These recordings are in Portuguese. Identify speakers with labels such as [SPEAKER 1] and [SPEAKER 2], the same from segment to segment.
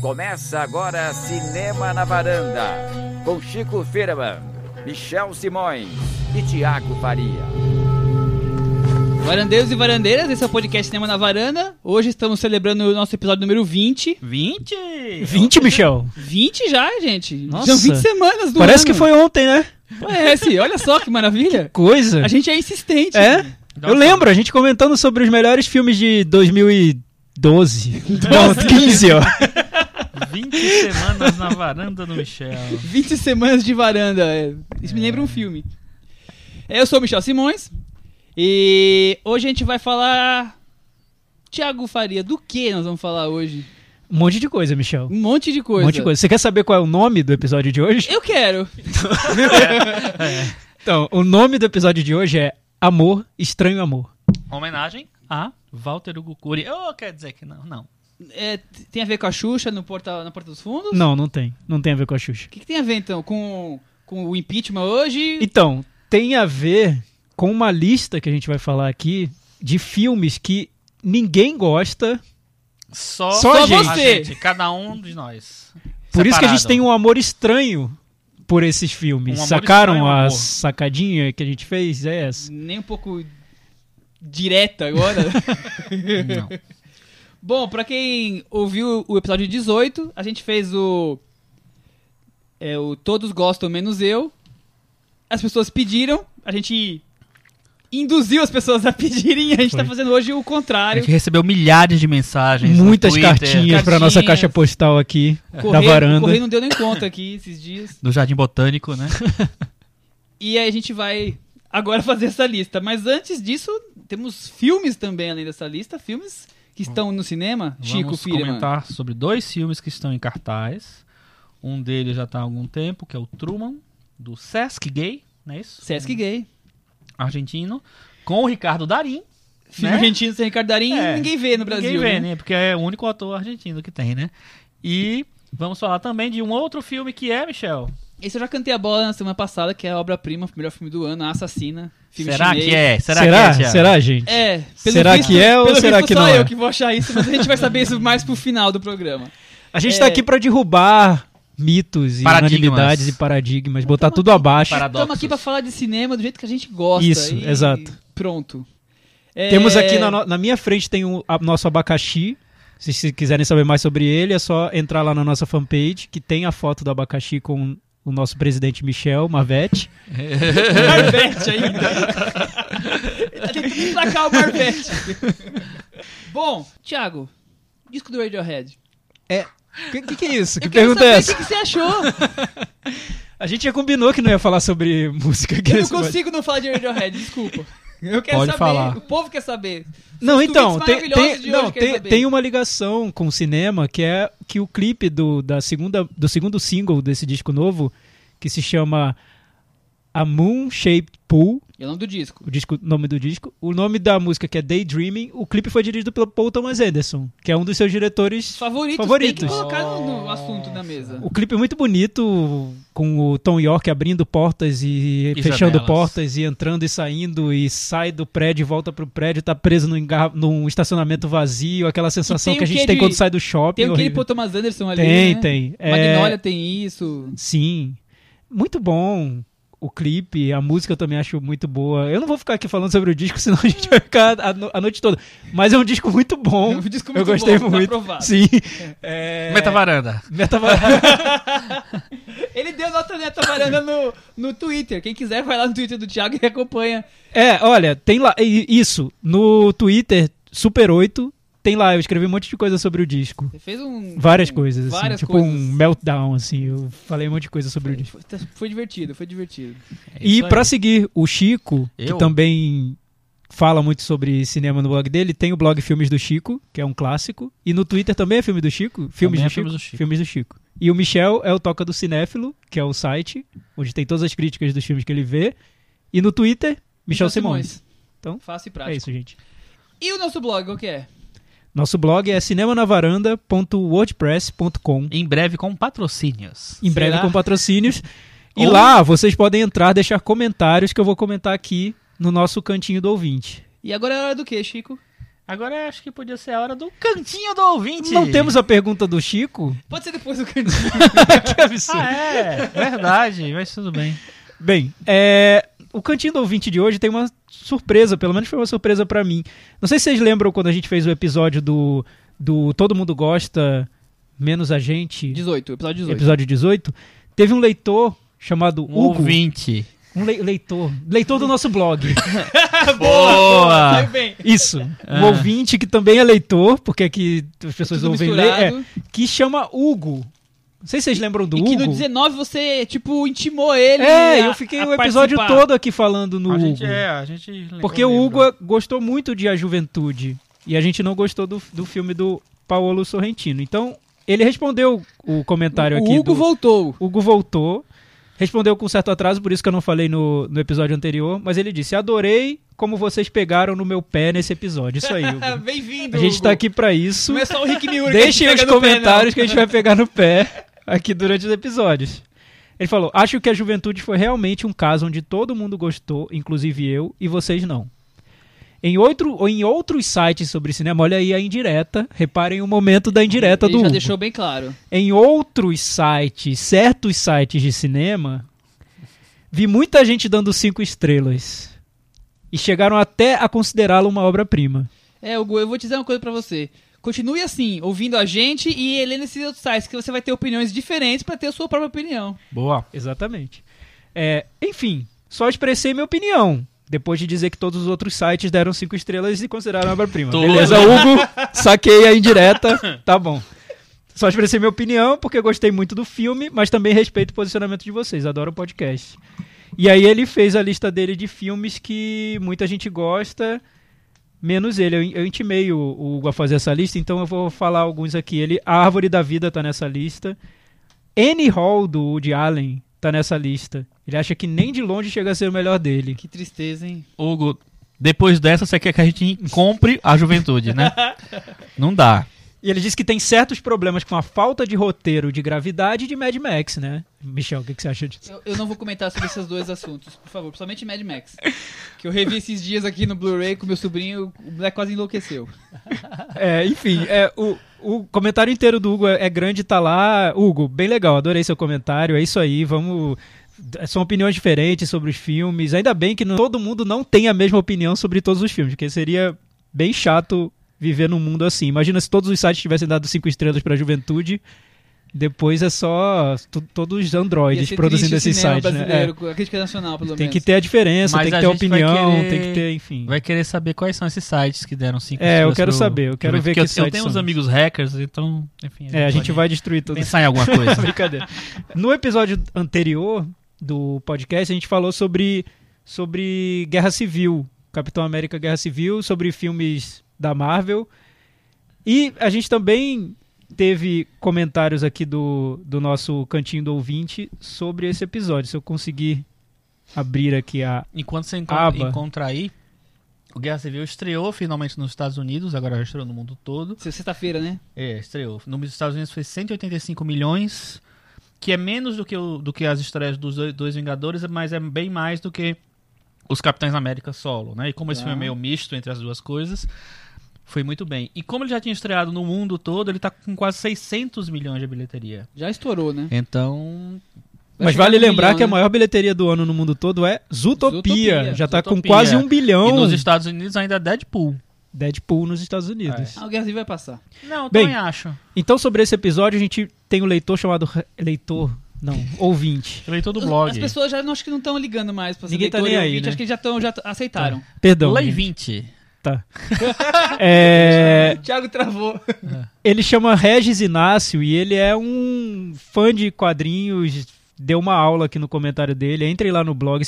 [SPEAKER 1] Começa agora Cinema na Varanda, com Chico Firman, Michel Simões e Tiago Faria.
[SPEAKER 2] Varandeiros e varandeiras, esse é o podcast Cinema na Varanda. Hoje estamos celebrando o nosso episódio número 20.
[SPEAKER 3] 20?
[SPEAKER 4] 20, Michel?
[SPEAKER 2] 20 já, gente.
[SPEAKER 4] Nossa.
[SPEAKER 2] São 20 semanas do
[SPEAKER 4] Parece
[SPEAKER 2] ano.
[SPEAKER 4] que foi ontem, né?
[SPEAKER 2] Parece, olha só que maravilha.
[SPEAKER 4] Coisa.
[SPEAKER 2] A gente é insistente.
[SPEAKER 4] É? Eu lembro, a gente comentando sobre os melhores filmes de 2012. Não, 15, ó.
[SPEAKER 3] 20 semanas na varanda do Michel.
[SPEAKER 2] 20 semanas de varanda. é. Isso me lembra um filme. Eu sou o Michel Simões e hoje a gente vai falar. Tiago Faria, do que nós vamos falar hoje?
[SPEAKER 4] Um monte de coisa, Michel.
[SPEAKER 2] Um monte de
[SPEAKER 4] Um
[SPEAKER 2] coisa.
[SPEAKER 4] monte de coisa. Você quer saber qual é o nome do episódio de hoje?
[SPEAKER 2] Eu quero.
[SPEAKER 4] Então, o nome do episódio de hoje é Amor, Estranho Amor.
[SPEAKER 3] Homenagem a Walter Hugo Cury. Oh, quer dizer que não, não.
[SPEAKER 2] É, t- tem a ver com a Xuxa no porta, na Porta dos Fundos?
[SPEAKER 4] Não, não tem. Não tem a ver com a Xuxa.
[SPEAKER 2] O que, que tem a ver então com, com o impeachment hoje?
[SPEAKER 4] Então, tem a ver com uma lista que a gente vai falar aqui de filmes que ninguém gosta.
[SPEAKER 3] Só,
[SPEAKER 4] Só
[SPEAKER 2] a gente.
[SPEAKER 3] gente, cada um de nós.
[SPEAKER 4] Por isso que a
[SPEAKER 3] Separado.
[SPEAKER 4] gente tem um amor estranho por esses filmes.
[SPEAKER 3] Um amor
[SPEAKER 4] Sacaram
[SPEAKER 3] estranho, um
[SPEAKER 4] a
[SPEAKER 3] amor.
[SPEAKER 4] sacadinha que a gente fez? É essa.
[SPEAKER 2] Nem um pouco direta agora.
[SPEAKER 3] Não.
[SPEAKER 2] Bom, pra quem ouviu o episódio 18, a gente fez o. É, o Todos Gostam Menos Eu. As pessoas pediram, a gente induziu as pessoas a pedirem, a gente tá
[SPEAKER 4] Foi.
[SPEAKER 2] fazendo hoje o
[SPEAKER 3] A
[SPEAKER 2] contrário.
[SPEAKER 3] gente recebeu milhares de mensagens. no
[SPEAKER 4] Muitas
[SPEAKER 3] Twitter,
[SPEAKER 4] cartinhas pra nossa
[SPEAKER 2] Cartinhas.
[SPEAKER 4] caixa postal aqui
[SPEAKER 3] tá
[SPEAKER 4] da
[SPEAKER 2] Correio-
[SPEAKER 4] varanda.
[SPEAKER 2] Correio não deu nem conta aqui esses dias.
[SPEAKER 3] Do Jardim Botânico, né?
[SPEAKER 2] E aí a gente vai agora fazer essa lista. Mas antes disso, temos filmes também além dessa lista. Filmes que estão no cinema. Chico
[SPEAKER 3] Vamos
[SPEAKER 2] Firman.
[SPEAKER 3] comentar sobre dois filmes que estão em cartaz. Um deles já tá há algum tempo, que é o Truman, do Sesc Gay, não é isso?
[SPEAKER 2] Sesc Gay.
[SPEAKER 3] Argentino. Com o Ricardo Darim.
[SPEAKER 2] Filme
[SPEAKER 3] Né?
[SPEAKER 2] argentino sem Ricardo Darim,
[SPEAKER 3] É,
[SPEAKER 2] ninguém vê no Brasil.
[SPEAKER 3] Ninguém vê,
[SPEAKER 2] né?
[SPEAKER 3] né? Porque é o único ator argentino que tem, né? E vamos falar também de um outro filme que é, Michel.
[SPEAKER 2] Esse eu já cantei a bola na semana passada, que é a obra-prima, melhor filme do ano, a Assassina. Filme
[SPEAKER 3] Será
[SPEAKER 2] chinês.
[SPEAKER 3] que é? Será,
[SPEAKER 4] será?
[SPEAKER 3] que é? Thiago?
[SPEAKER 4] será, gente?
[SPEAKER 2] É,
[SPEAKER 4] Será que é ou
[SPEAKER 2] pelo
[SPEAKER 4] será
[SPEAKER 2] visto
[SPEAKER 4] que
[SPEAKER 2] só
[SPEAKER 4] não é?
[SPEAKER 2] eu que vou achar isso, mas a gente vai saber isso mais pro final do programa.
[SPEAKER 4] A gente tá
[SPEAKER 2] É.
[SPEAKER 4] aqui pra derrubar mitos e
[SPEAKER 3] Paradigmas.
[SPEAKER 4] unanimidades e paradigmas, botar tudo abaixo.
[SPEAKER 3] Para- Paradoxos.
[SPEAKER 2] Estamos aqui pra falar de cinema do jeito que a gente gosta.
[SPEAKER 4] Isso,
[SPEAKER 2] e
[SPEAKER 4] exato.
[SPEAKER 2] Pronto. É,
[SPEAKER 4] Temos aqui na, no- na minha frente tem o a- nosso abacaxi. Se vocês quiserem saber mais sobre ele, é só entrar lá na nossa fanpage, que tem a foto do abacaxi com o nosso presidente Michel Marvete.
[SPEAKER 2] Marvete ainda. Tem que placar o Marvete. Bom, Thiago, disco do Radiohead.
[SPEAKER 4] O que, que, que é isso? Que
[SPEAKER 2] eu quero
[SPEAKER 4] pergunta
[SPEAKER 2] saber
[SPEAKER 4] é essa?
[SPEAKER 2] o que, que você achou.
[SPEAKER 4] A gente já combinou que não ia falar sobre música. aqui
[SPEAKER 2] Eu não
[SPEAKER 4] nesse podcast.
[SPEAKER 2] consigo não falar de Radiohead, desculpa. Eu quero
[SPEAKER 3] Pode
[SPEAKER 2] saber,
[SPEAKER 3] falar.
[SPEAKER 2] o povo quer saber.
[SPEAKER 4] Não,
[SPEAKER 2] Os
[SPEAKER 4] então,
[SPEAKER 2] tweets
[SPEAKER 4] tem,
[SPEAKER 2] maravilhosos de
[SPEAKER 4] tem-
[SPEAKER 2] hoje,
[SPEAKER 4] não,
[SPEAKER 2] quero
[SPEAKER 4] tem,
[SPEAKER 2] saber.
[SPEAKER 4] tem uma ligação com o cinema que é que o clipe do, da segunda, do segundo single desse disco novo, que se chama A Moon Shaped Pool,
[SPEAKER 2] Eu não do disco.
[SPEAKER 4] o disco, nome do disco, o nome da música que é Daydreaming, o clipe foi dirigido pelo Paul Thomas Anderson, que é um dos seus diretores.
[SPEAKER 2] Favoritos, tem
[SPEAKER 4] Favoritos.
[SPEAKER 2] que colocar no, no assunto da mesa.
[SPEAKER 4] O clipe é muito bonito, com o Tom York abrindo portas e,
[SPEAKER 3] E
[SPEAKER 4] fechando
[SPEAKER 3] janelas.
[SPEAKER 4] portas e entrando e saindo e sai do prédio e volta pro prédio, tá preso num, engar- num estacionamento vazio, aquela sensação
[SPEAKER 2] tem
[SPEAKER 4] que a
[SPEAKER 2] o
[SPEAKER 4] gente
[SPEAKER 2] quê
[SPEAKER 4] tem
[SPEAKER 2] de-
[SPEAKER 4] quando sai do shopping.
[SPEAKER 2] Tem aquele
[SPEAKER 4] horrível.
[SPEAKER 2] pro Thomas Anderson ali,
[SPEAKER 4] tem,
[SPEAKER 2] né?
[SPEAKER 4] tem. É,
[SPEAKER 2] Magnolia tem isso.
[SPEAKER 4] Sim. Muito bom o clipe, a música eu também acho muito boa. Eu não vou ficar aqui falando sobre o disco, senão a gente vai ficar a, no- a noite toda. Mas é um disco muito bom.
[SPEAKER 2] É um disco
[SPEAKER 4] eu
[SPEAKER 2] muito
[SPEAKER 4] gostei
[SPEAKER 2] bom, tá
[SPEAKER 4] muito.
[SPEAKER 2] aprovado. É.
[SPEAKER 4] Sim.
[SPEAKER 3] É.
[SPEAKER 4] É,
[SPEAKER 3] Metavaranda.
[SPEAKER 4] Metavaranda.
[SPEAKER 2] Ele deu nota neta varanda no, no Twitter. Quem quiser, vai lá no Twitter do Thiago e acompanha.
[SPEAKER 4] É, olha, tem lá. e- Isso, no Twitter, Super 8, tem lá. Eu escrevi um monte de coisa sobre o disco.
[SPEAKER 2] Ele fez um.
[SPEAKER 4] Várias
[SPEAKER 3] Hum,
[SPEAKER 2] um-
[SPEAKER 4] coisas, assim.
[SPEAKER 2] Várias
[SPEAKER 4] tipo
[SPEAKER 2] coisas.
[SPEAKER 4] um meltdown, assim. Eu falei um monte de coisa sobre o disco.
[SPEAKER 2] Foi, tá, foi divertido, foi divertido.
[SPEAKER 4] E
[SPEAKER 3] É, isso aí.
[SPEAKER 4] pra seguir o Chico,
[SPEAKER 3] Eu?
[SPEAKER 4] que também fala muito sobre cinema no blog dele, tem o blog Filmes do Chico, que é um clássico. E no Twitter também é filme do Chico.
[SPEAKER 3] Também
[SPEAKER 4] Filmes, do,
[SPEAKER 3] é
[SPEAKER 4] Chico,
[SPEAKER 3] Filmes do Chico.
[SPEAKER 4] Filmes do Chico. E o Michel é o Toca do Cinéfilo, que é o site, onde tem todas as críticas dos filmes que ele vê. E no Twitter, Michel, Simões. Então,
[SPEAKER 2] Fácil e
[SPEAKER 4] É
[SPEAKER 2] prático.
[SPEAKER 4] isso, gente.
[SPEAKER 2] E o nosso blog, qual que é?
[SPEAKER 4] Nosso blog é cinemanavaranda.wordpress.com.
[SPEAKER 3] Em breve com patrocínios.
[SPEAKER 4] Em breve
[SPEAKER 2] Será?
[SPEAKER 4] com patrocínios. E
[SPEAKER 3] Ou-
[SPEAKER 4] lá vocês podem entrar, deixar comentários que eu vou comentar aqui no nosso cantinho do ouvinte.
[SPEAKER 2] E agora é a hora do quê, Chico?
[SPEAKER 3] Agora acho que podia ser a hora do cantinho do ouvinte.
[SPEAKER 4] Não temos a pergunta do Chico?
[SPEAKER 2] Pode ser depois do cantinho.
[SPEAKER 4] que absurdo.
[SPEAKER 3] Ah, é, verdade, mas tudo bem.
[SPEAKER 4] Bem, é, o Cantinho do Ouvinte de hoje tem uma surpresa, pelo menos foi uma surpresa pra mim. Não sei se vocês lembram quando a gente fez o episódio do, do Todo Mundo Gosta, Menos a Gente,
[SPEAKER 2] 18, episódio 18.
[SPEAKER 4] episódio 18. Teve um leitor chamado
[SPEAKER 3] Um
[SPEAKER 4] Hugo.
[SPEAKER 3] ouvinte.
[SPEAKER 4] Um le- leitor. Leitor do nosso blog.
[SPEAKER 2] Saiu tá
[SPEAKER 3] Boa!
[SPEAKER 2] bem.
[SPEAKER 4] Isso. Um ouvinte que também é leitor, porque aqui as pessoas
[SPEAKER 2] Ah. Tudo
[SPEAKER 4] ouvem ler.
[SPEAKER 2] misturado.
[SPEAKER 4] é, que chama Hugo. Não sei se vocês lembram do
[SPEAKER 2] e
[SPEAKER 4] Hugo.
[SPEAKER 2] que no 19 você, tipo, intimou ele.
[SPEAKER 4] É,
[SPEAKER 2] a-
[SPEAKER 4] eu fiquei
[SPEAKER 2] né? a
[SPEAKER 4] o episódio
[SPEAKER 2] participar.
[SPEAKER 4] todo aqui falando no
[SPEAKER 3] a
[SPEAKER 4] Hugo.
[SPEAKER 3] gente é, a gente.
[SPEAKER 4] Porque
[SPEAKER 3] eu
[SPEAKER 4] o
[SPEAKER 3] lembro.
[SPEAKER 4] Hugo é- gostou muito de A Juventude. E a gente não gostou do, do filme do Paolo Sorrentino. Então, ele respondeu o comentário aqui.
[SPEAKER 2] O Hugo
[SPEAKER 4] do-
[SPEAKER 2] voltou.
[SPEAKER 4] Hugo voltou. Respondeu com certo atraso, por isso que eu não falei no, no episódio anterior. Mas ele disse: Adorei como vocês pegaram no meu pé nesse episódio. Isso aí, Hugo.
[SPEAKER 2] Bem-vindo.
[SPEAKER 4] A gente
[SPEAKER 2] Hugo.
[SPEAKER 4] tá aqui pra isso.
[SPEAKER 2] Não é só o Rick Miura que
[SPEAKER 4] Ah, Deixem
[SPEAKER 2] a
[SPEAKER 4] os
[SPEAKER 2] gente pega no pé,
[SPEAKER 4] comentários
[SPEAKER 2] não.
[SPEAKER 4] que a gente vai pegar no pé aqui durante os episódios. Ele falou: Acho que a juventude foi realmente um caso onde todo mundo gostou, inclusive eu, e vocês não. Em, outro, ou em outros sites sobre cinema, olha aí a indireta. Reparem o momento da indireta
[SPEAKER 2] Ele
[SPEAKER 4] do
[SPEAKER 2] já
[SPEAKER 4] Hugo.
[SPEAKER 2] deixou bem claro.
[SPEAKER 4] Em outros sites, certos sites de cinema, vi muita gente dando cinco estrelas. E chegaram até a considerá-lo uma obra-prima.
[SPEAKER 2] É, Hugo, eu vou te dizer uma coisa pra você. Continue assim, ouvindo a gente e ele nesses outros sites, que você vai ter opiniões diferentes pra ter a sua própria opinião.
[SPEAKER 3] Boa.
[SPEAKER 4] Exatamente. É, enfim, só expressei minha opinião. Depois de dizer que todos os outros sites deram cinco estrelas e consideraram obra-prima.
[SPEAKER 3] Tudo.
[SPEAKER 4] Beleza, Hugo, saquei a indireta, tá bom. Só expressei minha opinião porque gostei muito do filme, mas também respeito o posicionamento de vocês, adoro o podcast. E aí ele fez a lista dele de filmes que muita gente gosta, menos ele. Eu, eu intimei o, o Hugo a fazer essa lista, então eu vou falar alguns aqui. Ele, a Árvore da Vida tá nessa lista. Annie Hall do Woody Allen tá nessa lista. Ele acha que nem de longe chega a ser o melhor dele.
[SPEAKER 2] Que tristeza, hein?
[SPEAKER 3] Hugo, depois dessa você quer que a gente compre a juventude, né? Não dá.
[SPEAKER 4] E ele diz que tem certos problemas com a falta de roteiro, de gravidade e de Mad Max, né? Michel, o que, que você acha disso?
[SPEAKER 2] Eu, eu não vou comentar sobre esses dois assuntos, por favor, principalmente Mad Max. Que eu revi esses dias aqui no Blu-ray com meu sobrinho, o moleque quase enlouqueceu.
[SPEAKER 4] É, enfim, é, o, o comentário inteiro do Hugo é, é grande, tá lá. Hugo, bem legal, adorei seu comentário, é isso aí, vamos. é, São opiniões diferentes sobre os filmes. Ainda bem que não- todo mundo não tem a mesma opinião sobre todos os filmes, porque seria bem chato viver num mundo assim. Imagina se todos os sites tivessem dado cinco estrelas pra juventude. Depois é só tu- todos os androides produzindo esses sites, né? É.
[SPEAKER 2] né? A crítica nacional, pelo
[SPEAKER 4] Tem
[SPEAKER 2] menos.
[SPEAKER 4] que ter a diferença,
[SPEAKER 3] Mas
[SPEAKER 4] tem que
[SPEAKER 3] a
[SPEAKER 4] ter a
[SPEAKER 3] gente vai
[SPEAKER 4] opinião,
[SPEAKER 3] querer-
[SPEAKER 4] tem que ter, enfim.
[SPEAKER 3] Vai querer saber quais são esses sites que deram cinco
[SPEAKER 4] É, eu
[SPEAKER 3] estrelas
[SPEAKER 4] quero
[SPEAKER 3] pro
[SPEAKER 4] saber, eu quero
[SPEAKER 3] Juventude, porque
[SPEAKER 4] ver
[SPEAKER 3] eu-
[SPEAKER 4] que
[SPEAKER 3] eu,
[SPEAKER 4] sites
[SPEAKER 3] tenho
[SPEAKER 4] são
[SPEAKER 3] uns
[SPEAKER 4] esses.
[SPEAKER 3] amigos hackers, então, enfim.
[SPEAKER 4] É, a gente
[SPEAKER 3] pode
[SPEAKER 4] vai destruir tudo.
[SPEAKER 3] pensar em alguma coisa.
[SPEAKER 4] Brincadeira. No episódio anterior do podcast, a gente falou sobre, sobre Guerra Civil, Capitão América Guerra Civil, sobre filmes da Marvel. E a gente também teve comentários aqui do, do nosso cantinho do ouvinte sobre esse episódio. Se eu conseguir abrir aqui a.
[SPEAKER 3] Enquanto você enco-
[SPEAKER 4] Aba.
[SPEAKER 3] encontra aí, o Guerra Civil estreou finalmente nos Estados Unidos, agora já estreou no mundo todo.
[SPEAKER 2] Sexta-feira, né?
[SPEAKER 3] É, estreou. No- Nos Estados Unidos foi 185 milhões, que é menos do que, o- do que as estreias dos dois- dois Vingadores, mas é bem mais do que os Capitães América solo, né? E como esse
[SPEAKER 2] Tá.
[SPEAKER 4] Ah.
[SPEAKER 3] filme é meio misto entre as duas coisas, foi muito bem. E como ele já tinha estreado no mundo todo, ele tá com quase 600 milhões de bilheteria.
[SPEAKER 2] Já estourou, né?
[SPEAKER 3] Então,
[SPEAKER 2] Vai
[SPEAKER 4] Mas
[SPEAKER 2] chegar
[SPEAKER 4] vale
[SPEAKER 2] no
[SPEAKER 4] lembrar
[SPEAKER 2] milhão,
[SPEAKER 4] que é a
[SPEAKER 2] né?
[SPEAKER 4] maior bilheteria do ano no mundo todo é Zootopia.
[SPEAKER 2] Zootopia,
[SPEAKER 4] Já tá com
[SPEAKER 3] Zootopia.
[SPEAKER 4] quase um bilhão.
[SPEAKER 3] e nos Estados Unidos ainda é Deadpool.
[SPEAKER 4] Deadpool nos Estados Unidos.
[SPEAKER 2] Ah, o Guerra Civil vai passar.
[SPEAKER 3] Não, eu
[SPEAKER 4] Bem,
[SPEAKER 3] também acho.
[SPEAKER 4] Então, sobre esse episódio, a gente tem um leitor chamado. Ra- Leitor. Não, ouvinte.
[SPEAKER 3] Leitor do blog.
[SPEAKER 2] As pessoas já não- acho que não estão ligando mais pra ser
[SPEAKER 4] Ninguém tá
[SPEAKER 2] leitor e
[SPEAKER 4] nem aí,
[SPEAKER 2] ouvinte,
[SPEAKER 4] né?
[SPEAKER 2] Acho que eles já, tão, já t- aceitaram.
[SPEAKER 4] Perdão.
[SPEAKER 3] Lei
[SPEAKER 4] gente.
[SPEAKER 3] 20.
[SPEAKER 4] Tá. É,
[SPEAKER 2] Thiago travou.
[SPEAKER 4] ele chama Regis Inácio e ele é um fã de quadrinhos. Deu uma aula aqui no comentário dele. Entrem lá no blog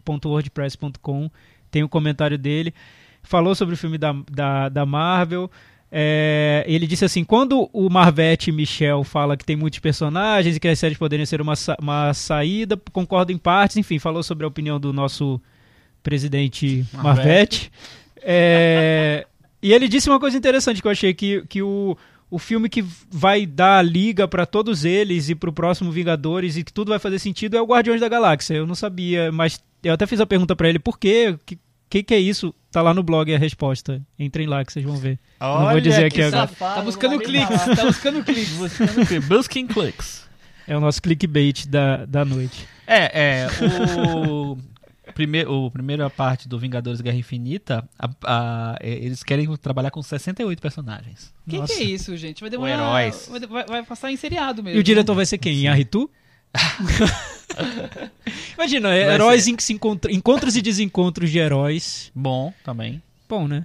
[SPEAKER 4] cinemanavaranda.wordpress.com. Tem o comentário dele. Falou sobre o filme da, da, da Marvel. É, ele disse assim: quando o Marvete Michel fala que tem muitos personagens e que as séries poderiam ser uma, sa- uma saída, concordo em partes, enfim, falou sobre a opinião do nosso presidente Marvete. É, e ele disse uma coisa interessante que eu achei: que, que o, o filme que vai dar liga pra todos eles e pro próximo Vingadores e que tudo vai fazer sentido é o Guardiões da Galáxia. Eu não sabia, mas eu até fiz a pergunta pra ele por quê, que, que, que é isso? Tá lá no blog a resposta. Entrem lá que vocês vão ver.
[SPEAKER 3] Olha
[SPEAKER 4] vou dizer aqui
[SPEAKER 3] que é um
[SPEAKER 4] agora.
[SPEAKER 2] Tá,
[SPEAKER 5] Safado,
[SPEAKER 2] buscando
[SPEAKER 5] não vou nem
[SPEAKER 2] cliques,
[SPEAKER 5] falar.
[SPEAKER 2] tá buscando cliques.
[SPEAKER 3] Buscando cli- Busking clicks.
[SPEAKER 4] É o nosso clickbait da, da noite.
[SPEAKER 3] É, é. O primeiro, o primeira parte do Vingadores Guerra Infinita, a- a- é, eles querem trabalhar com 68 personagens.
[SPEAKER 2] O que, que é
[SPEAKER 4] Nossa.
[SPEAKER 2] isso, gente? Vai demorar.
[SPEAKER 3] heróis.
[SPEAKER 2] Vai, vai- vai passar em seriado mesmo.
[SPEAKER 4] E o diretor vai ser quem? Yaritu? Imagina,
[SPEAKER 3] Vai
[SPEAKER 4] heróis em que se encontram, encontros e desencontros de heróis.
[SPEAKER 3] Bom, também.
[SPEAKER 4] Bom, né?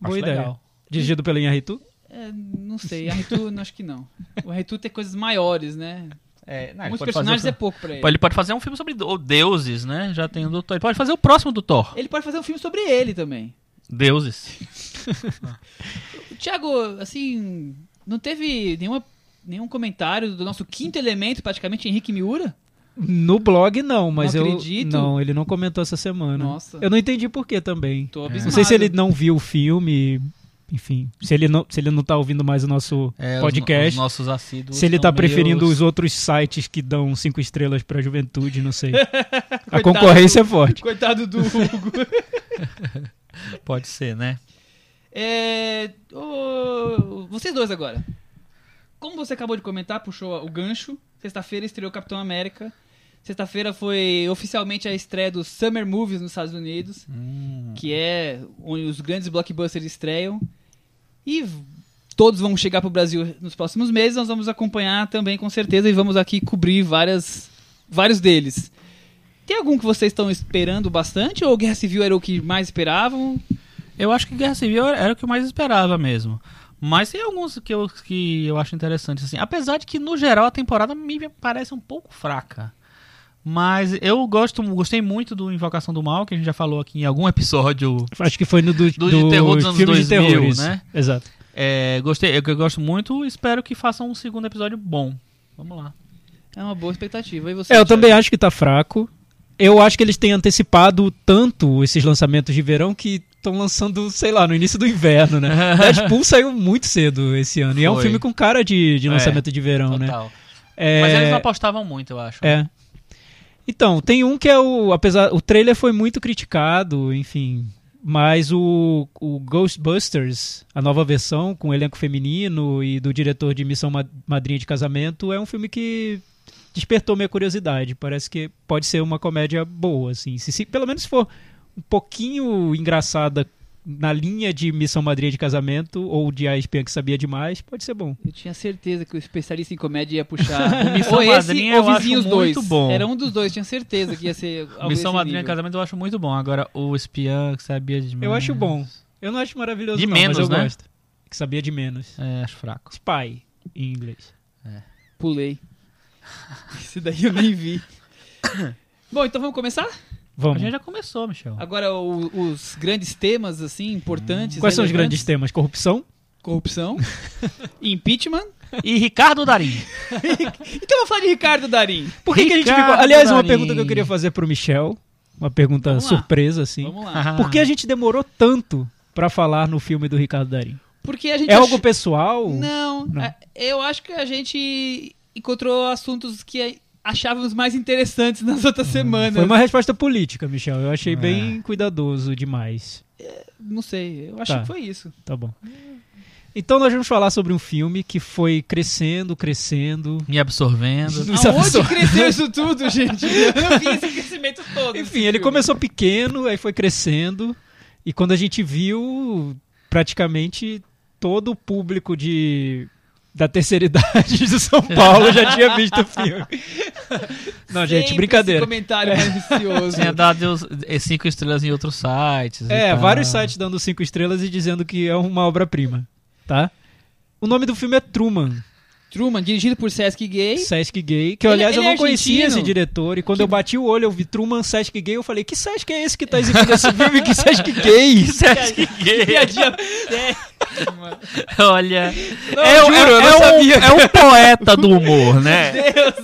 [SPEAKER 4] Boa
[SPEAKER 3] Acho
[SPEAKER 4] ideia.
[SPEAKER 3] legal.
[SPEAKER 4] Dirigido pelo Inharitu?
[SPEAKER 2] É, não sei, a Ritu, não acho que não. O Ritu tem coisas maiores, né?
[SPEAKER 3] É,
[SPEAKER 4] Ah,
[SPEAKER 3] não, ele
[SPEAKER 2] Muitos
[SPEAKER 3] pode fazer
[SPEAKER 4] um
[SPEAKER 2] personagens
[SPEAKER 3] o-
[SPEAKER 2] é pouco pra ele.
[SPEAKER 3] Ele pode fazer um filme sobre do- deuses, né? Já tem o do Thor. Ele pode fazer o próximo do Thor.
[SPEAKER 2] Ele pode fazer um filme sobre ele também.
[SPEAKER 3] Deuses.
[SPEAKER 2] Tiago, assim, não teve nenhuma, nenhum comentário do nosso quinto elemento, praticamente, Henrique Miura?
[SPEAKER 4] No blog não, mas
[SPEAKER 2] Não
[SPEAKER 4] eu
[SPEAKER 2] acredito.
[SPEAKER 4] não, ele não comentou essa semana.
[SPEAKER 2] Nossa.
[SPEAKER 4] Eu não entendi por que também.
[SPEAKER 2] Tô abismado.
[SPEAKER 4] É. Não sei se ele não viu o filme, enfim, se ele não, se ele não tá ouvindo mais o nosso
[SPEAKER 3] É, os no-
[SPEAKER 4] podcast,
[SPEAKER 3] os nossos assíduos.
[SPEAKER 4] se ele
[SPEAKER 3] tá
[SPEAKER 4] tá preferindo os outros sites que dão cinco estrelas pra juventude, não sei. A concorrência é forte.
[SPEAKER 2] Coitado do Hugo.
[SPEAKER 3] Pode ser, né?
[SPEAKER 2] É, ô, vocês dois agora. Como você acabou de comentar, puxou o gancho. Sexta-feira estreou Capitão América. Sexta-feira foi oficialmente a estreia do Summer Movies nos Estados Unidos,
[SPEAKER 3] Hum.
[SPEAKER 2] que é onde os grandes blockbusters estreiam. E v- todos vão chegar para o Brasil nos próximos meses. Nós vamos acompanhar também, com certeza, e vamos aqui cobrir várias, vários deles. Tem algum que vocês estão esperando bastante? Ou Guerra Civil era o que mais esperavam?
[SPEAKER 3] Eu acho que Guerra Civil era era o que eu mais esperava mesmo. Mas tem alguns que eu, que eu acho interessantes, assim. Apesar de que, no geral, a temporada me parece um pouco fraca. Mas eu gosto, gostei muito do Invocação do Mal, que a gente já falou aqui em algum episódio.
[SPEAKER 4] Acho que foi no do,
[SPEAKER 3] Do de terror dos anos
[SPEAKER 4] filme
[SPEAKER 3] 2000,
[SPEAKER 4] de terror, isso.
[SPEAKER 3] né?
[SPEAKER 4] Exato.
[SPEAKER 3] É, gostei, eu, eu gosto muito espero que façam um segundo episódio bom. Vamos lá.
[SPEAKER 2] É uma boa expectativa. E você,
[SPEAKER 4] É, eu
[SPEAKER 2] Thiago?
[SPEAKER 4] também acho que tá fraco. Eu acho que eles têm antecipado tanto esses lançamentos de verão que estão lançando, sei lá, no início do inverno, né? Deadpool saiu muito cedo esse ano. E é um
[SPEAKER 3] Foi.
[SPEAKER 4] filme com cara de, de
[SPEAKER 3] É,
[SPEAKER 4] lançamento de verão, né?
[SPEAKER 3] Total.
[SPEAKER 4] É,
[SPEAKER 3] Mas eles não apostavam muito, eu acho.
[SPEAKER 4] É. Então, tem um que é o. Apesar. O trailer foi muito criticado, enfim. Mas o, o Ghostbusters, a nova versão, com elenco feminino e do diretor de Missão Ma- Madrinha de Casamento, é um filme que despertou minha curiosidade. Parece que pode ser uma comédia boa, assim. Se, se- pelo menos for um pouquinho engraçada na linha de Missão Madrinha de Casamento ou de A Espiã que Sabia Demais, pode ser bom.
[SPEAKER 2] Eu tinha certeza que o especialista em comédia ia puxar.
[SPEAKER 3] O Missão
[SPEAKER 2] ou esse,
[SPEAKER 3] Madrinha
[SPEAKER 2] ou
[SPEAKER 3] eu
[SPEAKER 2] Vizinhos
[SPEAKER 3] acho muito
[SPEAKER 2] dois.
[SPEAKER 3] bom.
[SPEAKER 2] Era um dos dois, tinha certeza que ia ser. algo
[SPEAKER 3] Missão
[SPEAKER 2] desse
[SPEAKER 3] Madrinha
[SPEAKER 2] nível.
[SPEAKER 3] Casamento eu acho muito bom. Agora, o Espiã que sabia de
[SPEAKER 4] Eu acho bom. Eu não acho maravilhoso,
[SPEAKER 3] De
[SPEAKER 4] não,
[SPEAKER 3] menos,
[SPEAKER 4] mas eu
[SPEAKER 3] né?
[SPEAKER 4] gosto. Que sabia de menos.
[SPEAKER 3] É, acho fraco.
[SPEAKER 4] Spy, em inglês.
[SPEAKER 2] Pulei. Esse daí eu nem vi. Bom, então vamos começar?
[SPEAKER 3] A
[SPEAKER 4] Vamos.
[SPEAKER 3] gente já começou, Michel.
[SPEAKER 2] Agora o- os grandes temas, assim, importantes.
[SPEAKER 4] Quais são os
[SPEAKER 2] relevantes.
[SPEAKER 4] grandes temas? Corrupção?
[SPEAKER 2] Corrupção, impeachment.
[SPEAKER 3] E Ricardo Darim.
[SPEAKER 2] Então vamos falar de Ricardo Darim.
[SPEAKER 4] Por que, que a gente
[SPEAKER 3] Ricardo
[SPEAKER 4] ficou... Aliás, uma
[SPEAKER 3] Darim.
[SPEAKER 4] pergunta que eu queria fazer pro Michel. Uma pergunta
[SPEAKER 2] Vamos lá.
[SPEAKER 4] surpresa, assim.
[SPEAKER 2] Vamos lá.
[SPEAKER 4] Por que a gente demorou tanto pra falar no filme do Ricardo Darim?
[SPEAKER 2] Porque a gente
[SPEAKER 4] É
[SPEAKER 2] ach-
[SPEAKER 4] algo pessoal?
[SPEAKER 2] Não,
[SPEAKER 4] Não.
[SPEAKER 2] a- eu acho que a gente encontrou assuntos que achávamos mais interessantes nas outras semanas.
[SPEAKER 4] Hum. Foi uma resposta política, Michel. Eu
[SPEAKER 2] É.
[SPEAKER 4] achei bem cuidadoso demais.
[SPEAKER 2] Não sei, eu acho
[SPEAKER 4] Tá.
[SPEAKER 2] que foi isso.
[SPEAKER 4] Tá bom. Então nós vamos falar sobre um filme que foi crescendo, crescendo,
[SPEAKER 3] Me absorvendo.
[SPEAKER 4] Nos
[SPEAKER 2] Aonde
[SPEAKER 4] absor-
[SPEAKER 2] cresceu isso tudo, gente? Eu não vi esse crescimento todo. nesse
[SPEAKER 4] Enfim, ele
[SPEAKER 2] filme.
[SPEAKER 4] começou pequeno, aí foi crescendo, e quando a gente viu, praticamente todo o público de da terceira idade de São Paulo já tinha visto o filme. Não,
[SPEAKER 2] Sempre
[SPEAKER 4] gente, brincadeira.
[SPEAKER 2] Esse comentário malicioso.
[SPEAKER 3] Tinha dado os- eh, cinco estrelas em outros sites. e
[SPEAKER 4] É,
[SPEAKER 3] tal.
[SPEAKER 4] vários sites dando cinco estrelas e dizendo que é uma obra-prima, tá? O nome do filme é Truman,
[SPEAKER 2] Truman, dirigido por Sesc Gay.
[SPEAKER 4] Sesc Gay, que
[SPEAKER 2] Ele-
[SPEAKER 4] aliás
[SPEAKER 2] ele
[SPEAKER 4] eu
[SPEAKER 2] é
[SPEAKER 4] não conhecia
[SPEAKER 2] argentino?
[SPEAKER 4] esse diretor, e quando eu bati o olho eu vi Truman Sesc Gay, eu falei, que Sesc é esse que tá exibindo esse filme? Que Sesc Gay?
[SPEAKER 3] Sesc gay.
[SPEAKER 2] Piadinha-
[SPEAKER 3] Olha.
[SPEAKER 4] Não,
[SPEAKER 3] é,
[SPEAKER 4] juro,
[SPEAKER 3] é-
[SPEAKER 4] eu não
[SPEAKER 3] é um-
[SPEAKER 4] sabia.
[SPEAKER 3] é um poeta do humor, né?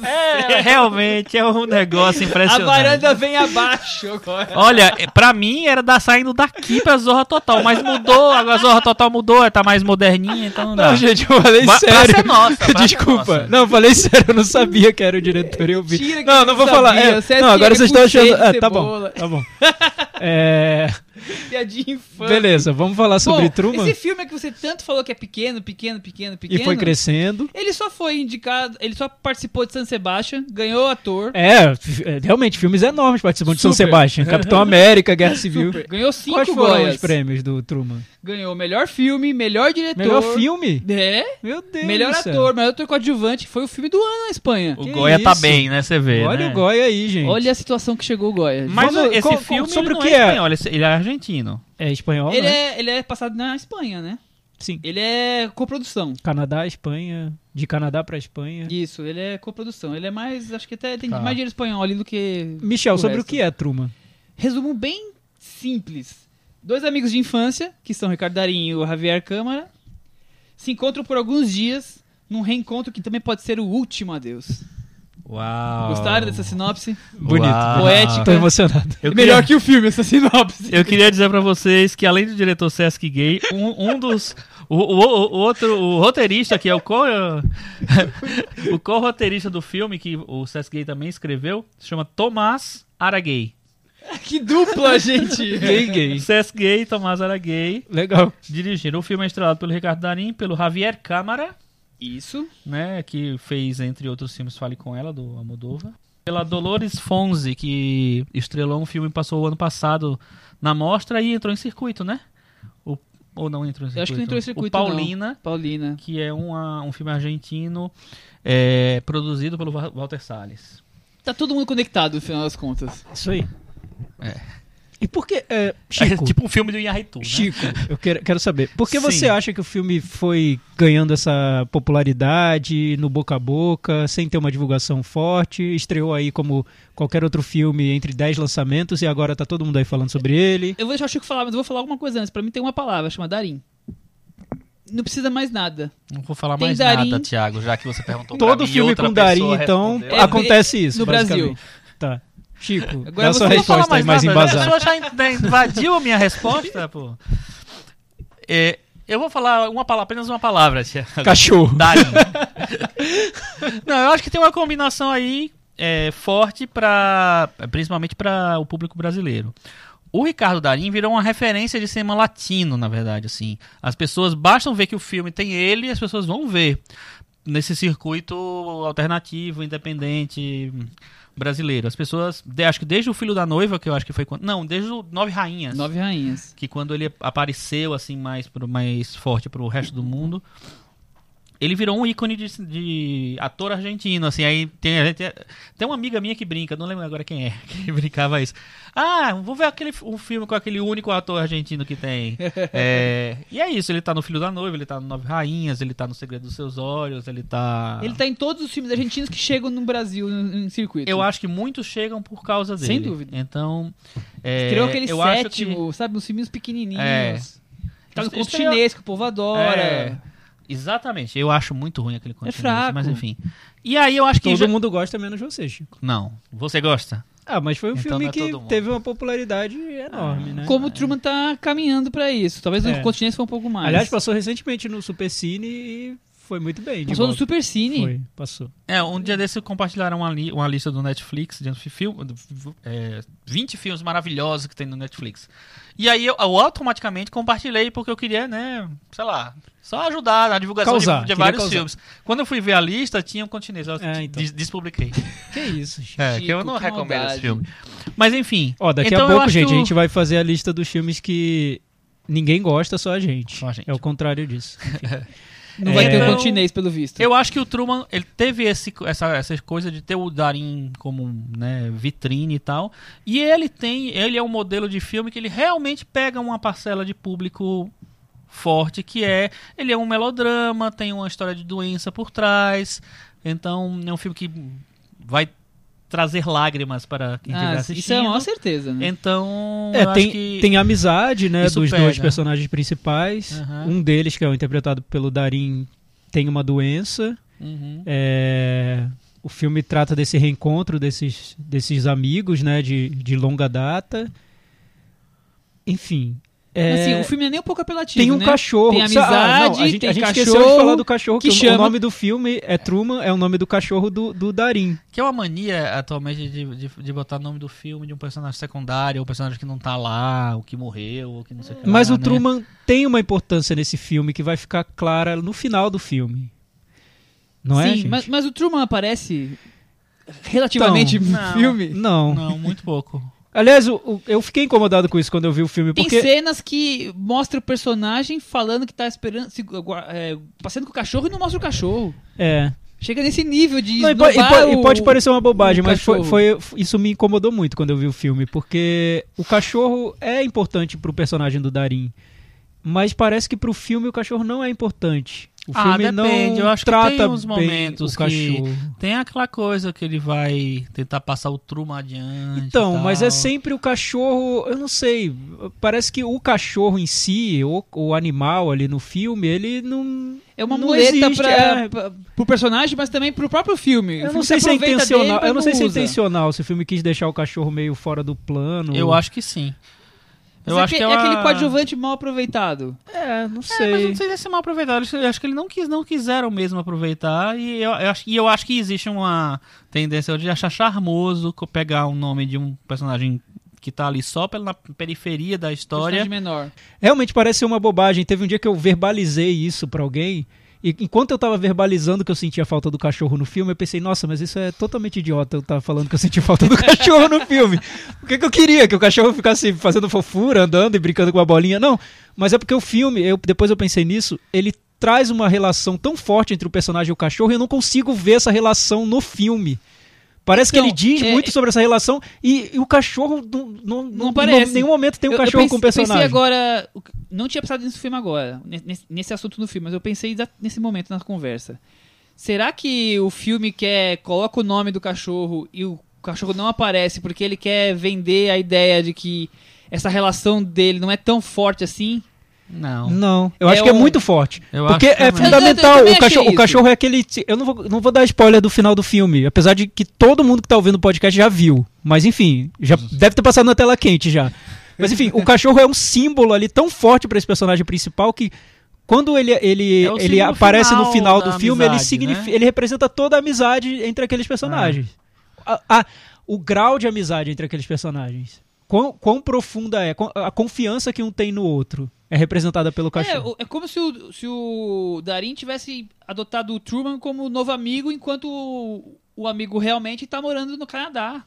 [SPEAKER 3] É, realmente é um negócio
[SPEAKER 2] A
[SPEAKER 3] impressionante.
[SPEAKER 2] varanda vem abaixo agora.
[SPEAKER 3] Olha, eh, pra mim era da, saindo daqui pra Zorra Total, mas mudou, agora a Zorra Total mudou, tá mais moderninha, então não dá.
[SPEAKER 2] Ah.
[SPEAKER 4] Não, gente, eu falei
[SPEAKER 3] Ba-
[SPEAKER 4] sério.
[SPEAKER 3] praça é nossa, praça é
[SPEAKER 4] Desculpa.
[SPEAKER 3] nossa.
[SPEAKER 4] Não, eu falei sério, eu não sabia que era o diretor e eu vi.
[SPEAKER 2] Mentira que
[SPEAKER 4] não,
[SPEAKER 2] você
[SPEAKER 4] não vou
[SPEAKER 2] sabia,
[SPEAKER 4] falar. é,
[SPEAKER 2] você é
[SPEAKER 4] não, agora
[SPEAKER 2] aquele
[SPEAKER 4] vocês estão
[SPEAKER 2] com cheio
[SPEAKER 4] achando.
[SPEAKER 2] de
[SPEAKER 4] Ah, tá bom.
[SPEAKER 2] cebola.
[SPEAKER 4] Tá bom. É,
[SPEAKER 2] Piadinha infame.
[SPEAKER 4] beleza, vamos falar sobre
[SPEAKER 2] Bom,
[SPEAKER 4] Truman.
[SPEAKER 2] Esse filme que você tanto falou que é pequeno, pequeno, pequeno, pequeno.
[SPEAKER 4] E foi crescendo.
[SPEAKER 2] Ele só foi indicado, ele só participou de San Sebastian, ganhou ator,
[SPEAKER 4] É, f- é, realmente, filmes enormes participam de São
[SPEAKER 2] Super.
[SPEAKER 4] Sebastião. Capitão América, Guerra Civil.
[SPEAKER 2] ganhou cinco
[SPEAKER 4] É. Quais foram
[SPEAKER 2] Goias.
[SPEAKER 4] os prêmios do Truman?
[SPEAKER 2] Ganhou melhor filme, melhor diretor.
[SPEAKER 4] Melhor filme?
[SPEAKER 2] É,
[SPEAKER 4] Meu Deus.
[SPEAKER 2] melhor
[SPEAKER 4] do céu.
[SPEAKER 2] ator, melhor ator coadjuvante. Foi o filme do ano na Espanha.
[SPEAKER 3] O
[SPEAKER 4] Que
[SPEAKER 3] Goya tá
[SPEAKER 4] isso?
[SPEAKER 3] bem, né? Você vê.
[SPEAKER 4] Olha
[SPEAKER 3] né?
[SPEAKER 4] o Goya aí, gente.
[SPEAKER 2] Olha a situação que chegou o Goya.
[SPEAKER 3] Mas
[SPEAKER 4] Vamos-
[SPEAKER 3] o- esse
[SPEAKER 4] qual- qual-
[SPEAKER 3] filme sobre
[SPEAKER 4] sobre o
[SPEAKER 3] não
[SPEAKER 4] que
[SPEAKER 3] é,
[SPEAKER 4] é?
[SPEAKER 3] espanhol, ele- ele é argentino.
[SPEAKER 4] É espanhol,
[SPEAKER 2] Ele
[SPEAKER 4] né?
[SPEAKER 2] é, ele é passado na Espanha, né?
[SPEAKER 4] Sim.
[SPEAKER 2] Ele é coprodução.
[SPEAKER 4] Canadá, Espanha. De Canadá pra Espanha.
[SPEAKER 2] Isso, ele é coprodução. Ele é mais, acho que até tem
[SPEAKER 4] Tá.
[SPEAKER 2] mais dinheiro espanhol ali do que
[SPEAKER 4] Michel,
[SPEAKER 2] O
[SPEAKER 4] sobre
[SPEAKER 2] resto.
[SPEAKER 4] o que é Truman?
[SPEAKER 2] Resumo bem simples. Dois amigos de infância, que são Ricardo Darim e o Javier Câmara, se encontram por alguns dias num reencontro que também pode ser o último adeus.
[SPEAKER 3] Uau.
[SPEAKER 2] Gostaram dessa sinopse?
[SPEAKER 4] Bonito.
[SPEAKER 2] Poética.
[SPEAKER 4] Tô emocionado.
[SPEAKER 3] Eu
[SPEAKER 2] Melhor
[SPEAKER 3] queria,
[SPEAKER 2] que o filme, essa sinopse.
[SPEAKER 3] eu queria dizer pra vocês que além do diretor Sesc Gay, um, um dos... O, o- o- o outro, o roteirista que é o co... o co-roteirista do filme, que o Sesc Gay também escreveu, se chama Tomás Aragay.
[SPEAKER 2] Que dupla, gente!
[SPEAKER 4] Gay, gay.
[SPEAKER 3] Sesc Gay e Tomás Aragay
[SPEAKER 4] Legal.
[SPEAKER 3] dirigiram. O filme é estrelado pelo Ricardo Darim, pelo Javier Câmara,
[SPEAKER 2] Isso.
[SPEAKER 3] né, que fez, entre outros filmes, Fale Com Ela, do Almodóvar. Pela Dolores Fonzi, que estrelou um filme e passou o ano passado na mostra e entrou em circuito, né? O- ou não entrou em circuito?
[SPEAKER 2] Eu acho que não entrou em circuito,
[SPEAKER 3] O Paulina,
[SPEAKER 2] Paulina.
[SPEAKER 3] que é uma- um filme argentino é, produzido pelo Wa- Walter Salles.
[SPEAKER 2] Tá todo mundo conectado, no final das contas.
[SPEAKER 4] Isso aí.
[SPEAKER 3] É.
[SPEAKER 4] E por que... é, Chico,
[SPEAKER 3] tipo um filme do Inharritu, né?
[SPEAKER 4] Chico, eu quero, quero saber. Por que
[SPEAKER 3] Sim.
[SPEAKER 4] você acha que o filme foi ganhando essa popularidade no boca a boca, sem ter uma divulgação forte? Estreou aí como qualquer outro filme entre 10 lançamentos e agora tá todo mundo aí falando sobre ele.
[SPEAKER 2] Eu vou deixar o Chico falar, mas eu vou falar alguma coisa antes. Pra mim tem uma palavra, chama Darim. Não precisa mais nada.
[SPEAKER 3] Não vou falar
[SPEAKER 2] Tem
[SPEAKER 3] mais
[SPEAKER 2] Darim.
[SPEAKER 3] nada, Thiago, já que você perguntou pra
[SPEAKER 4] Todo
[SPEAKER 3] mim e
[SPEAKER 4] filme
[SPEAKER 3] outra
[SPEAKER 4] com
[SPEAKER 3] pessoa
[SPEAKER 4] Darim, então,
[SPEAKER 3] respondeu.
[SPEAKER 2] É,
[SPEAKER 4] acontece isso,
[SPEAKER 2] no
[SPEAKER 4] basicamente.
[SPEAKER 2] Brasil.
[SPEAKER 4] Tá. Chico,
[SPEAKER 2] Agora
[SPEAKER 4] dá
[SPEAKER 2] você
[SPEAKER 4] sua
[SPEAKER 2] não
[SPEAKER 4] resposta aí mais
[SPEAKER 3] né? A
[SPEAKER 4] embasada.
[SPEAKER 3] pessoa já in- invadiu a minha resposta, pô. É, eu vou falar uma palavra, apenas uma palavra, Thiago.
[SPEAKER 4] Cachorro.
[SPEAKER 3] Darim. Não, eu acho que tem uma combinação aí é, forte para, principalmente para o público brasileiro. O Ricardo Darim virou uma referência de cinema latino, na verdade, assim. As pessoas bastam ver que o filme tem ele e as pessoas vão ver nesse circuito alternativo, independente brasileiro. As pessoas, de- acho que desde o Filho da Noiva, que eu acho que foi quando, não, desde o Nove Rainhas
[SPEAKER 2] Nove rainhas.
[SPEAKER 3] que quando ele apareceu assim mais pro, mais forte pro resto do mundo ele virou um ícone de, de ator argentino, assim, aí tem, a gente- tem uma amiga minha que brinca, não lembro agora quem é, que brincava isso. Ah, vou ver aquele, f- um filme com aquele único ator argentino que tem. É, e é isso, ele tá no Filho da Noiva, ele tá no Nove Rainhas, ele tá no Segredo dos Seus Olhos, ele tá...
[SPEAKER 2] Ele tá em todos os filmes argentinos que chegam no Brasil em, em circuito.
[SPEAKER 3] Eu acho que muitos chegam por causa dele.
[SPEAKER 2] Sem dúvida.
[SPEAKER 3] Então, é,
[SPEAKER 2] Criou aquele
[SPEAKER 3] eu acho que-
[SPEAKER 2] sétimo, sabe? Uns filminhos pequenininhos.
[SPEAKER 3] É.
[SPEAKER 2] Tá no
[SPEAKER 3] Isso-
[SPEAKER 2] conto
[SPEAKER 3] isso é-
[SPEAKER 2] chinês que o povo adora.
[SPEAKER 3] É, exatamente. Eu acho muito ruim aquele conteúdo.
[SPEAKER 2] fraco.
[SPEAKER 3] Mas enfim. E aí eu acho que.
[SPEAKER 4] É Todo
[SPEAKER 3] já-
[SPEAKER 4] mundo gosta menos você, Chico.
[SPEAKER 3] Não. Você gosta?
[SPEAKER 4] Ah, mas foi um
[SPEAKER 3] Então não
[SPEAKER 4] filme
[SPEAKER 3] é
[SPEAKER 4] que
[SPEAKER 3] todo mundo. Ah.
[SPEAKER 4] teve uma popularidade enorme, né?
[SPEAKER 2] Como o Truman tá caminhando pra isso. Talvez no
[SPEAKER 4] É.
[SPEAKER 2] conto chinês foi um pouco mais.
[SPEAKER 4] Aliás, passou recentemente no Supercine e foi muito bem. de
[SPEAKER 2] passou no
[SPEAKER 4] volta.
[SPEAKER 2] Super Cine.
[SPEAKER 4] Foi, passou.
[SPEAKER 3] É, um dia desse compartilharam uma, li- uma lista do Netflix de filme, é, 20 filmes maravilhosos que tem no Netflix. E aí eu, eu automaticamente compartilhei porque eu queria, né, sei lá, só ajudar na divulgação de,
[SPEAKER 4] Causar,
[SPEAKER 3] de
[SPEAKER 4] queria
[SPEAKER 3] vários
[SPEAKER 4] causar.
[SPEAKER 3] filmes. Quando eu fui ver a lista, tinha um continente. Eu
[SPEAKER 4] É, então.
[SPEAKER 3] des- despubliquei.
[SPEAKER 4] Que isso, gente.
[SPEAKER 3] É, que
[SPEAKER 2] Chico,
[SPEAKER 3] eu não
[SPEAKER 2] que
[SPEAKER 3] recomendo
[SPEAKER 2] maldade.
[SPEAKER 3] esse filme. Mas enfim.
[SPEAKER 4] Ó, daqui
[SPEAKER 3] então
[SPEAKER 4] a
[SPEAKER 3] eu
[SPEAKER 4] pouco,
[SPEAKER 3] acho que
[SPEAKER 4] gente, a
[SPEAKER 3] o-
[SPEAKER 4] gente vai fazer a lista dos filmes que ninguém gosta, só a gente.
[SPEAKER 3] Só a gente.
[SPEAKER 4] É o contrário disso.
[SPEAKER 2] Não vai ter o
[SPEAKER 3] Então-
[SPEAKER 2] conto chinês, pelo visto.
[SPEAKER 3] Eu acho que o Truman, ele teve esse, essa, essa coisa de ter o Darim como né, vitrine e tal. E ele tem, ele é um modelo de filme que ele realmente pega uma parcela de público forte, que é, ele é um melodrama, tem uma história de doença por trás. Então, é um filme que vai trazer lágrimas para
[SPEAKER 4] tá
[SPEAKER 3] quem estiver
[SPEAKER 2] Ah,
[SPEAKER 3] assistindo.
[SPEAKER 2] isso é a maior certeza, né?
[SPEAKER 3] Então,
[SPEAKER 4] É,
[SPEAKER 3] eu
[SPEAKER 4] tem,
[SPEAKER 3] acho que...
[SPEAKER 4] tem a amizade, né,
[SPEAKER 3] isso
[SPEAKER 4] dos
[SPEAKER 3] pega.
[SPEAKER 4] dois personagens principais.
[SPEAKER 3] Aham.
[SPEAKER 4] Um deles, que é o interpretado pelo Darim, tem uma doença.
[SPEAKER 3] Uhum.
[SPEAKER 4] É, O filme trata desse reencontro desses, desses amigos, né, de, de longa data. Enfim, É,
[SPEAKER 2] Assim, o filme não é nem um pouco apelativo,
[SPEAKER 4] tem um
[SPEAKER 2] né?
[SPEAKER 4] cachorro.
[SPEAKER 2] Tem
[SPEAKER 4] Sa- ah, não,
[SPEAKER 2] amizade,
[SPEAKER 4] a gente,
[SPEAKER 2] tem
[SPEAKER 4] a gente esqueceu de
[SPEAKER 2] cachorro
[SPEAKER 4] falar do cachorro, que,
[SPEAKER 2] que
[SPEAKER 4] o-
[SPEAKER 2] chama-
[SPEAKER 4] o nome do filme é Truman, é o nome do cachorro do, do Darim.
[SPEAKER 3] Que é uma mania atualmente de, de, de botar o nome do filme de um personagem secundário, ou um personagem que não tá lá, ou que morreu, ou que não sei
[SPEAKER 2] É
[SPEAKER 3] o que.
[SPEAKER 4] Mas
[SPEAKER 3] lá,
[SPEAKER 4] o
[SPEAKER 3] né?
[SPEAKER 4] Truman tem uma importância nesse filme que vai ficar clara no final do filme. Não é,
[SPEAKER 2] Sim,
[SPEAKER 4] gente?
[SPEAKER 2] mas, mas o Truman aparece relativamente
[SPEAKER 4] Então,
[SPEAKER 2] no
[SPEAKER 3] não.
[SPEAKER 2] filme.
[SPEAKER 4] Não.
[SPEAKER 3] Não, muito pouco.
[SPEAKER 4] Aliás, o- o- eu fiquei incomodado com isso quando eu vi o filme,
[SPEAKER 2] Tem
[SPEAKER 4] porque...
[SPEAKER 2] cenas que mostra o personagem falando que tá esperando, se- gua- é, passeando com o cachorro e não mostra o cachorro.
[SPEAKER 4] É.
[SPEAKER 2] Chega nesse nível de
[SPEAKER 4] Não, e, po- e po- e
[SPEAKER 2] esnobar
[SPEAKER 4] pode,
[SPEAKER 2] o-
[SPEAKER 4] parecer uma bobagem,
[SPEAKER 2] o
[SPEAKER 4] mas foi,
[SPEAKER 2] cachorro.
[SPEAKER 4] foi- f- isso me incomodou muito quando eu vi o filme, porque o cachorro é importante pro personagem do Darim, mas parece que pro filme o cachorro não é importante. O
[SPEAKER 3] Ah,
[SPEAKER 4] filme
[SPEAKER 3] depende,
[SPEAKER 4] não
[SPEAKER 3] eu acho que
[SPEAKER 4] trata
[SPEAKER 3] tem uns
[SPEAKER 4] bem
[SPEAKER 3] momentos
[SPEAKER 4] o
[SPEAKER 3] que-
[SPEAKER 4] cachorro.
[SPEAKER 3] Tem aquela coisa que ele vai tentar passar o Truman adiante. e
[SPEAKER 4] Então,
[SPEAKER 3] tal.
[SPEAKER 4] mas é sempre o cachorro, eu não sei, parece que o cachorro em si, ou o animal ali no filme, ele não...
[SPEAKER 2] É uma
[SPEAKER 4] não
[SPEAKER 2] muleta
[SPEAKER 4] existe,
[SPEAKER 2] pra,
[SPEAKER 4] é.
[SPEAKER 2] pra- pro personagem, mas também pro próprio filme.
[SPEAKER 4] Eu não sei se é intencional. Eu não sei se é intencional, se o filme quis deixar o cachorro meio fora do plano.
[SPEAKER 3] Eu acho que sim. Eu acho que
[SPEAKER 2] é
[SPEAKER 3] uma-
[SPEAKER 2] aquele coadjuvante mal aproveitado.
[SPEAKER 4] É, não sei.
[SPEAKER 3] É, mas eu não sei se é mal aproveitado. Eles- Eu acho que eles não, quis, não quiseram mesmo aproveitar. E eu, eu acho, e eu acho que existe uma tendência de achar charmoso co- pegar um nome de um personagem que tá ali só pela na periferia da
[SPEAKER 2] Personagem
[SPEAKER 3] história.
[SPEAKER 2] menor.
[SPEAKER 4] Realmente parece ser uma bobagem. Teve um dia que eu verbalizei isso pra alguém. E enquanto eu tava verbalizando que eu sentia falta do cachorro no filme, eu pensei, nossa, mas isso é totalmente idiota eu tava falando que eu senti falta do cachorro no filme. O que, que eu queria? Que o cachorro ficasse fazendo fofura, andando e brincando com a bolinha? Não. Mas é porque o filme, eu, depois eu pensei nisso, ele traz uma relação tão forte entre o personagem e o cachorro e eu não consigo ver essa relação no filme. Parece que
[SPEAKER 2] Então,
[SPEAKER 4] ele diz
[SPEAKER 2] é-
[SPEAKER 4] muito sobre essa relação e, e o cachorro não, não, não,
[SPEAKER 2] parece.
[SPEAKER 4] Em nenhum momento tem um
[SPEAKER 2] Eu- eu
[SPEAKER 4] cachorro
[SPEAKER 2] pense-
[SPEAKER 4] com o personagem.
[SPEAKER 2] Eu pensei agora. o que- Não tinha pensado nesse filme agora, ne- nesse, nesse assunto no filme, mas eu pensei exa- nesse momento na conversa. Será que o filme quer. coloca o nome do cachorro e o cachorro não aparece porque ele quer vender a ideia de que essa relação dele não é tão forte assim?
[SPEAKER 3] Não.
[SPEAKER 4] Não, eu
[SPEAKER 2] É
[SPEAKER 4] acho que é
[SPEAKER 2] um-
[SPEAKER 4] muito forte.
[SPEAKER 3] Eu
[SPEAKER 4] porque
[SPEAKER 3] acho
[SPEAKER 2] Eu- eu-
[SPEAKER 3] também.
[SPEAKER 4] é
[SPEAKER 2] eu
[SPEAKER 4] fundamental.
[SPEAKER 2] também
[SPEAKER 4] O cachorro,
[SPEAKER 2] achei
[SPEAKER 4] o cachorro é aquele. Eu não vou, não vou dar spoiler do final do filme, apesar de que todo mundo que tá ouvindo o podcast já viu. Mas enfim, já deve ter passado na tela quente já. Mas enfim, o cachorro é um símbolo ali tão forte pra esse personagem principal que quando ele, ele,
[SPEAKER 3] É o
[SPEAKER 4] ele
[SPEAKER 3] símbolo
[SPEAKER 4] aparece no
[SPEAKER 3] final
[SPEAKER 4] final
[SPEAKER 3] da
[SPEAKER 4] do filme, ele,
[SPEAKER 3] amizade,
[SPEAKER 4] signifi-
[SPEAKER 3] né?
[SPEAKER 4] ele representa toda a amizade entre aqueles personagens.
[SPEAKER 3] É.
[SPEAKER 4] A- a- o grau de amizade entre aqueles personagens. Quão, quão profunda é, quão- a confiança que um tem no outro é representada pelo
[SPEAKER 2] É,
[SPEAKER 4] cachorro.
[SPEAKER 2] o- é como se o, se o Darin tivesse adotado o Truman como novo amigo, enquanto o, o amigo realmente tá morando no Canadá.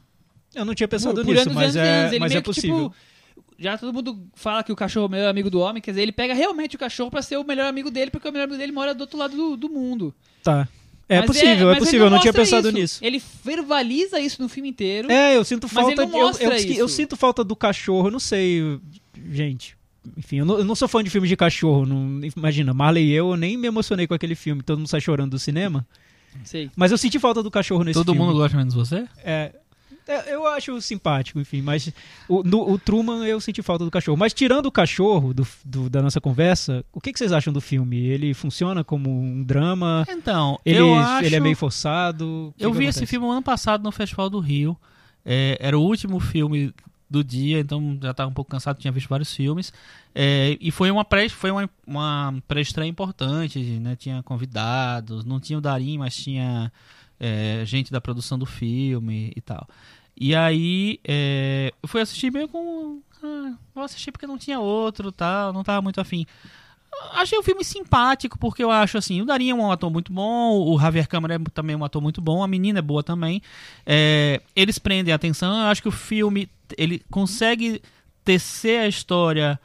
[SPEAKER 4] Eu não tinha pensado
[SPEAKER 2] Por- por
[SPEAKER 4] nisso,
[SPEAKER 2] anos e anos
[SPEAKER 4] mas
[SPEAKER 2] e anos.
[SPEAKER 4] é,
[SPEAKER 2] Ele
[SPEAKER 4] mas
[SPEAKER 2] meio
[SPEAKER 4] é
[SPEAKER 2] que, tipo,
[SPEAKER 4] possível.
[SPEAKER 2] já todo mundo fala que o cachorro é o melhor amigo do homem, quer dizer, ele pega realmente o cachorro pra ser o melhor amigo dele, porque o melhor amigo dele mora do outro lado do, do mundo.
[SPEAKER 4] Tá. É
[SPEAKER 2] Mas
[SPEAKER 4] possível, é,
[SPEAKER 2] mas ele
[SPEAKER 4] possível. Eu não tinha
[SPEAKER 2] mostra
[SPEAKER 4] pensado
[SPEAKER 2] isso.
[SPEAKER 4] nisso.
[SPEAKER 2] Ele verbaliza isso no filme inteiro.
[SPEAKER 4] É, eu sinto
[SPEAKER 2] Mas ele
[SPEAKER 4] falta.
[SPEAKER 2] não
[SPEAKER 4] de- eu, eu,
[SPEAKER 2] mostra
[SPEAKER 4] eu
[SPEAKER 2] isso.
[SPEAKER 4] sinto falta do cachorro, eu não sei. eu- Gente. Enfim, eu não, eu não sou fã de filmes de cachorro. Não, imagina, Marley e eu, eu nem me emocionei com aquele filme, todo mundo sai chorando do cinema.
[SPEAKER 2] Sei.
[SPEAKER 4] Mas eu senti falta do cachorro nesse
[SPEAKER 3] Todo
[SPEAKER 4] filme.
[SPEAKER 3] mundo gosta menos você?
[SPEAKER 4] É, é, eu acho simpático, enfim, mas o, no- o Truman eu senti falta do cachorro. Mas tirando o cachorro do, do- da nossa conversa, o que, que vocês acham do filme? Ele funciona como um drama?
[SPEAKER 3] Então,
[SPEAKER 4] Ele,
[SPEAKER 3] eu acho...
[SPEAKER 4] ele é meio forçado? O que
[SPEAKER 3] Eu
[SPEAKER 4] que
[SPEAKER 3] vi
[SPEAKER 4] acontece?
[SPEAKER 3] esse filme ano passado no Festival do Rio. É, era o último filme do dia, então já estava um pouco cansado, tinha visto vários filmes. É, e foi uma pré, foi uma, uma pré-estreia importante, né? Tinha convidados, não tinha o Darim, mas tinha é, gente da produção do filme e tal. E aí é, eu fui assistir meio com. Ah, vou assistir porque não tinha outro tal, não tava muito afim. Achei o filme simpático, porque eu acho assim, o Darinha é um ator muito bom, o Javier Câmara é também um ator muito bom, a menina é boa também. É, eles prendem a atenção, eu acho que o filme ele consegue tecer a história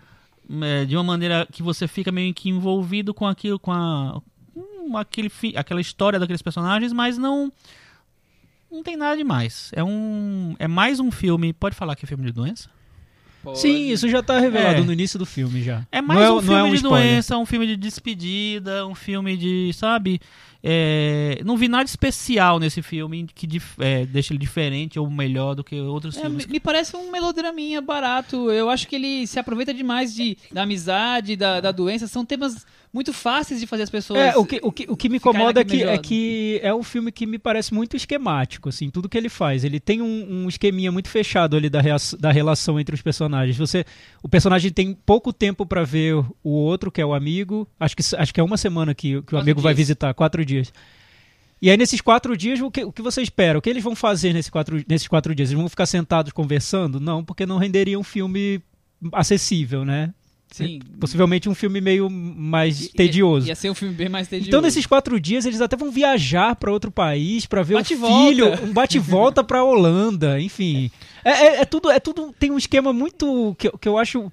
[SPEAKER 3] é, de uma maneira que você fica meio que envolvido com aquilo, com, a, com aquele, fi- aquela história daqueles personagens, mas não não tem nada demais. É um é mais um filme, pode falar que é filme de doença?
[SPEAKER 4] Sim, isso já tá revelado
[SPEAKER 3] É.
[SPEAKER 4] no início do filme já.
[SPEAKER 3] É mais
[SPEAKER 4] Não
[SPEAKER 3] um filme
[SPEAKER 4] não é
[SPEAKER 3] de
[SPEAKER 4] spoiler.
[SPEAKER 3] doença, um filme de despedida, um filme de, sabe? é, não vi nada especial nesse filme que dif- é, deixa ele diferente ou melhor do que outros
[SPEAKER 2] É, me,
[SPEAKER 3] filmes.
[SPEAKER 2] me parece um melodraminha barato. Eu acho que ele se aproveita demais de, da amizade, da, da doença. São temas muito fáceis de fazer as pessoas.
[SPEAKER 4] É, o que, o que, o que me
[SPEAKER 2] ficarem
[SPEAKER 4] incomoda é que,
[SPEAKER 2] lacrimejosas.
[SPEAKER 4] é que é um filme que me parece muito esquemático, assim, tudo que ele faz. Ele tem um, um esqueminha muito fechado ali da, rea- da relação entre os personagens. Você, o personagem tem pouco tempo pra ver o outro, que é o amigo. Acho que, acho que é uma semana que, que o amigo vai
[SPEAKER 2] dias.
[SPEAKER 4] visitar, quatro dias. E aí, nesses quatro dias, o que, o que você espera? O que eles vão fazer nesse quatro, nesses quatro dias? Eles vão ficar sentados conversando? Não, porque não renderia um filme acessível, né?
[SPEAKER 2] Sim.
[SPEAKER 4] Possivelmente um filme meio mais
[SPEAKER 2] I-
[SPEAKER 4] tedioso.
[SPEAKER 2] Ia, ia ser um filme bem mais tedioso.
[SPEAKER 4] Então, nesses quatro dias, eles até vão viajar pra outro país pra ver
[SPEAKER 2] Bate e
[SPEAKER 4] o filho,
[SPEAKER 2] volta.
[SPEAKER 4] um bate-volta pra Holanda, enfim. É, é- é tudo, é tudo. Tem um esquema muito. que, eu- que eu acho.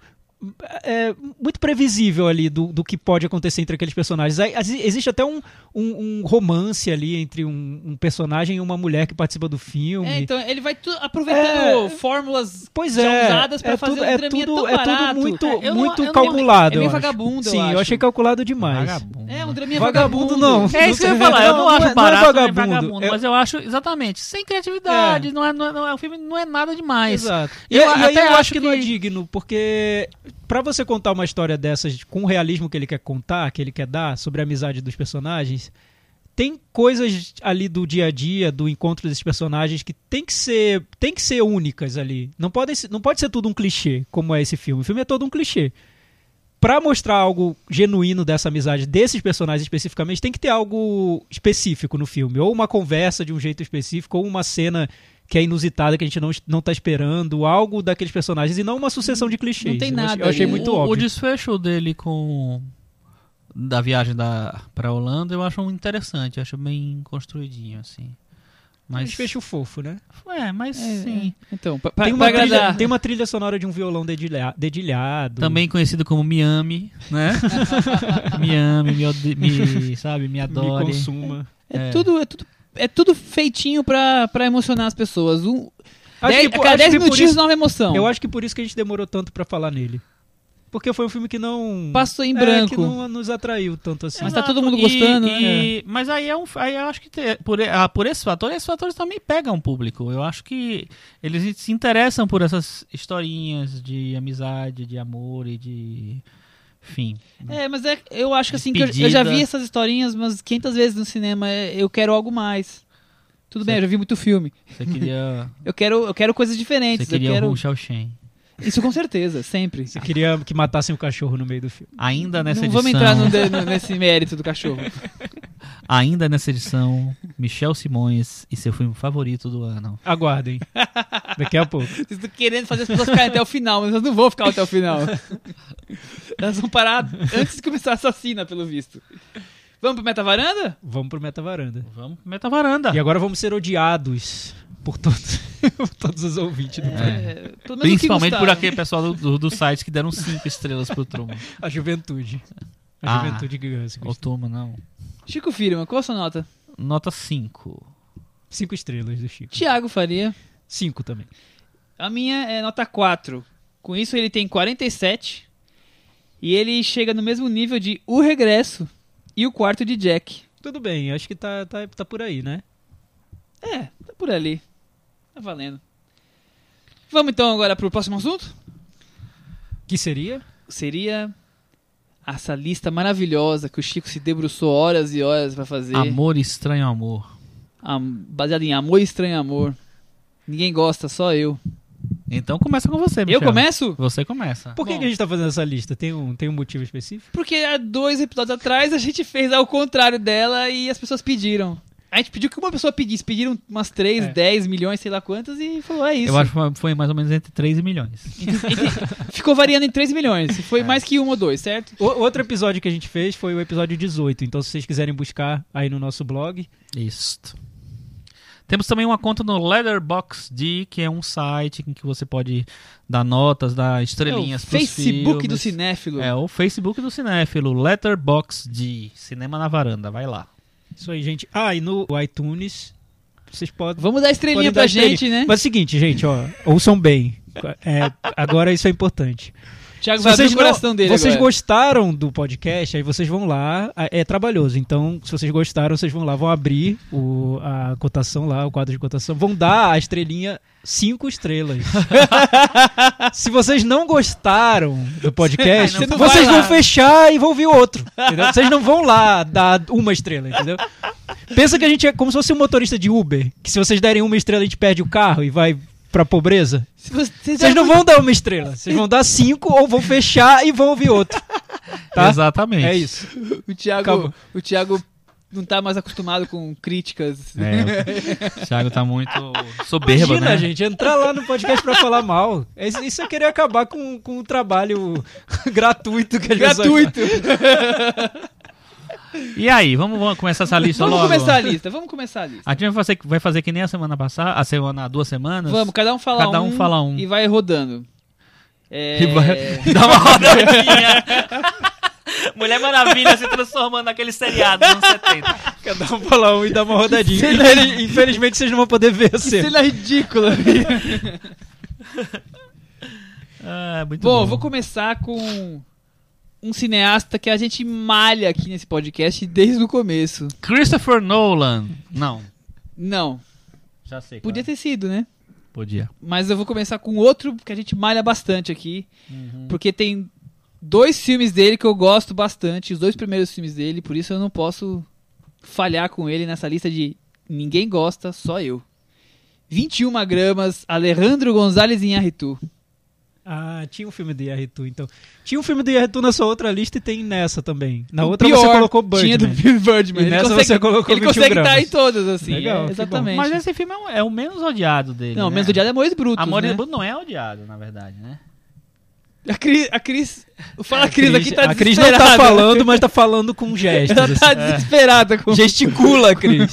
[SPEAKER 4] é, muito previsível ali do, do que pode acontecer entre aqueles personagens. Aí, às vezes, existe até um, um- um romance ali entre um, um personagem e uma mulher que participa do filme.
[SPEAKER 2] É, então ele vai tu- aproveitando
[SPEAKER 4] É.
[SPEAKER 2] fórmulas
[SPEAKER 4] Pois
[SPEAKER 2] já
[SPEAKER 4] é,
[SPEAKER 2] usadas pra
[SPEAKER 4] é
[SPEAKER 2] fazer
[SPEAKER 4] tudo,
[SPEAKER 2] um
[SPEAKER 4] é
[SPEAKER 2] draminha
[SPEAKER 4] tudo,
[SPEAKER 2] tão
[SPEAKER 4] é tudo
[SPEAKER 2] barato.
[SPEAKER 4] muito,
[SPEAKER 2] É, eu não-
[SPEAKER 4] muito
[SPEAKER 2] eu não-
[SPEAKER 4] calculado.
[SPEAKER 2] é meio
[SPEAKER 4] eu acho.
[SPEAKER 2] vagabundo, eu
[SPEAKER 4] Sim,
[SPEAKER 2] acho.
[SPEAKER 4] achei calculado demais.
[SPEAKER 3] Vagabundo.
[SPEAKER 2] É, um draminha
[SPEAKER 4] Vagabundo
[SPEAKER 2] vagabundo.
[SPEAKER 4] não.
[SPEAKER 3] É isso que eu ia falar, eu não,
[SPEAKER 4] é-
[SPEAKER 3] acho
[SPEAKER 4] é
[SPEAKER 3] barato, nem
[SPEAKER 4] vagabundo,
[SPEAKER 3] vagabundo,
[SPEAKER 4] é-
[SPEAKER 3] mas eu acho exatamente, sem criatividade, não é, não é- não é- o filme não é nada demais.
[SPEAKER 4] Exato. E,
[SPEAKER 3] Eu
[SPEAKER 4] e aí
[SPEAKER 3] até
[SPEAKER 4] eu acho
[SPEAKER 3] acho
[SPEAKER 4] que, não é
[SPEAKER 3] que-
[SPEAKER 4] digno, porque pra você contar uma história dessas com o realismo que ele quer contar, que ele quer dar sobre a amizade dos personagens, tem coisas ali do dia a dia, do encontro desses personagens que tem que ser, tem que ser únicas ali. Não pode, não pode ser tudo um clichê, como é esse filme. O filme é todo um clichê. Pra mostrar algo genuíno dessa amizade desses personagens especificamente, tem que ter algo específico no filme, ou uma conversa de um jeito específico, ou uma cena que é inusitada que a gente não, não tá esperando, algo daqueles personagens e não uma sucessão de clichês.
[SPEAKER 2] Não tem
[SPEAKER 4] Eu ach-
[SPEAKER 2] nada
[SPEAKER 4] Eu achei
[SPEAKER 2] ali, né?
[SPEAKER 4] é muito
[SPEAKER 3] o, O
[SPEAKER 4] óbvio.
[SPEAKER 3] desfecho dele com da viagem da para Holanda eu acho interessante, eu acho bem construidinho assim.
[SPEAKER 4] Um
[SPEAKER 3] Mas
[SPEAKER 4] desfecho fofo, né?
[SPEAKER 3] é, mas
[SPEAKER 2] É,
[SPEAKER 3] sim.
[SPEAKER 2] Então, pra, pra,
[SPEAKER 4] Tem
[SPEAKER 2] pra
[SPEAKER 4] uma, trilha,
[SPEAKER 2] agradar.
[SPEAKER 4] tem uma trilha sonora de um violão dedilha- dedilhado.
[SPEAKER 3] Também conhecido como Miami, né? Miami, me, ode- me sabe, me
[SPEAKER 4] me
[SPEAKER 3] adore.
[SPEAKER 4] consuma.
[SPEAKER 2] É,
[SPEAKER 3] é.
[SPEAKER 2] tudo, é tudo, é tudo feitinho pra, pra emocionar as pessoas. Um,
[SPEAKER 4] Acho
[SPEAKER 2] dez,
[SPEAKER 4] que-
[SPEAKER 2] a cada
[SPEAKER 4] acho
[SPEAKER 2] 10
[SPEAKER 4] que por
[SPEAKER 2] minutinhos
[SPEAKER 4] isso-
[SPEAKER 2] nova emoção.
[SPEAKER 4] Eu acho que por isso que a gente demorou tanto pra falar nele. Porque foi um filme que não.
[SPEAKER 2] Passou em
[SPEAKER 4] É,
[SPEAKER 2] branco.
[SPEAKER 4] que não nos atraiu tanto assim.
[SPEAKER 2] Mas tá todo
[SPEAKER 3] Exato.
[SPEAKER 2] mundo
[SPEAKER 3] E-
[SPEAKER 2] gostando,
[SPEAKER 3] e- Mas aí, é um, aí eu acho que te- por, ah, por esse fator, esses fatores também pegam o público. Eu acho que eles se interessam por essas historinhas de amizade, de amor e de. Enfim.
[SPEAKER 2] É, mas é, eu acho que assim, que eu, eu já
[SPEAKER 3] Despedida.
[SPEAKER 2] vi essas historinhas umas 500 vezes no cinema. é, Eu quero algo mais. Tudo bem, eu já vi muito filme.
[SPEAKER 3] Você queria,
[SPEAKER 2] Eu quero, eu quero coisas
[SPEAKER 3] você
[SPEAKER 2] diferentes. Eu
[SPEAKER 3] queria
[SPEAKER 2] quero...
[SPEAKER 3] o Shao Shen.
[SPEAKER 2] Isso com certeza, sempre.
[SPEAKER 4] Você queria que matassem o cachorro no meio do filme.
[SPEAKER 3] Ainda nessa
[SPEAKER 2] Não
[SPEAKER 3] edição.
[SPEAKER 2] vamos entrar no de- no- nesse mérito do cachorro.
[SPEAKER 3] Ainda nessa edição, Michel Simões e seu filme favorito do ano.
[SPEAKER 4] Aguardem. Daqui a pouco.
[SPEAKER 2] Vocês estão querendo fazer as pessoas ficarem até o final, mas elas não vão ficar até o final. Elas vão parar antes de começar a assassina, pelo visto. Vamos pro Meta Varanda?
[SPEAKER 4] Vamos pro Meta Varanda.
[SPEAKER 3] Vamos pro Meta Varanda.
[SPEAKER 2] Ah.
[SPEAKER 4] E agora vamos ser odiados por todos, por todos os ouvintes do programa.
[SPEAKER 2] É, pelo menos o que né?
[SPEAKER 3] Principalmente por
[SPEAKER 2] gostaram.
[SPEAKER 3] aquele pessoal do, do, do site que deram cinco estrelas pro Truman.
[SPEAKER 4] A juventude. A
[SPEAKER 3] Ah.
[SPEAKER 4] juventude que ganha. Cinco,
[SPEAKER 3] Ô, Truman, não.
[SPEAKER 2] Chico Firma, qual a sua nota?
[SPEAKER 3] Nota 5.
[SPEAKER 4] cinco estrelas do Chico.
[SPEAKER 2] Tiago Faria.
[SPEAKER 4] Cinco também.
[SPEAKER 2] A minha é nota 4. Com isso ele tem 47. E ele chega no mesmo nível de O Regresso e o quarto de Jack.
[SPEAKER 4] Tudo bem, acho que tá, tá, tá por aí, né?
[SPEAKER 2] É, tá por ali. Tá valendo. Vamos então agora pro próximo assunto?
[SPEAKER 4] Que seria?
[SPEAKER 2] seria essa lista maravilhosa que o Chico se debruçou horas e horas pra fazer.
[SPEAKER 3] Amor Estranho Amor.
[SPEAKER 2] Am- baseado em amor e estranho amor. Ninguém gosta, só eu.
[SPEAKER 3] Então começa com você, Michel.
[SPEAKER 2] Eu começo?
[SPEAKER 3] Você começa.
[SPEAKER 4] Por que,
[SPEAKER 2] Bom.
[SPEAKER 4] que a gente tá fazendo essa lista? Tem um, tem um motivo específico?
[SPEAKER 2] Porque há dois episódios atrás a gente fez ao contrário dela e as pessoas pediram. A gente pediu que uma pessoa pedisse, pediram umas 3,
[SPEAKER 4] É.
[SPEAKER 2] 10 milhões, sei lá quantas, e falou, é isso.
[SPEAKER 3] Eu acho que foi- foi mais ou menos entre 3 e milhões.
[SPEAKER 2] Ficou variando em 3 milhões. Foi mais que um ou dois, certo?
[SPEAKER 4] O- outro episódio que a gente fez foi o episódio 18. Então, se vocês quiserem buscar aí no nosso blog,
[SPEAKER 3] Isto. Temos também uma conta no Letterboxd, que é um site em que você pode dar notas, dar estrelinhas
[SPEAKER 2] é o
[SPEAKER 3] pros
[SPEAKER 2] Facebook do
[SPEAKER 3] filmes.
[SPEAKER 2] Cinéfilo.
[SPEAKER 3] É o Facebook do Cinéfilo, Letterboxd, Cinema na Varanda, vai lá.
[SPEAKER 4] isso aí, gente. Ah, e no iTunes, vocês podem.
[SPEAKER 2] Vamos dar estrelinha
[SPEAKER 4] Podem dar
[SPEAKER 2] pra
[SPEAKER 4] estrelinha.
[SPEAKER 2] gente, né?
[SPEAKER 4] Mas é o seguinte, gente, ó, ouçam bem. É, agora isso é importante.
[SPEAKER 2] Thiago
[SPEAKER 4] Se
[SPEAKER 2] vai abrir
[SPEAKER 4] vocês
[SPEAKER 2] o
[SPEAKER 4] não-
[SPEAKER 2] coração dele
[SPEAKER 4] vocês
[SPEAKER 2] agora.
[SPEAKER 4] gostaram do podcast, aí vocês vão lá. Ah, É trabalhoso, então se vocês gostaram, vocês vão lá, vão abrir o, a cotação lá, o quadro de cotação, vão dar a estrelinha cinco estrelas. se vocês não gostaram do podcast,
[SPEAKER 2] Você não vai
[SPEAKER 4] vocês
[SPEAKER 2] lá.
[SPEAKER 4] vão fechar e vão ouvir outro. entendeu? Vocês não vão lá dar uma estrela, entendeu? Pensa que a gente é como se fosse um motorista de Uber, que se vocês derem uma estrela, a gente perde o carro e vai pra pobreza.
[SPEAKER 2] Se você- vocês
[SPEAKER 4] Vocês não
[SPEAKER 2] acham-
[SPEAKER 4] vão dar uma estrela, vocês vão dar cinco ou vão fechar e vão ouvir outro. Tá?
[SPEAKER 3] Exatamente.
[SPEAKER 4] É isso.
[SPEAKER 2] O Thiago,
[SPEAKER 4] Calma.
[SPEAKER 2] o Thiago não tá mais acostumado com críticas.
[SPEAKER 3] É, o Thiago tá muito soberbo,
[SPEAKER 4] Imagina,
[SPEAKER 3] né?
[SPEAKER 4] gente, entrar lá no podcast pra falar mal. É Isso isso é querer acabar com, com o trabalho gratuito que a gente
[SPEAKER 2] Gratuito.
[SPEAKER 3] E aí, vamos, vamos começar essa lista
[SPEAKER 2] Vamos
[SPEAKER 3] logo?
[SPEAKER 2] começar a lista, vamos começar a lista.
[SPEAKER 3] A gente vai fazer, vai fazer que nem a semana passada, a semana, duas semanas.
[SPEAKER 2] Vamos, cada um falar
[SPEAKER 3] Cada um fala um.
[SPEAKER 2] E vai rodando. É...
[SPEAKER 3] E vai- Dá uma rodadinha. Mulher Maravilha se transformando naquele seriado dos anos 70.
[SPEAKER 4] Cada um falar um e dar uma rodadinha. Infelizmente vocês não vão poder ver a
[SPEAKER 2] Que
[SPEAKER 4] cena.
[SPEAKER 2] cena ridícula.
[SPEAKER 3] Ah, muito
[SPEAKER 2] bom,
[SPEAKER 3] bom,
[SPEAKER 2] eu vou começar com um cineasta que a gente malha aqui nesse podcast desde o começo.
[SPEAKER 3] Christopher Nolan. Não.
[SPEAKER 2] Não,
[SPEAKER 3] Já sei. é.
[SPEAKER 2] podia ter sido, né?
[SPEAKER 3] Podia.
[SPEAKER 2] Mas eu vou começar com outro que a gente malha bastante aqui.
[SPEAKER 4] Uhum.
[SPEAKER 2] Porque tem dois filmes dele que eu gosto bastante, os dois primeiros filmes dele, por isso eu não posso falhar com ele nessa lista de ninguém gosta, só eu. 21 gramas, Alejandro Gonzalez Inarritu.
[SPEAKER 4] Ah, tinha um filme do Yarritu, então. Tinha um filme do Yarritu na sua outra lista e tem nessa também. Na outra você colocou né? Birdman.
[SPEAKER 2] Tinha do Bill Birdman.
[SPEAKER 4] E nessa você colocou
[SPEAKER 2] Ele
[SPEAKER 4] 21
[SPEAKER 2] consegue estar
[SPEAKER 4] gramas.
[SPEAKER 2] em todas, assim.
[SPEAKER 4] Legal,
[SPEAKER 2] é,
[SPEAKER 4] que
[SPEAKER 2] exatamente.
[SPEAKER 3] Mas
[SPEAKER 4] assim,
[SPEAKER 3] esse filme é o, é o menos odiado dele.
[SPEAKER 2] Não,
[SPEAKER 3] né?
[SPEAKER 2] menos odiado é Mois Brutos,
[SPEAKER 3] Amor
[SPEAKER 2] né?
[SPEAKER 3] e Bruto não é odiado, na verdade, né?
[SPEAKER 2] A Cris... A Cris... Fala a Cris, aqui tá
[SPEAKER 4] É, a Cris não tá
[SPEAKER 2] desesperada.
[SPEAKER 4] falando, É. mas tá falando com gestos. assim.
[SPEAKER 2] Ela tá desesperada com...
[SPEAKER 4] Gesticula, Cris.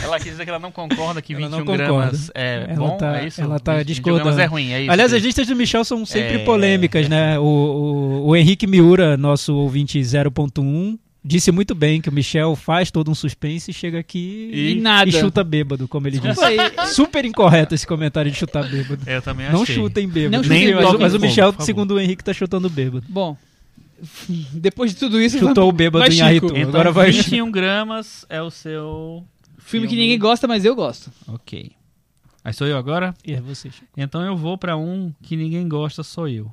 [SPEAKER 3] Ela quis dizer que ela não concorda que
[SPEAKER 4] Ela
[SPEAKER 3] 21
[SPEAKER 4] não
[SPEAKER 3] gramas é
[SPEAKER 4] Ela
[SPEAKER 3] bom,
[SPEAKER 4] tá-
[SPEAKER 3] é isso?
[SPEAKER 4] ela tá
[SPEAKER 3] 21 gramas
[SPEAKER 4] discordando.
[SPEAKER 3] é ruim, é isso.
[SPEAKER 4] Aliás, as listas do Michel são sempre
[SPEAKER 3] É.
[SPEAKER 4] polêmicas, né? O, o, o Henrique Miura, nosso ouvinte 0.1, disse muito bem que o Michel faz todo um suspense e chega aqui
[SPEAKER 2] E nada.
[SPEAKER 4] chuta bêbado, como ele disse.
[SPEAKER 2] Desculpa aí.
[SPEAKER 4] Super incorreto esse comentário de chutar bêbado.
[SPEAKER 3] É, Eu também
[SPEAKER 4] Não
[SPEAKER 3] achei.
[SPEAKER 4] chutem bêbado.
[SPEAKER 2] Não
[SPEAKER 4] Nem-
[SPEAKER 2] chutem
[SPEAKER 4] mas,
[SPEAKER 2] bêbado.
[SPEAKER 4] mas o
[SPEAKER 3] Por
[SPEAKER 4] Michel,
[SPEAKER 3] favor.
[SPEAKER 4] segundo o Henrique, tá chutando bêbado.
[SPEAKER 2] Bom, depois de tudo isso,
[SPEAKER 4] Chutou o bêbado
[SPEAKER 2] vai
[SPEAKER 4] em
[SPEAKER 2] Chico.
[SPEAKER 4] Arritu.
[SPEAKER 3] Então,
[SPEAKER 4] Agora vai.
[SPEAKER 3] 21 gramas é o seu...
[SPEAKER 2] filme que ninguém gosta, mas eu gosto.
[SPEAKER 3] Ok. Aí sou eu agora?
[SPEAKER 4] É você, Chico.
[SPEAKER 3] Então eu vou pra um que ninguém gosta, sou eu.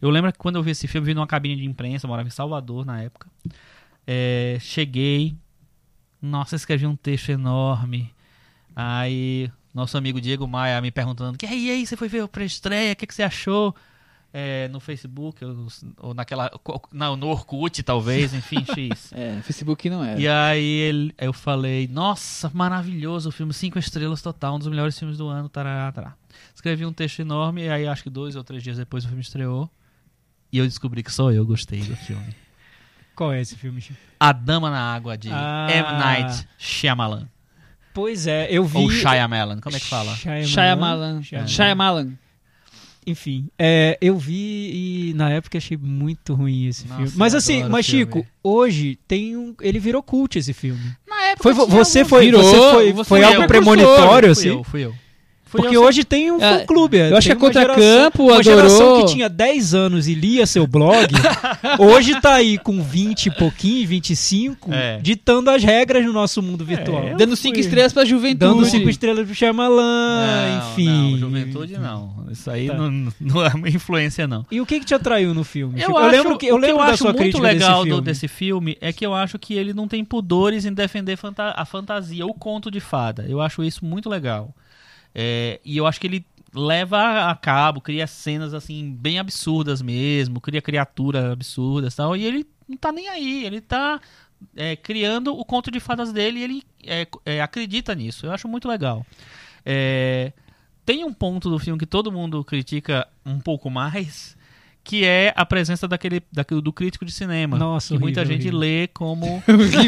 [SPEAKER 3] Eu lembro que quando eu vi esse filme, eu vi numa cabine de imprensa, eu morava em Salvador na época. É, cheguei, nossa, escrevi um texto enorme. Aí, nosso amigo Diego Maia me perguntando: que aí, e aí, você foi ver o pré-estreia, o que, que você achou? É, no Facebook, ou, ou naquela. Não, no Orkut, talvez, enfim, X.
[SPEAKER 2] É, Facebook não é.
[SPEAKER 3] E aí ele- eu falei, nossa, maravilhoso o filme, cinco estrelas total, um dos melhores filmes do ano, tarará, tarará. Escrevi um texto enorme, e aí acho que dois ou três dias depois o filme estreou. E eu descobri que só eu gostei do filme.
[SPEAKER 4] Qual é esse filme, Chico?
[SPEAKER 3] A Dama na Água, de
[SPEAKER 4] Ah.
[SPEAKER 3] M. Night Shyamalan.
[SPEAKER 4] Pois é, eu vi.
[SPEAKER 3] Ou Shyamalan, como é que fala?
[SPEAKER 2] Shyamalan.
[SPEAKER 4] Shyamalan.
[SPEAKER 2] Shyamalan.
[SPEAKER 4] Enfim, é, eu vi e na época achei muito ruim esse
[SPEAKER 3] Nossa,
[SPEAKER 4] filme. Mas
[SPEAKER 3] eu
[SPEAKER 4] assim,
[SPEAKER 3] adoro
[SPEAKER 4] mas
[SPEAKER 3] filme.
[SPEAKER 4] Chico, hoje tem um, ele virou cult esse filme.
[SPEAKER 3] Na época
[SPEAKER 4] Foi, vo- você, foi,
[SPEAKER 2] virou,
[SPEAKER 4] você foi,
[SPEAKER 2] você
[SPEAKER 4] foi
[SPEAKER 2] é
[SPEAKER 4] algo
[SPEAKER 2] o
[SPEAKER 4] premonitório
[SPEAKER 3] Fui
[SPEAKER 4] assim?
[SPEAKER 3] eu, fui eu. Fui
[SPEAKER 4] Porque
[SPEAKER 3] eu,
[SPEAKER 4] hoje tem um
[SPEAKER 2] É,
[SPEAKER 4] fã-clube.
[SPEAKER 2] eu acho
[SPEAKER 4] tem
[SPEAKER 2] que a
[SPEAKER 4] uma geração-
[SPEAKER 2] Contracampo
[SPEAKER 4] Uma geração
[SPEAKER 2] adorou.
[SPEAKER 4] que tinha 10 anos e lia seu blog, hoje tá aí com 20 e pouquinho, 25,
[SPEAKER 3] É.
[SPEAKER 4] ditando as regras no nosso mundo virtual.
[SPEAKER 3] eu-
[SPEAKER 2] Dando cinco
[SPEAKER 3] fui.
[SPEAKER 2] estrelas pra juventude.
[SPEAKER 4] Dando 5 estrelas pro
[SPEAKER 3] Não, não,
[SPEAKER 4] Shyamalan, Ah, enfim.
[SPEAKER 3] juventude não. Isso aí
[SPEAKER 4] Tá.
[SPEAKER 3] não, não é uma influência, não.
[SPEAKER 4] E o que que te atraiu no filme?
[SPEAKER 3] Eu,
[SPEAKER 4] Chico?
[SPEAKER 3] acho,
[SPEAKER 4] lembro que eu lembro
[SPEAKER 3] o que eu
[SPEAKER 4] da
[SPEAKER 3] acho
[SPEAKER 4] sua
[SPEAKER 3] muito
[SPEAKER 4] crítica
[SPEAKER 3] legal
[SPEAKER 4] desse
[SPEAKER 3] do-
[SPEAKER 4] filme.
[SPEAKER 3] desse filme é que eu acho que ele não tem pudores em defender fanta- a fantasia, o conto de fada. Eu acho isso muito legal. É, e eu acho que ele leva a cabo, cria cenas assim bem absurdas mesmo, cria criaturas absurdas e tal, e ele não tá nem aí, ele tá é, criando o conto de fadas dele e ele é, co- é, acredita nisso. Eu acho muito legal. É, tem um ponto do filme que todo mundo critica um pouco mais, que é a presença daquele, daquele do crítico de cinema.
[SPEAKER 4] Nossa,
[SPEAKER 3] que muita
[SPEAKER 4] horrível,
[SPEAKER 3] gente
[SPEAKER 4] horrível.
[SPEAKER 3] lê como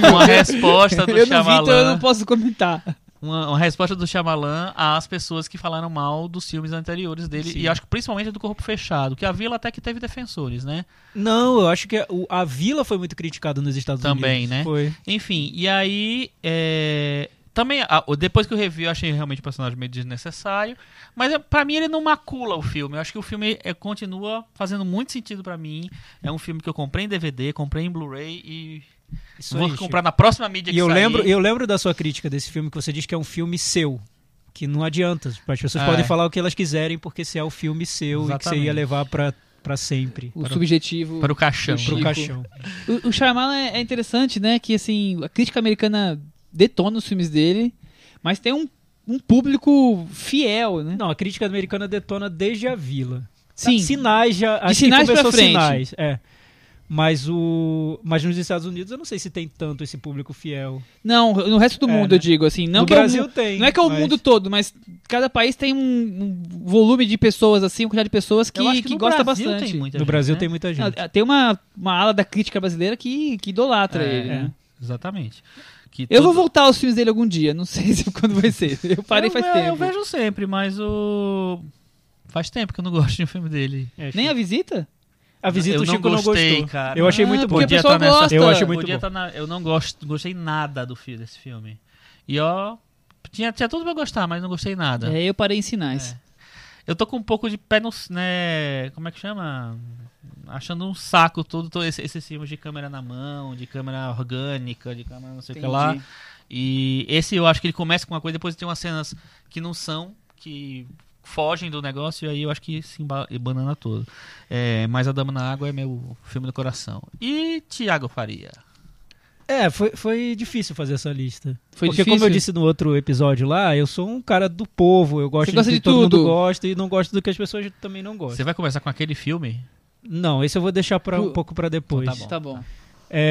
[SPEAKER 3] uma resposta do
[SPEAKER 2] Eu não vi, então eu
[SPEAKER 3] Shyamalan
[SPEAKER 2] não posso comentar.
[SPEAKER 3] uma, uma resposta do Shyamalan às pessoas que falaram mal dos filmes anteriores dele, e acho que principalmente do Corpo Fechado, que a Vila até que teve defensores, né?
[SPEAKER 4] Não, eu acho que o- a
[SPEAKER 3] né?
[SPEAKER 4] Vila foi muito criticada nos Estados
[SPEAKER 3] Também,
[SPEAKER 4] Unidos.
[SPEAKER 3] né?
[SPEAKER 4] Foi.
[SPEAKER 3] Enfim, e aí é, Também, a- o- depois que eu revi, eu achei realmente o personagem meio desnecessário. Mas é, pra mim ele não macula o filme. Eu acho que o filme é, continua fazendo muito sentido pra mim. É um filme que eu comprei em DVD, comprei em Blu-ray e
[SPEAKER 4] Isso
[SPEAKER 3] vou
[SPEAKER 4] aí, Chico.
[SPEAKER 3] comprar na próxima mídia é que
[SPEAKER 4] E eu
[SPEAKER 3] sair.
[SPEAKER 4] lembro, eu lembro da sua crítica desse filme, que você diz que é um filme seu. Que não adianta. As pessoas
[SPEAKER 3] É.
[SPEAKER 4] podem falar o que elas quiserem, porque se é o filme seu e que você ia
[SPEAKER 3] Exatamente.
[SPEAKER 4] levar pra, pra sempre.
[SPEAKER 2] O subjetivo.
[SPEAKER 3] Para o caixão. né?
[SPEAKER 4] Pro
[SPEAKER 2] Chico.
[SPEAKER 4] caixão.
[SPEAKER 2] O, o Shyamalan é, é interessante, né? Que assim, a crítica americana detona os filmes dele, mas tem um, um público fiel, né?
[SPEAKER 4] Não, a crítica americana detona desde a vila. Tá,
[SPEAKER 2] Sim.
[SPEAKER 4] Sinais já. aqui
[SPEAKER 2] sinais pra
[SPEAKER 4] começou
[SPEAKER 2] frente.
[SPEAKER 4] sinais. É. Mas o. Mas nos Estados Unidos eu não sei se tem tanto esse público fiel.
[SPEAKER 2] Não, no resto do
[SPEAKER 4] É,
[SPEAKER 2] mundo,
[SPEAKER 4] né?
[SPEAKER 2] eu digo, assim. Não
[SPEAKER 4] no
[SPEAKER 2] que é o
[SPEAKER 4] Brasil
[SPEAKER 2] mu-
[SPEAKER 4] tem.
[SPEAKER 2] não é que é o
[SPEAKER 4] mas-
[SPEAKER 2] mundo todo, mas cada país tem um, um volume de pessoas, assim, uma quantidade de pessoas que,
[SPEAKER 3] Eu acho
[SPEAKER 2] que,
[SPEAKER 3] no
[SPEAKER 2] gosta
[SPEAKER 3] Brasil
[SPEAKER 2] bastante.
[SPEAKER 3] Tem muita
[SPEAKER 4] No
[SPEAKER 3] gente,
[SPEAKER 4] Brasil
[SPEAKER 3] né?
[SPEAKER 4] tem muita
[SPEAKER 2] Ah,
[SPEAKER 4] gente.
[SPEAKER 2] Tem uma, uma ala da crítica brasileira que, que idolatra
[SPEAKER 3] É,
[SPEAKER 2] ele, né?
[SPEAKER 3] Exatamente. Que
[SPEAKER 4] é.
[SPEAKER 2] Eu vou
[SPEAKER 3] tudo-
[SPEAKER 2] voltar aos filmes dele algum dia, não sei se- quando vai ser. Eu parei
[SPEAKER 3] eu,
[SPEAKER 2] faz
[SPEAKER 3] ve-
[SPEAKER 2] tempo.
[SPEAKER 3] Eu vejo sempre, mas o. Faz tempo que eu não gosto de um filme dele.
[SPEAKER 4] É, Chico.
[SPEAKER 2] Nem a visita?
[SPEAKER 4] a visita
[SPEAKER 3] eu
[SPEAKER 4] o
[SPEAKER 3] não
[SPEAKER 4] Chico não
[SPEAKER 3] gostei,
[SPEAKER 4] gostou.
[SPEAKER 3] cara.
[SPEAKER 4] Eu achei
[SPEAKER 2] Ah,
[SPEAKER 4] muito bom.
[SPEAKER 2] porque a pessoa
[SPEAKER 3] nessa-
[SPEAKER 2] gosta.
[SPEAKER 4] tá Eu achei muito
[SPEAKER 3] Podia
[SPEAKER 4] bom.
[SPEAKER 3] tá na- eu não gosto, não gostei nada do fi- desse filme. E ó, tinha, tinha tudo pra eu gostar, mas não gostei nada.
[SPEAKER 2] É, eu parei em sinais.
[SPEAKER 3] Eu tô com um pouco de pé no, s- né, como é que chama? Achando um saco todo, todo esse, esses filmes de câmera na mão, de câmera orgânica, de câmera não sei o que lá.
[SPEAKER 2] Entendi.
[SPEAKER 3] E esse eu acho que ele começa com uma coisa, depois tem umas cenas que não são, que fogem do negócio, e aí eu acho que se emba- banana todo. É, mas A Dama na Água é meu filme do coração. E Tiago Faria?
[SPEAKER 4] É, foi, foi difícil fazer essa lista.
[SPEAKER 2] Foi
[SPEAKER 4] Porque, como
[SPEAKER 2] difícil?
[SPEAKER 4] eu disse no outro episódio lá, eu sou um cara do povo, eu gosto
[SPEAKER 2] Você gosta
[SPEAKER 4] do que
[SPEAKER 2] de
[SPEAKER 4] todo
[SPEAKER 2] tudo.
[SPEAKER 4] mundo gosta e não gosto do que as pessoas também não gostam.
[SPEAKER 3] Você vai começar com aquele filme?
[SPEAKER 4] Não, esse eu vou deixar pra, um
[SPEAKER 2] Pu-
[SPEAKER 4] pouco pra depois.
[SPEAKER 3] bom.
[SPEAKER 2] Tá bom.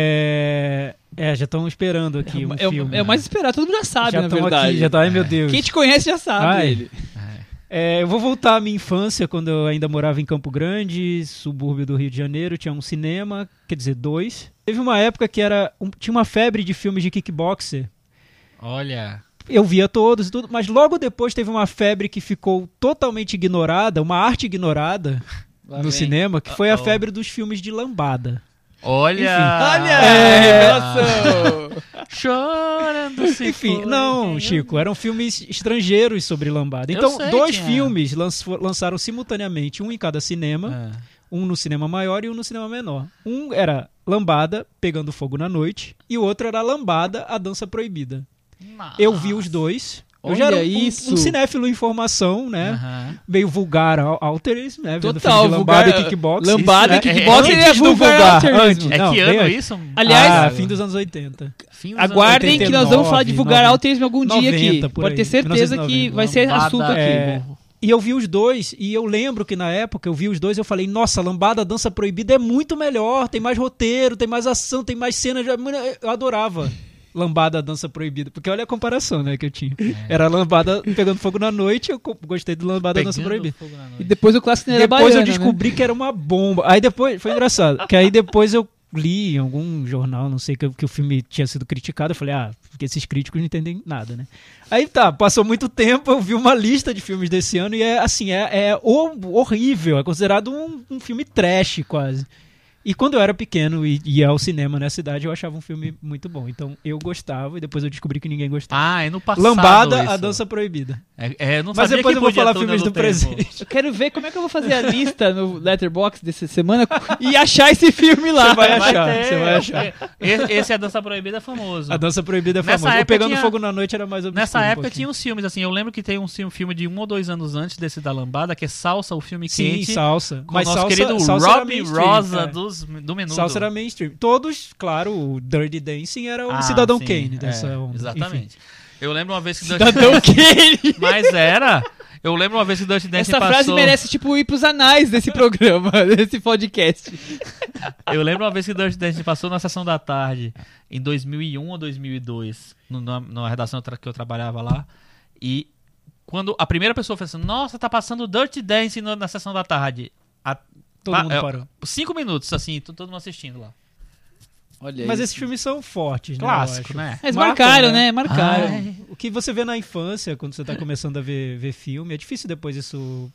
[SPEAKER 4] É, é, já estão esperando aqui um
[SPEAKER 2] é, o-
[SPEAKER 4] filme.
[SPEAKER 2] é o mais esperado, todo mundo já sabe,
[SPEAKER 4] já
[SPEAKER 2] na
[SPEAKER 4] tão
[SPEAKER 2] verdade. É.
[SPEAKER 4] aqui, já tá, ai meu Deus.
[SPEAKER 2] Quem te conhece já sabe
[SPEAKER 4] Ai.
[SPEAKER 2] ele.
[SPEAKER 4] É, eu vou voltar à minha infância, quando eu ainda morava em Campo Grande, subúrbio do Rio de Janeiro, tinha um cinema, quer dizer, dois. Teve uma época que era um- tinha uma febre de filmes de kickboxer.
[SPEAKER 3] Olha,
[SPEAKER 4] Eu via todos e tudo, mas logo depois teve uma febre que ficou totalmente ignorada, uma arte ignorada
[SPEAKER 2] Lá
[SPEAKER 4] no
[SPEAKER 2] vem.
[SPEAKER 4] cinema, que foi a
[SPEAKER 3] Uh-oh.
[SPEAKER 4] febre dos filmes de lambada.
[SPEAKER 3] olha!
[SPEAKER 2] Olha! É,
[SPEAKER 4] Ah.
[SPEAKER 2] revelação!
[SPEAKER 3] É. Chorando se
[SPEAKER 4] Enfim,
[SPEAKER 3] foi.
[SPEAKER 4] não, Chico, eram filmes estrangeiros sobre lambada.
[SPEAKER 3] Eu
[SPEAKER 4] Então,
[SPEAKER 3] sei, é.
[SPEAKER 4] dois
[SPEAKER 3] tinha.
[SPEAKER 4] filmes lanç- lançaram simultaneamente, um em cada cinema,
[SPEAKER 3] Ah,
[SPEAKER 4] um no cinema maior e um no cinema menor. Um era Lambada, Pegando Fogo na Noite, e o outro era Lambada, A Dança Proibida. Ah. Eu vi os dois. Eu já era
[SPEAKER 2] Ah. Olha
[SPEAKER 4] um, um- um
[SPEAKER 2] isso.
[SPEAKER 4] cinéfilo em formação, né?
[SPEAKER 3] Aham.
[SPEAKER 4] Meio vulgar, al- alterismo, né? Vendo
[SPEAKER 2] Total,
[SPEAKER 4] filme de lambada
[SPEAKER 2] vulgar,
[SPEAKER 4] e kickboxing.
[SPEAKER 2] lambada
[SPEAKER 4] né?
[SPEAKER 2] e kickboxing
[SPEAKER 4] antes
[SPEAKER 2] é
[SPEAKER 4] do
[SPEAKER 2] vulgar alterismo.
[SPEAKER 4] antes.
[SPEAKER 3] É
[SPEAKER 4] Não,
[SPEAKER 3] que
[SPEAKER 4] Então, bem
[SPEAKER 3] ano
[SPEAKER 4] antes.
[SPEAKER 3] isso? Ah,
[SPEAKER 2] Aliás-
[SPEAKER 4] ah, fim dos anos 80.
[SPEAKER 3] Fim dos anos
[SPEAKER 2] Aguardem
[SPEAKER 3] 80.
[SPEAKER 2] que nós vamos falar de
[SPEAKER 4] 89,
[SPEAKER 2] vulgar alterismo algum dia
[SPEAKER 4] 90
[SPEAKER 2] aqui.
[SPEAKER 4] por
[SPEAKER 2] Pode
[SPEAKER 4] aí,
[SPEAKER 2] ter certeza
[SPEAKER 4] 1990.
[SPEAKER 2] que vai ser
[SPEAKER 3] Lambada
[SPEAKER 2] assunto aqui.
[SPEAKER 4] é, E eu vi os dois, e eu lembro que na época eu vi os dois, eu falei, nossa, Lambada Dança Proibida é muito melhor, tem mais roteiro, tem mais ação, tem mais cenas. Mano, Eu adorava Lambada Dança Proibida, porque olha a comparação né, que eu tinha. Era Lambada pegando fogo na noite, eu co- gostei do Lambada Dança
[SPEAKER 3] Pegando
[SPEAKER 4] Proibida.
[SPEAKER 3] fogo na noite.
[SPEAKER 2] E depois o clássico não era né?
[SPEAKER 4] Depois
[SPEAKER 2] baiana,
[SPEAKER 4] eu descobri que era uma bomba. Aí depois, foi engraçado, que aí depois eu li em algum jornal, não sei, que, que o filme tinha sido criticado, eu falei, ah, porque esses críticos não entendem nada, né? Aí tá, passou muito tempo, eu vi uma lista de filmes desse ano e é assim, é, é hor- horrível, é considerado um, um filme trash quase. E quando eu era pequeno e ia ao cinema nessa idade, eu achava um filme muito bom. Então eu gostava e depois eu descobri que ninguém gostava.
[SPEAKER 3] Ah, é no passado.
[SPEAKER 4] Lambada,
[SPEAKER 3] isso.
[SPEAKER 4] a dança proibida.
[SPEAKER 3] É, é, eu não
[SPEAKER 4] Mas
[SPEAKER 3] sabia
[SPEAKER 4] depois
[SPEAKER 3] que
[SPEAKER 4] eu vou
[SPEAKER 3] podia
[SPEAKER 4] falar
[SPEAKER 3] ter um
[SPEAKER 4] filmes
[SPEAKER 3] no
[SPEAKER 4] do
[SPEAKER 3] tempo.
[SPEAKER 4] presente.
[SPEAKER 2] Eu quero ver como é que eu vou fazer a lista no Letterboxd dessa semana e achar esse filme lá.
[SPEAKER 4] Você vai
[SPEAKER 3] Vai
[SPEAKER 4] achar,
[SPEAKER 3] ter,
[SPEAKER 4] você vai achar.
[SPEAKER 3] Esse, esse é a dança proibida é famoso.
[SPEAKER 4] A dança proibida é
[SPEAKER 3] Nessa
[SPEAKER 4] famosa. O
[SPEAKER 3] época
[SPEAKER 4] Pegando
[SPEAKER 3] tinha-
[SPEAKER 4] Fogo na Noite era mais obscuro.
[SPEAKER 3] Nessa
[SPEAKER 4] um
[SPEAKER 3] época
[SPEAKER 4] pouquinho.
[SPEAKER 3] tinha uns filmes assim, eu lembro que tem um ci- um filme de um ou dois anos antes desse da Lambada, que é Salsa, o filme
[SPEAKER 4] Sim,
[SPEAKER 3] quente,
[SPEAKER 4] um salsa.
[SPEAKER 3] com o
[SPEAKER 4] Mas
[SPEAKER 3] nosso
[SPEAKER 4] salsa,
[SPEAKER 3] querido
[SPEAKER 4] salsa era
[SPEAKER 3] Robbie
[SPEAKER 4] mainstream,
[SPEAKER 3] Rosa
[SPEAKER 4] é.
[SPEAKER 3] dos, do Menudo.
[SPEAKER 4] Salsa era mainstream. Todos, claro, o Dirty Dancing era o
[SPEAKER 3] Ah,
[SPEAKER 4] Cidadão
[SPEAKER 3] sim,
[SPEAKER 4] Kane
[SPEAKER 3] é,
[SPEAKER 4] dessa onda. Enfim.
[SPEAKER 3] Exatamente. Eu lembro uma vez que
[SPEAKER 2] Cidadão Kane.
[SPEAKER 3] Mas era. Eu lembro uma vez que Dutch Dance
[SPEAKER 2] Essa
[SPEAKER 3] passou.
[SPEAKER 2] frase merece, tipo, ir pros anais desse programa, desse podcast.
[SPEAKER 3] Eu lembro uma vez que Dutch Dance passou na sessão da tarde, em 2001 ou 2002, no, na, na redação tra- que eu trabalhava lá. E quando a primeira pessoa falou assim: Nossa, tá passando Dirty Dance na, na sessão da tarde. A-
[SPEAKER 4] Todo
[SPEAKER 3] pa-
[SPEAKER 4] mundo
[SPEAKER 3] é,
[SPEAKER 4] parou.
[SPEAKER 3] Cinco minutos, assim, t- todo mundo assistindo lá.
[SPEAKER 2] Olha
[SPEAKER 4] Mas
[SPEAKER 2] aí.
[SPEAKER 4] esses filmes são fortes,
[SPEAKER 3] Clássico,
[SPEAKER 4] né? eu acho.
[SPEAKER 3] né?
[SPEAKER 2] Mas
[SPEAKER 4] marcam,
[SPEAKER 2] marcaram,
[SPEAKER 4] né?
[SPEAKER 2] né? Marcaram.
[SPEAKER 3] Ai.
[SPEAKER 4] O que você vê na infância, quando você tá começando a ver, ver filme, é difícil depois isso,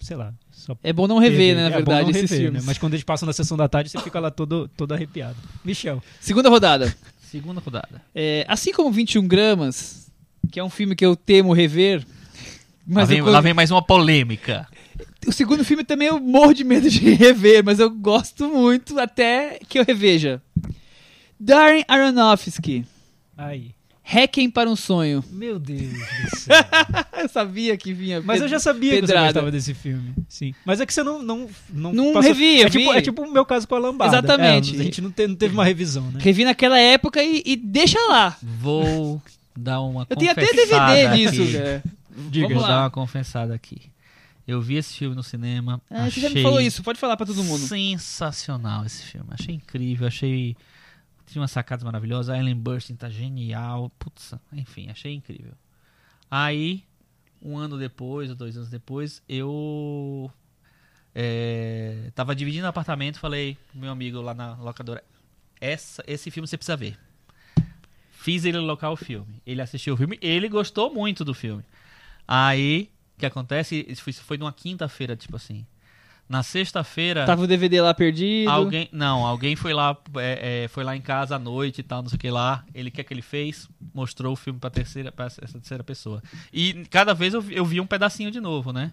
[SPEAKER 4] sei lá, só
[SPEAKER 2] É bom não rever,
[SPEAKER 4] perder.
[SPEAKER 2] né, na
[SPEAKER 4] É bom
[SPEAKER 2] verdade,
[SPEAKER 4] não
[SPEAKER 2] esses
[SPEAKER 4] rever,
[SPEAKER 2] filmes.
[SPEAKER 4] né? Mas quando eles passam na sessão da tarde, você fica lá todo, todo arrepiado. Michel,
[SPEAKER 2] Segunda rodada.
[SPEAKER 3] Segunda rodada.
[SPEAKER 2] É, assim como 21 gramas, que é um filme que eu temo rever.
[SPEAKER 3] Lá
[SPEAKER 2] Mas
[SPEAKER 3] vem,
[SPEAKER 2] eu co-
[SPEAKER 3] lá vem mais uma polêmica.
[SPEAKER 2] o segundo filme também eu morro de medo de rever, mas eu gosto muito até que eu reveja. Darren Aronofsky,
[SPEAKER 4] Aí.
[SPEAKER 2] Requiem para um Sonho.
[SPEAKER 4] Meu Deus do céu.
[SPEAKER 2] Ah, Eu sabia que vinha.
[SPEAKER 4] Mas eu já sabia que você
[SPEAKER 2] Pedrada.
[SPEAKER 4] gostava desse filme. Sim. Mas é que você não. Não,
[SPEAKER 2] Não
[SPEAKER 4] passou-
[SPEAKER 2] revi, eu
[SPEAKER 4] é, tipo,
[SPEAKER 2] vi.
[SPEAKER 4] é tipo o meu caso com a Lambada.
[SPEAKER 2] Exatamente.
[SPEAKER 4] É, a gente não, te- não teve uma revisão, né?
[SPEAKER 2] Revi naquela época e, e deixa lá.
[SPEAKER 3] Vou dar uma
[SPEAKER 2] Eu tenho até
[SPEAKER 3] confessada
[SPEAKER 2] DVD
[SPEAKER 3] aqui.
[SPEAKER 2] disso. cara.
[SPEAKER 4] Diga.
[SPEAKER 3] Vou
[SPEAKER 2] lá.
[SPEAKER 3] dar uma confessada aqui. Eu vi esse filme no cinema.
[SPEAKER 2] Ah, você
[SPEAKER 3] achei
[SPEAKER 2] já me falou isso, pode falar pra todo mundo.
[SPEAKER 3] Sensacional esse filme. Achei incrível, achei. Tinha umas sacadas maravilhosas. A Ellen Burstyn tá genial. Putz, enfim, achei incrível. Aí, um ano depois, ou dois anos depois, eu. É, tava dividindo apartamento, falei pro meu amigo lá na locadora: "Essa- esse filme você precisa ver. Fiz ele locar o filme. Ele assistiu o filme, ele gostou muito do filme. Aí, o que acontece? Isso foi, isso foi numa quinta-feira, tipo assim. Na sexta-feira.
[SPEAKER 2] Tava o DVD lá perdido.
[SPEAKER 3] Alguém, não, alguém foi lá, é, é, foi lá em casa à noite e tal, não sei o que lá. Ele o que é que ele fez, mostrou o filme pra terceira, para essa terceira pessoa. E cada vez eu, vi- eu vi um pedacinho de novo, né?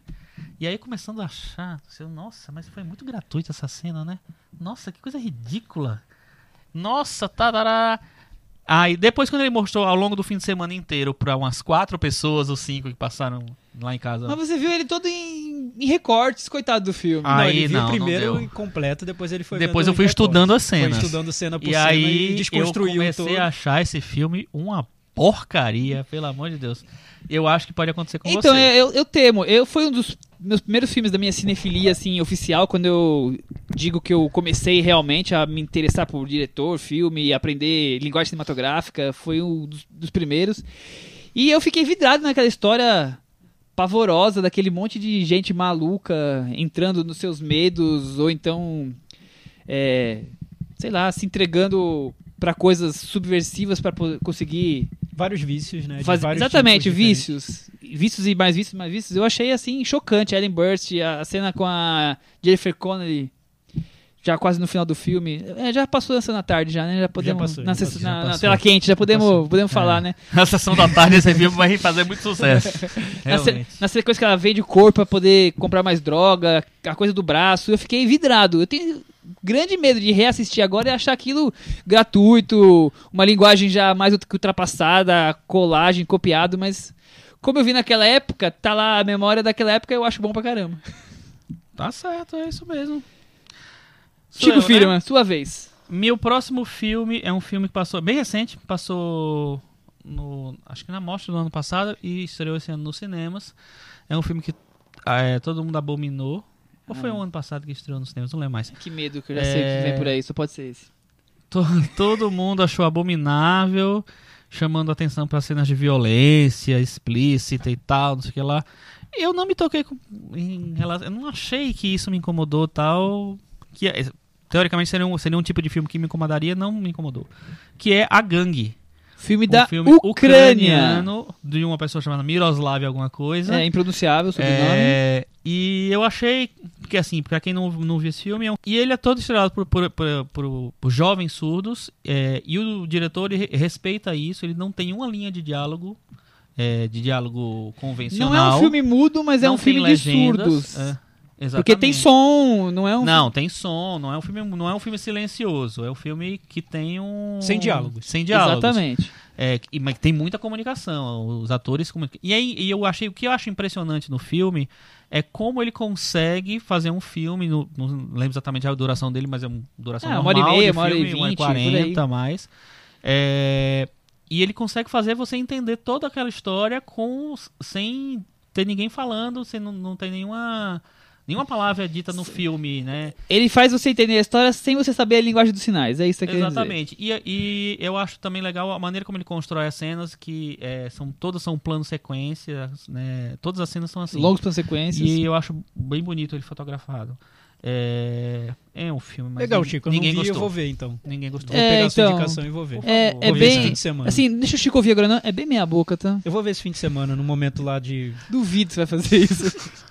[SPEAKER 3] E aí começando a achar, assim, nossa, mas foi muito gratuita essa cena, né? Nossa, que coisa ridícula. Nossa, tarará. Aí depois quando ele mostrou ao longo do fim de semana inteiro pra umas quatro pessoas ou cinco que passaram lá em casa.
[SPEAKER 2] Mas você viu ele todo em, em recortes, coitado do filme.
[SPEAKER 3] Ah, Aí,
[SPEAKER 4] ele viu
[SPEAKER 3] não,
[SPEAKER 4] o
[SPEAKER 3] não
[SPEAKER 4] primeiro
[SPEAKER 3] deu.
[SPEAKER 4] completo, depois ele foi.
[SPEAKER 3] Depois
[SPEAKER 4] vendo
[SPEAKER 3] eu fui
[SPEAKER 4] os recortes.
[SPEAKER 3] estudando as cenas.
[SPEAKER 4] Foi estudando cena Tá por
[SPEAKER 3] E
[SPEAKER 4] cena
[SPEAKER 3] aí
[SPEAKER 4] e desconstruiu
[SPEAKER 3] eu comecei
[SPEAKER 4] todo.
[SPEAKER 3] a achar esse filme uma porcaria, pelo amor de Deus. Eu acho que pode acontecer com
[SPEAKER 2] então,
[SPEAKER 3] você.
[SPEAKER 2] é, eu, eu temo. Eu, foi um dos meus primeiros filmes da minha cinefilia, assim, oficial, quando eu digo que eu comecei realmente a me interessar por diretor, filme, e aprender linguagem cinematográfica. Foi um dos, dos primeiros. E eu fiquei vidrado naquela história pavorosa daquele monte de gente maluca entrando nos seus medos, ou então. é, sei lá, se entregando pra coisas subversivas pra po- conseguir
[SPEAKER 4] Vários vícios, né? de
[SPEAKER 2] Faz-
[SPEAKER 4] vários
[SPEAKER 2] exatamente,
[SPEAKER 4] tipos diferentes.
[SPEAKER 2] vícios. Vícios e mais vícios, mais vícios. Eu achei assim chocante. Ellen Burst, a, a cena com a Jennifer Connelly, já quase no final do filme. É, já passou essa na tarde, já, né? Já podemos.
[SPEAKER 4] passou,
[SPEAKER 2] na,
[SPEAKER 4] já
[SPEAKER 2] sexta-
[SPEAKER 4] passou.
[SPEAKER 2] na-
[SPEAKER 3] Já
[SPEAKER 2] na
[SPEAKER 3] passou.
[SPEAKER 2] tela quente, já podemos,
[SPEAKER 4] passou.
[SPEAKER 2] podemos falar, né?
[SPEAKER 3] Na sessão da tarde esse filme vai fazer muito sucesso.
[SPEAKER 2] Na, se-
[SPEAKER 3] Realmente.
[SPEAKER 2] na sequência que ela vende o corpo pra poder comprar mais droga, a coisa do braço. Eu fiquei vidrado. Eu tenho grande medo de reassistir agora e achar aquilo gratuito, uma linguagem já mais ut- que ultrapassada, colagem, copiado, mas. Como eu vi naquela época, tá lá a memória daquela época, eu acho bom pra caramba.
[SPEAKER 3] Tá certo, é isso mesmo. Sou
[SPEAKER 2] Chico
[SPEAKER 3] eu, né?
[SPEAKER 2] Firman, Tipo sua vez.
[SPEAKER 3] Meu próximo filme é um filme que passou bem recente, passou no acho que na mostra do ano passado e estreou esse ano nos cinemas. É um filme que ah, é, todo mundo abominou. Ou foi o ano passado que estreou nos cinemas, não lembro mais.
[SPEAKER 2] Que medo que eu já sei
[SPEAKER 3] É.
[SPEAKER 2] que vem por aí, só pode ser esse.
[SPEAKER 3] To- todo mundo achou abominável, chamando atenção para cenas de violência explícita e tal, não sei o que lá. Eu não me toquei com, em relação. Eu não achei que isso me incomodou tal. Que é- teoricamente seria um, seria um tipo de filme que me incomodaria, não me incomodou. Que é A Gangue.
[SPEAKER 2] Filme
[SPEAKER 3] Um
[SPEAKER 2] da
[SPEAKER 3] filme
[SPEAKER 2] Ucrânia.
[SPEAKER 3] ucraniano de uma pessoa chamada Miroslav alguma coisa.
[SPEAKER 2] É impronunciável o sobrenome.
[SPEAKER 3] É, e eu achei que, assim, pra quem não, não viu esse filme, é um- e ele é todo estrelado por, por, por, por- por jovens surdos, é, e o diretor ele re- respeita isso, ele não tem uma linha de diálogo, é, de diálogo convencional.
[SPEAKER 2] Não é um filme mudo, mas é
[SPEAKER 3] não
[SPEAKER 2] um filme
[SPEAKER 3] tem
[SPEAKER 2] de
[SPEAKER 3] legendas,
[SPEAKER 2] surdos.
[SPEAKER 3] é,
[SPEAKER 2] Porque tem
[SPEAKER 3] exatamente.
[SPEAKER 2] som, não é um
[SPEAKER 3] Não, tem som, não é um filme, não é um filme silencioso, é um filme que tem um
[SPEAKER 4] Sem diálogos.
[SPEAKER 3] Sem diálogos.
[SPEAKER 2] Exatamente.
[SPEAKER 3] É, e- mas tem muita comunicação, os atores comunicam. E aí e eu achei o que eu acho impressionante no filme é como ele consegue fazer um filme, no- não lembro exatamente a duração dele, mas é uma duração
[SPEAKER 2] Ah, uma
[SPEAKER 3] normal,
[SPEAKER 2] hora e meia,
[SPEAKER 3] de
[SPEAKER 2] uma hora e
[SPEAKER 3] filme,
[SPEAKER 2] vinte, por aí.
[SPEAKER 3] 40 mais. É, e ele consegue fazer você entender toda aquela história com sem ter ninguém falando, sem não, não ter nenhuma nenhuma palavra dita no filme, né?
[SPEAKER 2] Ele faz você entender a história sem você saber a linguagem dos sinais. É isso que eu quero dizer.
[SPEAKER 3] Exatamente. E, e eu acho também legal a maneira como ele constrói as cenas, que eh, são, todas são plano sequência, né? Todas as cenas são assim.
[SPEAKER 2] Longas consequências.
[SPEAKER 3] E eu acho bem bonito ele fotografado. É, é um filme, mas
[SPEAKER 4] Legal,
[SPEAKER 3] nin-
[SPEAKER 4] Chico. Eu
[SPEAKER 3] ninguém
[SPEAKER 4] não vi, eu
[SPEAKER 3] gostou.
[SPEAKER 4] vou ver então.
[SPEAKER 3] Ninguém gostou.
[SPEAKER 4] Vou pegar a sua
[SPEAKER 2] então,
[SPEAKER 4] indicação e vou ver.
[SPEAKER 2] É,
[SPEAKER 4] Vou
[SPEAKER 2] é
[SPEAKER 4] ver esse fim
[SPEAKER 2] bem.
[SPEAKER 4] de semana.
[SPEAKER 2] Assim, deixa o Chico ouvir agora, não. É bem meia boca, tá?
[SPEAKER 4] Eu vou ver esse fim de semana, no momento lá de.
[SPEAKER 2] Duvido que você vai fazer isso.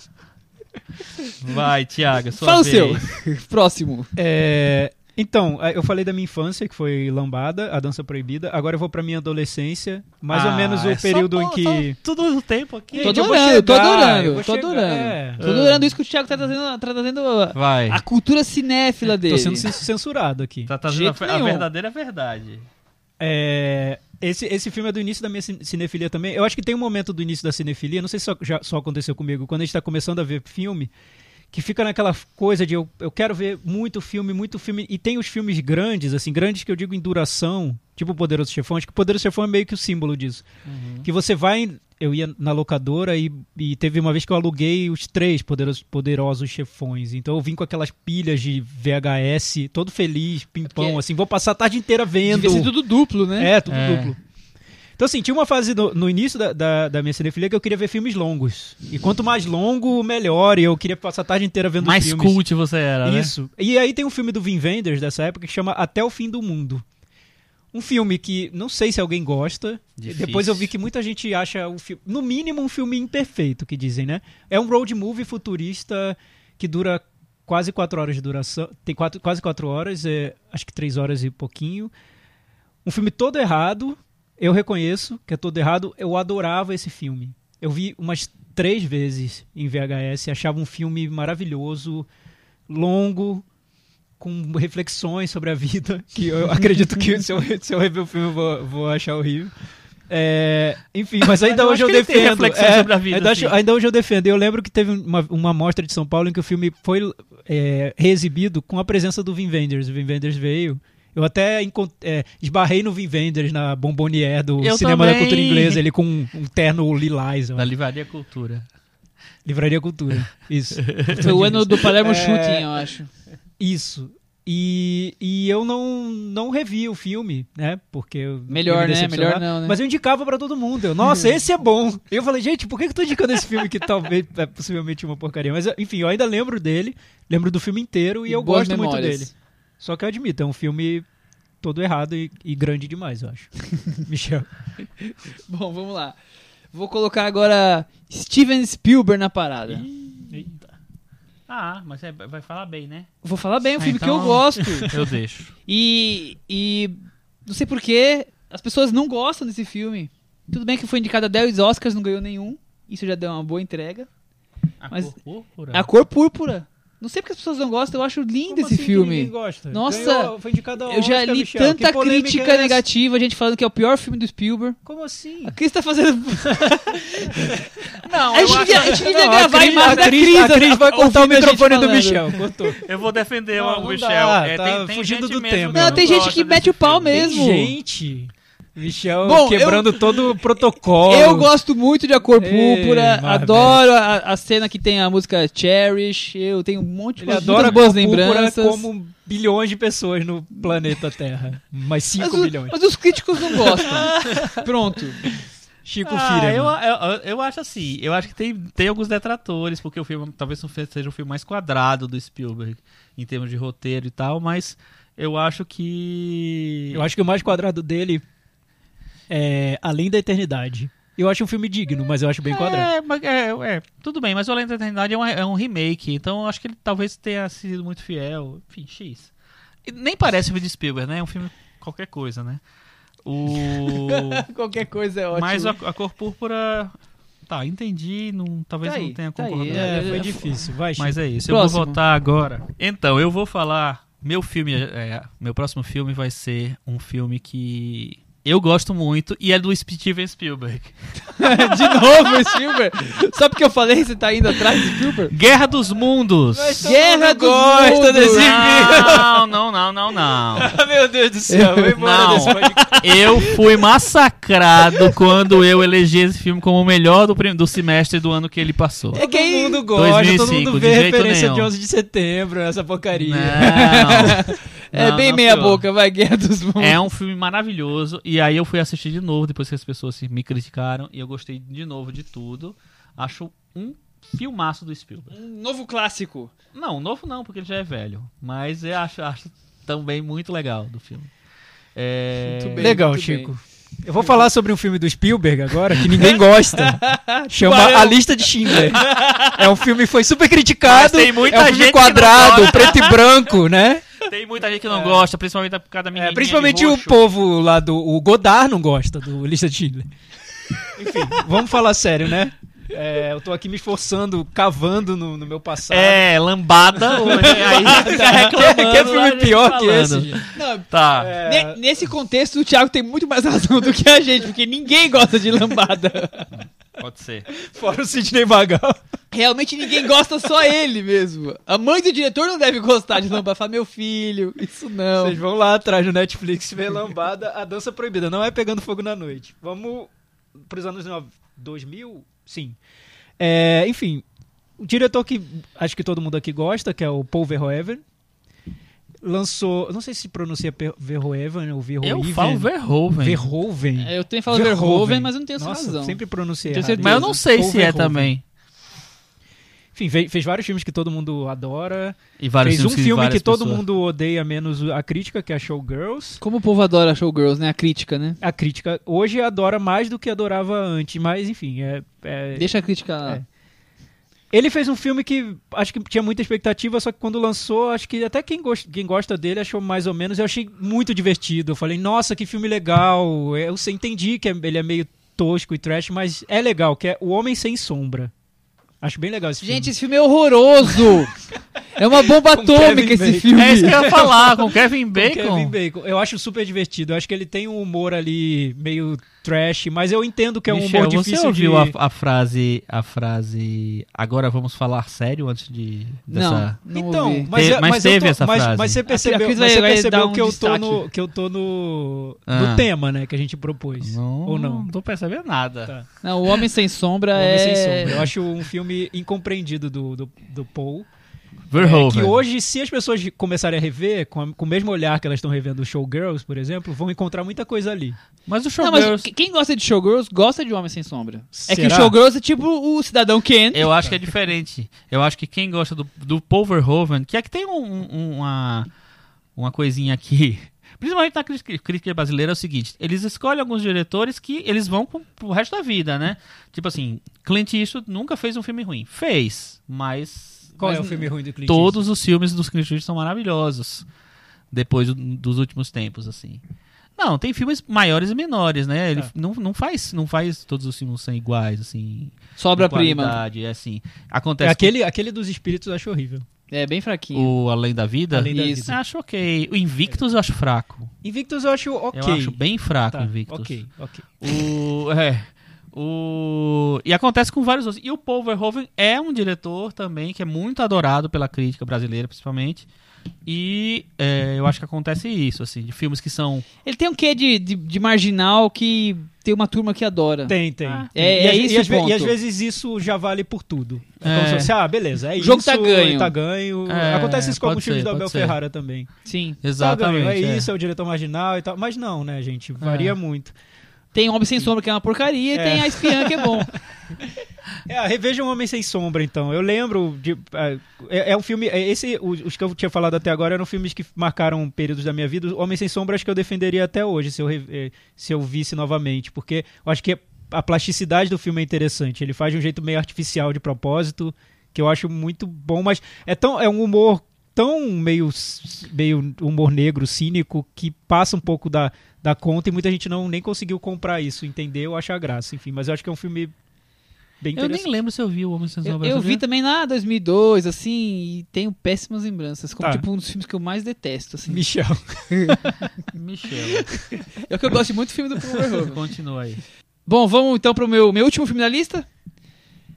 [SPEAKER 3] Vai, Tiago, sua
[SPEAKER 2] Fala o
[SPEAKER 3] vez.
[SPEAKER 2] seu. Próximo.
[SPEAKER 4] É, Então, eh, eu falei da minha infância, que foi Lambada, a dança proibida. Agora eu vou pra minha adolescência, mais ou
[SPEAKER 3] Ah,
[SPEAKER 4] menos o
[SPEAKER 3] é só
[SPEAKER 4] período em
[SPEAKER 3] pô-
[SPEAKER 4] que.
[SPEAKER 3] só Tudo no tempo aqui. Tipo,
[SPEAKER 2] Tô
[SPEAKER 4] Gente, eu vou
[SPEAKER 2] adorando, tô
[SPEAKER 4] chegar,
[SPEAKER 2] adorando,
[SPEAKER 4] eu vou
[SPEAKER 2] tô
[SPEAKER 4] chegar,
[SPEAKER 2] adorando.
[SPEAKER 4] é.
[SPEAKER 2] Tô adorando isso que o Thiago tá trazendo, tá trazendo a-
[SPEAKER 3] Vai.
[SPEAKER 2] a cultura cinéfila dele.
[SPEAKER 4] Tô sendo cen- é censurado aqui.
[SPEAKER 3] Tá trazendo
[SPEAKER 2] jeito
[SPEAKER 3] a, fe- a
[SPEAKER 2] nenhum.
[SPEAKER 3] verdadeira verdade.
[SPEAKER 4] É, esse, esse filme é do início da minha cin- cinefilia também. Eu acho que tem um momento do início da cinefilia, não sei se só, já, só aconteceu comigo, quando a gente tá começando a ver filme, que fica naquela coisa de eu, eu quero ver muito filme, muito filme. E tem os filmes grandes, assim, grandes que eu digo em duração, tipo o Poderoso Chefão. Acho que o Poderoso Chefão é meio que o símbolo disso. Que você vai. Eu ia na locadora e, e teve uma vez que eu aluguei os três poderosos, poderosos chefões. Então eu vim com aquelas pilhas de VHS, todo feliz, pimpão,
[SPEAKER 2] Porque-
[SPEAKER 4] assim. Vou passar a tarde inteira vendo.
[SPEAKER 2] Devia ser tudo duplo, né?
[SPEAKER 4] É, tudo
[SPEAKER 3] É.
[SPEAKER 4] duplo. Então, assim, tinha uma fase no, no início da, da, da minha cinefilia que eu queria ver filmes longos. E quanto mais longo, melhor. E eu queria passar a tarde inteira vendo
[SPEAKER 3] Mais
[SPEAKER 4] filmes.
[SPEAKER 3] cult você era, né?
[SPEAKER 4] Isso. E aí tem um filme do Vin Wenders dessa época que chama Até o Fim do Mundo. Um filme que não sei se alguém gosta.
[SPEAKER 3] Difícil.
[SPEAKER 4] Depois eu vi que muita gente acha o filme, no mínimo um filme imperfeito, que dizem, né? É um road movie futurista que dura quase quatro horas de duração. Tem quatro, quase quatro horas, é, acho que três horas e pouquinho. Um filme todo errado. Eu reconheço que é todo errado. Eu adorava esse filme. Eu vi umas três vezes em VHS. Achava um filme maravilhoso, longo, com reflexões sobre a vida. Que eu acredito que se eu, se eu rever o filme eu vou, vou achar horrível. É, enfim, mas ainda
[SPEAKER 3] eu acho
[SPEAKER 4] hoje eu
[SPEAKER 3] que ele tem
[SPEAKER 4] defendo. é,
[SPEAKER 3] reflexões sobre a vida,
[SPEAKER 4] ainda, acho-
[SPEAKER 3] assim.
[SPEAKER 4] ainda hoje eu defendo. Eu lembro que teve uma, uma mostra de São Paulo em que o filme foi é, reexibido com a presença do Vin Wenders. O Vin Wenders veio. Eu até encont- é, esbarrei no Vin Wenders na Bombonier do
[SPEAKER 3] Eu
[SPEAKER 4] Cinema da
[SPEAKER 3] também.
[SPEAKER 4] Cultura Inglesa, ele com um, um terno lilás, eu
[SPEAKER 3] Da
[SPEAKER 4] acho.
[SPEAKER 3] Livraria Cultura.
[SPEAKER 4] Livraria Cultura. Isso.
[SPEAKER 2] Foi o ano do Palermo
[SPEAKER 4] É.
[SPEAKER 2] Shooting, eu acho.
[SPEAKER 4] Isso. E, e eu não, não revi o filme, né? Porque eu não
[SPEAKER 2] Melhor,
[SPEAKER 4] queria me
[SPEAKER 2] né?
[SPEAKER 4] decepcionar,
[SPEAKER 2] Melhor não, né? Uhum.
[SPEAKER 4] Mas eu indicava pra todo mundo. Eu, Nossa, esse é bom. Eu falei, gente, por que que eu tô indicando esse filme que talvez é possivelmente uma porcaria? Mas enfim, eu ainda lembro dele, lembro do filme inteiro e, eu
[SPEAKER 2] boas
[SPEAKER 4] gosto muito
[SPEAKER 2] memórias.
[SPEAKER 4] dele. Só que eu admito, é um filme todo errado e, e grande demais, eu acho. Michel.
[SPEAKER 2] Bom, vamos lá. Vou colocar agora Steven Spielberg na parada.
[SPEAKER 3] Ah, mas é- vai falar bem, né?
[SPEAKER 2] Vou falar bem, é um
[SPEAKER 3] Ah,
[SPEAKER 2] filme que eu
[SPEAKER 3] então-
[SPEAKER 2] gosto.
[SPEAKER 3] Eu deixo.
[SPEAKER 2] E, e não sei porquê, as pessoas não gostam desse filme. Tudo bem que foi indicado a 10 Oscars, não ganhou nenhum. Isso já deu uma boa entrega.
[SPEAKER 3] A
[SPEAKER 2] Mas-
[SPEAKER 3] cor
[SPEAKER 4] É.
[SPEAKER 3] púrpura.
[SPEAKER 2] A Cor Púrpura. Não sei porque as pessoas não gostam, eu acho lindo esse filme.
[SPEAKER 4] assim Gosta?
[SPEAKER 2] Nossa,
[SPEAKER 4] Ganhou- foi indicado ao
[SPEAKER 2] Eu já
[SPEAKER 4] Oscar,
[SPEAKER 2] li
[SPEAKER 4] Michel.
[SPEAKER 2] tanta
[SPEAKER 4] Que polêmica é
[SPEAKER 2] crítica
[SPEAKER 4] essa?
[SPEAKER 2] negativa, gente falando que é o pior filme do Spielberg.
[SPEAKER 4] Como assim?
[SPEAKER 2] A Cris tá fazendo.
[SPEAKER 3] Não,
[SPEAKER 2] A gente
[SPEAKER 3] eu, acho-
[SPEAKER 2] devia, a gente devia
[SPEAKER 4] Não,
[SPEAKER 2] gravar a,
[SPEAKER 4] Cris-
[SPEAKER 2] imagem da
[SPEAKER 4] Cris-
[SPEAKER 2] Cris.
[SPEAKER 4] A Cris vai cortar
[SPEAKER 2] ouvindo a
[SPEAKER 4] o
[SPEAKER 2] gente
[SPEAKER 4] microfone do
[SPEAKER 2] falando.
[SPEAKER 4] Michel. Cortou.
[SPEAKER 3] eu vou defender
[SPEAKER 4] Não,
[SPEAKER 3] o
[SPEAKER 4] não
[SPEAKER 3] Michel.
[SPEAKER 4] dá,
[SPEAKER 3] É,
[SPEAKER 4] tá
[SPEAKER 3] tem, tem
[SPEAKER 4] fugindo
[SPEAKER 3] gente
[SPEAKER 4] do
[SPEAKER 3] mesmo
[SPEAKER 4] tema.
[SPEAKER 3] que
[SPEAKER 2] Não, tem gente
[SPEAKER 3] gosta
[SPEAKER 2] que
[SPEAKER 3] desse
[SPEAKER 2] mete o pau
[SPEAKER 3] filme.
[SPEAKER 2] mesmo.
[SPEAKER 4] Gente, Michel
[SPEAKER 2] Bom,
[SPEAKER 4] quebrando todo o protocolo.
[SPEAKER 2] Eu gosto muito de A Cor
[SPEAKER 4] Ei,
[SPEAKER 2] Púrpura,
[SPEAKER 4] Marvel.
[SPEAKER 2] adoro a, a cena que tem a música Cherish, eu tenho um monte de
[SPEAKER 4] Ele
[SPEAKER 2] coisas-
[SPEAKER 4] adora
[SPEAKER 2] muitas boas
[SPEAKER 4] Púrpura
[SPEAKER 2] lembranças.
[SPEAKER 4] como bilhões de pessoas no planeta Terra. Mas 5
[SPEAKER 2] mas, o-
[SPEAKER 4] bilhões.
[SPEAKER 2] mas os críticos não gostam. Pronto.
[SPEAKER 4] Chico
[SPEAKER 3] Ah,
[SPEAKER 4] Fira.
[SPEAKER 3] eu, eu, eu- eu acho assim, eu acho que tem, tem alguns detratores, porque o filme talvez não fe- seja o filme mais quadrado do Spielberg, em termos de roteiro e tal, mas eu acho que.
[SPEAKER 4] Eu acho que o mais quadrado dele é Além da Eternidade. Eu acho um filme digno, mas eu acho bem quadrado.
[SPEAKER 3] É, mas- é, é, tudo bem, mas o Além da Eternidade é, uma- é um remake, então eu acho que ele talvez tenha sido muito fiel. Enfim, X. E nem parece filme de Spielberg, né? É um filme qualquer coisa, né? O.
[SPEAKER 2] Qualquer coisa é ótimo.
[SPEAKER 3] mas a, a cor púrpura. Tá, entendi. Não, talvez
[SPEAKER 2] Tá aí,
[SPEAKER 3] não tenha
[SPEAKER 2] tá aí,
[SPEAKER 3] concordado.
[SPEAKER 2] É,
[SPEAKER 4] foi
[SPEAKER 2] é-
[SPEAKER 4] difícil. Vai, Chico.
[SPEAKER 3] Mas é isso, eu
[SPEAKER 2] Próximo.
[SPEAKER 3] vou votar agora. Então, eu vou falar. Meu filme, é, meu próximo filme vai ser um filme que eu gosto muito e é do Steven Spielberg.
[SPEAKER 2] De novo, Spielberg. Só porque eu falei, você tá indo atrás do Spielberg?
[SPEAKER 3] Guerra dos Mundos.
[SPEAKER 2] Guerra dos
[SPEAKER 4] gosta
[SPEAKER 2] Mundos. Ah,
[SPEAKER 4] desse
[SPEAKER 3] Não, não, não, não, não.
[SPEAKER 4] Meu Deus do céu, vou
[SPEAKER 3] Não.
[SPEAKER 4] podcast.
[SPEAKER 3] Eu fui massacrado quando eu elegi esse filme como o melhor do, prim- do semestre do ano que ele passou.
[SPEAKER 4] É que todo mundo gosta, todo
[SPEAKER 3] 2005,
[SPEAKER 4] mundo
[SPEAKER 3] de
[SPEAKER 4] vê
[SPEAKER 3] jeito
[SPEAKER 4] referência
[SPEAKER 3] nenhum. Né?
[SPEAKER 4] de 11 de setembro, essa porcaria.
[SPEAKER 2] É
[SPEAKER 3] Não,
[SPEAKER 2] bem
[SPEAKER 3] não,
[SPEAKER 2] meia
[SPEAKER 3] senhor.
[SPEAKER 2] boca, vai, Guerra dos Mundos.
[SPEAKER 3] É um filme maravilhoso. E aí eu fui assistir de novo, depois que as pessoas assim, me criticaram. E eu gostei de novo de tudo. Acho um filmaço do Spielberg.
[SPEAKER 2] Um novo clássico.
[SPEAKER 3] Não, novo não, porque ele já é velho. Mas eu acho, acho também muito legal do filme. É...
[SPEAKER 2] Muito bem.
[SPEAKER 4] Legal,
[SPEAKER 2] muito
[SPEAKER 4] Chico. Eu vou falar sobre um filme do Spielberg agora que ninguém gosta. Chama A Lista de Schindler. É um filme que foi super criticado.
[SPEAKER 3] Mas tem muita
[SPEAKER 4] é um filme
[SPEAKER 3] gente que não
[SPEAKER 4] quadrado,
[SPEAKER 3] gosta.
[SPEAKER 4] preto e branco, né?
[SPEAKER 3] Tem muita gente que não gosta, principalmente por causa da
[SPEAKER 4] É,
[SPEAKER 3] menininha
[SPEAKER 4] principalmente
[SPEAKER 3] de
[SPEAKER 4] o
[SPEAKER 3] roxo.
[SPEAKER 4] povo lá do. O Godard não gosta do Lista de Schindler. Enfim, vamos falar sério, né? É, eu tô aqui me esforçando, cavando no, no meu passado.
[SPEAKER 3] É, lambada. aí fica reclamando.
[SPEAKER 4] Que é filme
[SPEAKER 3] a gente
[SPEAKER 4] pior que
[SPEAKER 3] falando.
[SPEAKER 4] esse, gente? É.
[SPEAKER 2] Não,
[SPEAKER 3] Tá.
[SPEAKER 2] ne- Nesse contexto, o Thiago tem muito mais razão do que a gente, porque ninguém gosta de lambada.
[SPEAKER 3] Pode ser.
[SPEAKER 4] Fora o Sidney Magal.
[SPEAKER 2] Realmente ninguém gosta, só ele mesmo. A mãe do diretor não deve gostar de lambada. Fala, meu filho, isso não.
[SPEAKER 4] Vocês vão lá atrás no Netflix ver Lambada, a dança proibida. Não é Pegando Fogo na Noite. Vamos pros anos nove- 2000? Sim. É, enfim, o diretor que acho que todo mundo aqui gosta, que é o Paul Verhoeven, lançou... Não sei se pronuncia Pe- Verhoeven ou Verhoeven.
[SPEAKER 3] Eu falo Verhoeven.
[SPEAKER 4] Verhoeven.
[SPEAKER 2] É, Eu tenho falado Verhoeven, mas eu não tenho essa
[SPEAKER 4] Nossa,
[SPEAKER 2] razão.
[SPEAKER 4] sempre pronunciei
[SPEAKER 2] Tenho
[SPEAKER 4] errado.
[SPEAKER 2] certeza.
[SPEAKER 3] Mas eu não sei
[SPEAKER 4] Paul
[SPEAKER 3] se é
[SPEAKER 4] Verhoeven.
[SPEAKER 3] também.
[SPEAKER 4] Enfim, ve- fez vários filmes que todo mundo adora.
[SPEAKER 3] E vários
[SPEAKER 4] fez um
[SPEAKER 3] filmes que
[SPEAKER 4] filme
[SPEAKER 3] várias
[SPEAKER 4] que todo
[SPEAKER 3] pessoas-
[SPEAKER 4] mundo odeia, menos a crítica, que é a Showgirls.
[SPEAKER 2] Como o povo adora Showgirls, né? A crítica, né?
[SPEAKER 4] a crítica hoje adora mais do que adorava antes, mas enfim, é, é-
[SPEAKER 2] Deixa a crítica lá.
[SPEAKER 4] É. ele fez um filme que acho que tinha muita expectativa, só que quando lançou, acho que até quem, gos- quem gosta dele achou mais ou menos, eu achei muito divertido. Eu falei, nossa, que filme legal. Eu sei- entendi que é- ele é meio tosco e trash, mas é legal, que é O Homem Sem Sombra. Acho bem legal esse
[SPEAKER 2] Gente,
[SPEAKER 4] filme.
[SPEAKER 2] esse filme é horroroso! é uma bomba
[SPEAKER 4] Com Kevin
[SPEAKER 2] atômica esse
[SPEAKER 4] Bacon.
[SPEAKER 2] filme.
[SPEAKER 3] É isso que eu ia falar, com Kevin
[SPEAKER 4] Com
[SPEAKER 3] Bacon.
[SPEAKER 4] Kevin é Bacon. Eu acho super divertido. Eu acho que ele tem um humor ali meio trash, mas eu entendo que é um
[SPEAKER 3] Michel,
[SPEAKER 4] humor difícil
[SPEAKER 3] você ouviu
[SPEAKER 4] de...
[SPEAKER 3] a, a frase, a frase, agora vamos falar sério antes de, dessa...
[SPEAKER 2] Não, não
[SPEAKER 4] então,
[SPEAKER 2] ouvi. É
[SPEAKER 4] mas,
[SPEAKER 3] Te-
[SPEAKER 4] é-
[SPEAKER 3] mas
[SPEAKER 4] mas eu
[SPEAKER 3] teve
[SPEAKER 4] tô-
[SPEAKER 3] essa
[SPEAKER 4] mas-
[SPEAKER 3] frase.
[SPEAKER 4] Mas você percebeu,
[SPEAKER 2] Cris
[SPEAKER 4] mas
[SPEAKER 2] vai-
[SPEAKER 4] você
[SPEAKER 2] vai
[SPEAKER 4] percebeu
[SPEAKER 2] dar um
[SPEAKER 4] que, eu tô
[SPEAKER 2] destaque.
[SPEAKER 4] no, que eu tô no,
[SPEAKER 3] Ah.
[SPEAKER 4] no tema, né? Que a gente propôs. ou não?
[SPEAKER 3] tô percebendo nada.
[SPEAKER 4] Tá.
[SPEAKER 2] Não, o Homem Sem Sombra
[SPEAKER 4] Homem
[SPEAKER 2] é...
[SPEAKER 4] Sem Sombra. Eu acho um filme incompreendido do, do, do Paul. É,
[SPEAKER 3] Verhoeven.
[SPEAKER 4] que hoje, se as pessoas começarem a rever, com, a- com o mesmo olhar que elas estão revendo o Showgirls, por exemplo, vão encontrar muita coisa ali.
[SPEAKER 3] Mas o
[SPEAKER 2] Não, mas
[SPEAKER 3] Showgirls,
[SPEAKER 2] qu- quem gosta de Showgirls gosta de Homem Sem Sombra. É que o
[SPEAKER 4] Será?
[SPEAKER 2] Showgirls é tipo o Cidadão Ken.
[SPEAKER 3] eu acho que é diferente. Eu acho que quem gosta do, do Paul Verhoeven, que é que tem um- um- uma, uma coisinha aqui... Principalmente na crítica crítica brasileira é o seguinte, eles escolhem alguns diretores que eles vão pro, pro resto da vida, né? Tipo assim, Clint Eastwood nunca fez um filme ruim. Fez, mas...
[SPEAKER 4] Qual
[SPEAKER 3] mas
[SPEAKER 4] é o filme ruim do Clint Eastwood?
[SPEAKER 3] todos os filmes dos Clint Eastwood são maravilhosos depois do- dos últimos tempos assim não tem filmes maiores e menores né ele
[SPEAKER 4] Tá.
[SPEAKER 3] não, não faz não faz todos os filmes são iguais assim
[SPEAKER 2] Sobra-prima.
[SPEAKER 3] é assim
[SPEAKER 4] É
[SPEAKER 3] acontece
[SPEAKER 4] aquele, aquele dos espíritos eu acho horrível.
[SPEAKER 2] É bem
[SPEAKER 3] com
[SPEAKER 2] fraquinho.
[SPEAKER 3] o Além da Vida
[SPEAKER 4] Além da
[SPEAKER 2] Isso.
[SPEAKER 4] Vida.
[SPEAKER 3] Eu acho ok o Invictus eu acho fraco
[SPEAKER 4] Invictus eu acho ok.
[SPEAKER 3] eu acho bem fraco
[SPEAKER 4] Tá,
[SPEAKER 3] o Invictus
[SPEAKER 4] ok, ok.
[SPEAKER 3] O, é. O, e acontece com vários outros. E o Paul Verhoeven é um diretor também que é muito adorado pela crítica brasileira, principalmente. E é, eu acho que acontece isso, assim, de filmes que são.
[SPEAKER 2] Ele tem um quê de, de, de marginal que tem uma turma que adora.
[SPEAKER 4] Tem, tem.
[SPEAKER 3] Ah.
[SPEAKER 4] Tem.
[SPEAKER 2] É-
[SPEAKER 4] e,
[SPEAKER 2] é
[SPEAKER 4] às- e
[SPEAKER 2] isso o
[SPEAKER 4] às, ve- e
[SPEAKER 2] ponto.
[SPEAKER 4] às vezes isso já vale por tudo. É,
[SPEAKER 3] É.
[SPEAKER 4] como se fosse, ah, beleza, é
[SPEAKER 2] O
[SPEAKER 4] isso.
[SPEAKER 2] jogo tá ganho.
[SPEAKER 4] Tá ganho.
[SPEAKER 3] É,
[SPEAKER 4] Acontece isso com
[SPEAKER 3] pode
[SPEAKER 4] alguns filmes
[SPEAKER 3] ser,
[SPEAKER 4] do
[SPEAKER 3] pode
[SPEAKER 4] Abel
[SPEAKER 3] ser.
[SPEAKER 4] Ferrara também.
[SPEAKER 2] Sim.
[SPEAKER 4] Tá
[SPEAKER 3] Exatamente.
[SPEAKER 4] ganho, é,
[SPEAKER 3] é.
[SPEAKER 4] isso, é o diretor marginal e tal. Mas não, né, gente? Varia muito.
[SPEAKER 2] Tem Homem Sem Sombra que é uma porcaria e
[SPEAKER 4] É.
[SPEAKER 2] tem a espiã que é bom.
[SPEAKER 4] É, reveja um Homem Sem Sombra, então. Eu lembro de. ah, É, é um filme. é Esse, os, os que eu tinha falado até agora eram filmes que marcaram períodos da minha vida. O Homem Sem Sombra acho que eu defenderia até hoje, se eu, re- eh, se eu visse novamente. Porque eu acho que a plasticidade do filme é interessante. Ele faz de um jeito meio artificial de propósito, que eu acho muito bom, mas é, tão, é um humor tão meio, c- meio humor negro, cínico, que passa um pouco da, da conta e muita gente não nem conseguiu comprar isso, entendeu? Achar graça, enfim. Mas eu acho que é um filme bem
[SPEAKER 3] Eu
[SPEAKER 4] interessante.
[SPEAKER 3] nem lembro se eu vi o Homem Sem
[SPEAKER 2] Eu,
[SPEAKER 3] Sombra.
[SPEAKER 2] eu
[SPEAKER 3] Você
[SPEAKER 2] vi
[SPEAKER 3] viu?
[SPEAKER 2] também lá 2002, assim, e tenho péssimas lembranças. Como,
[SPEAKER 4] Tá.
[SPEAKER 2] tipo, um dos filmes que eu mais detesto, assim.
[SPEAKER 4] Michel.
[SPEAKER 3] Michel.
[SPEAKER 2] É o que eu gosto de muito filme do Paul Verhoeven.
[SPEAKER 3] Continua aí.
[SPEAKER 2] Bom, vamos então pro meu, meu último filme da lista.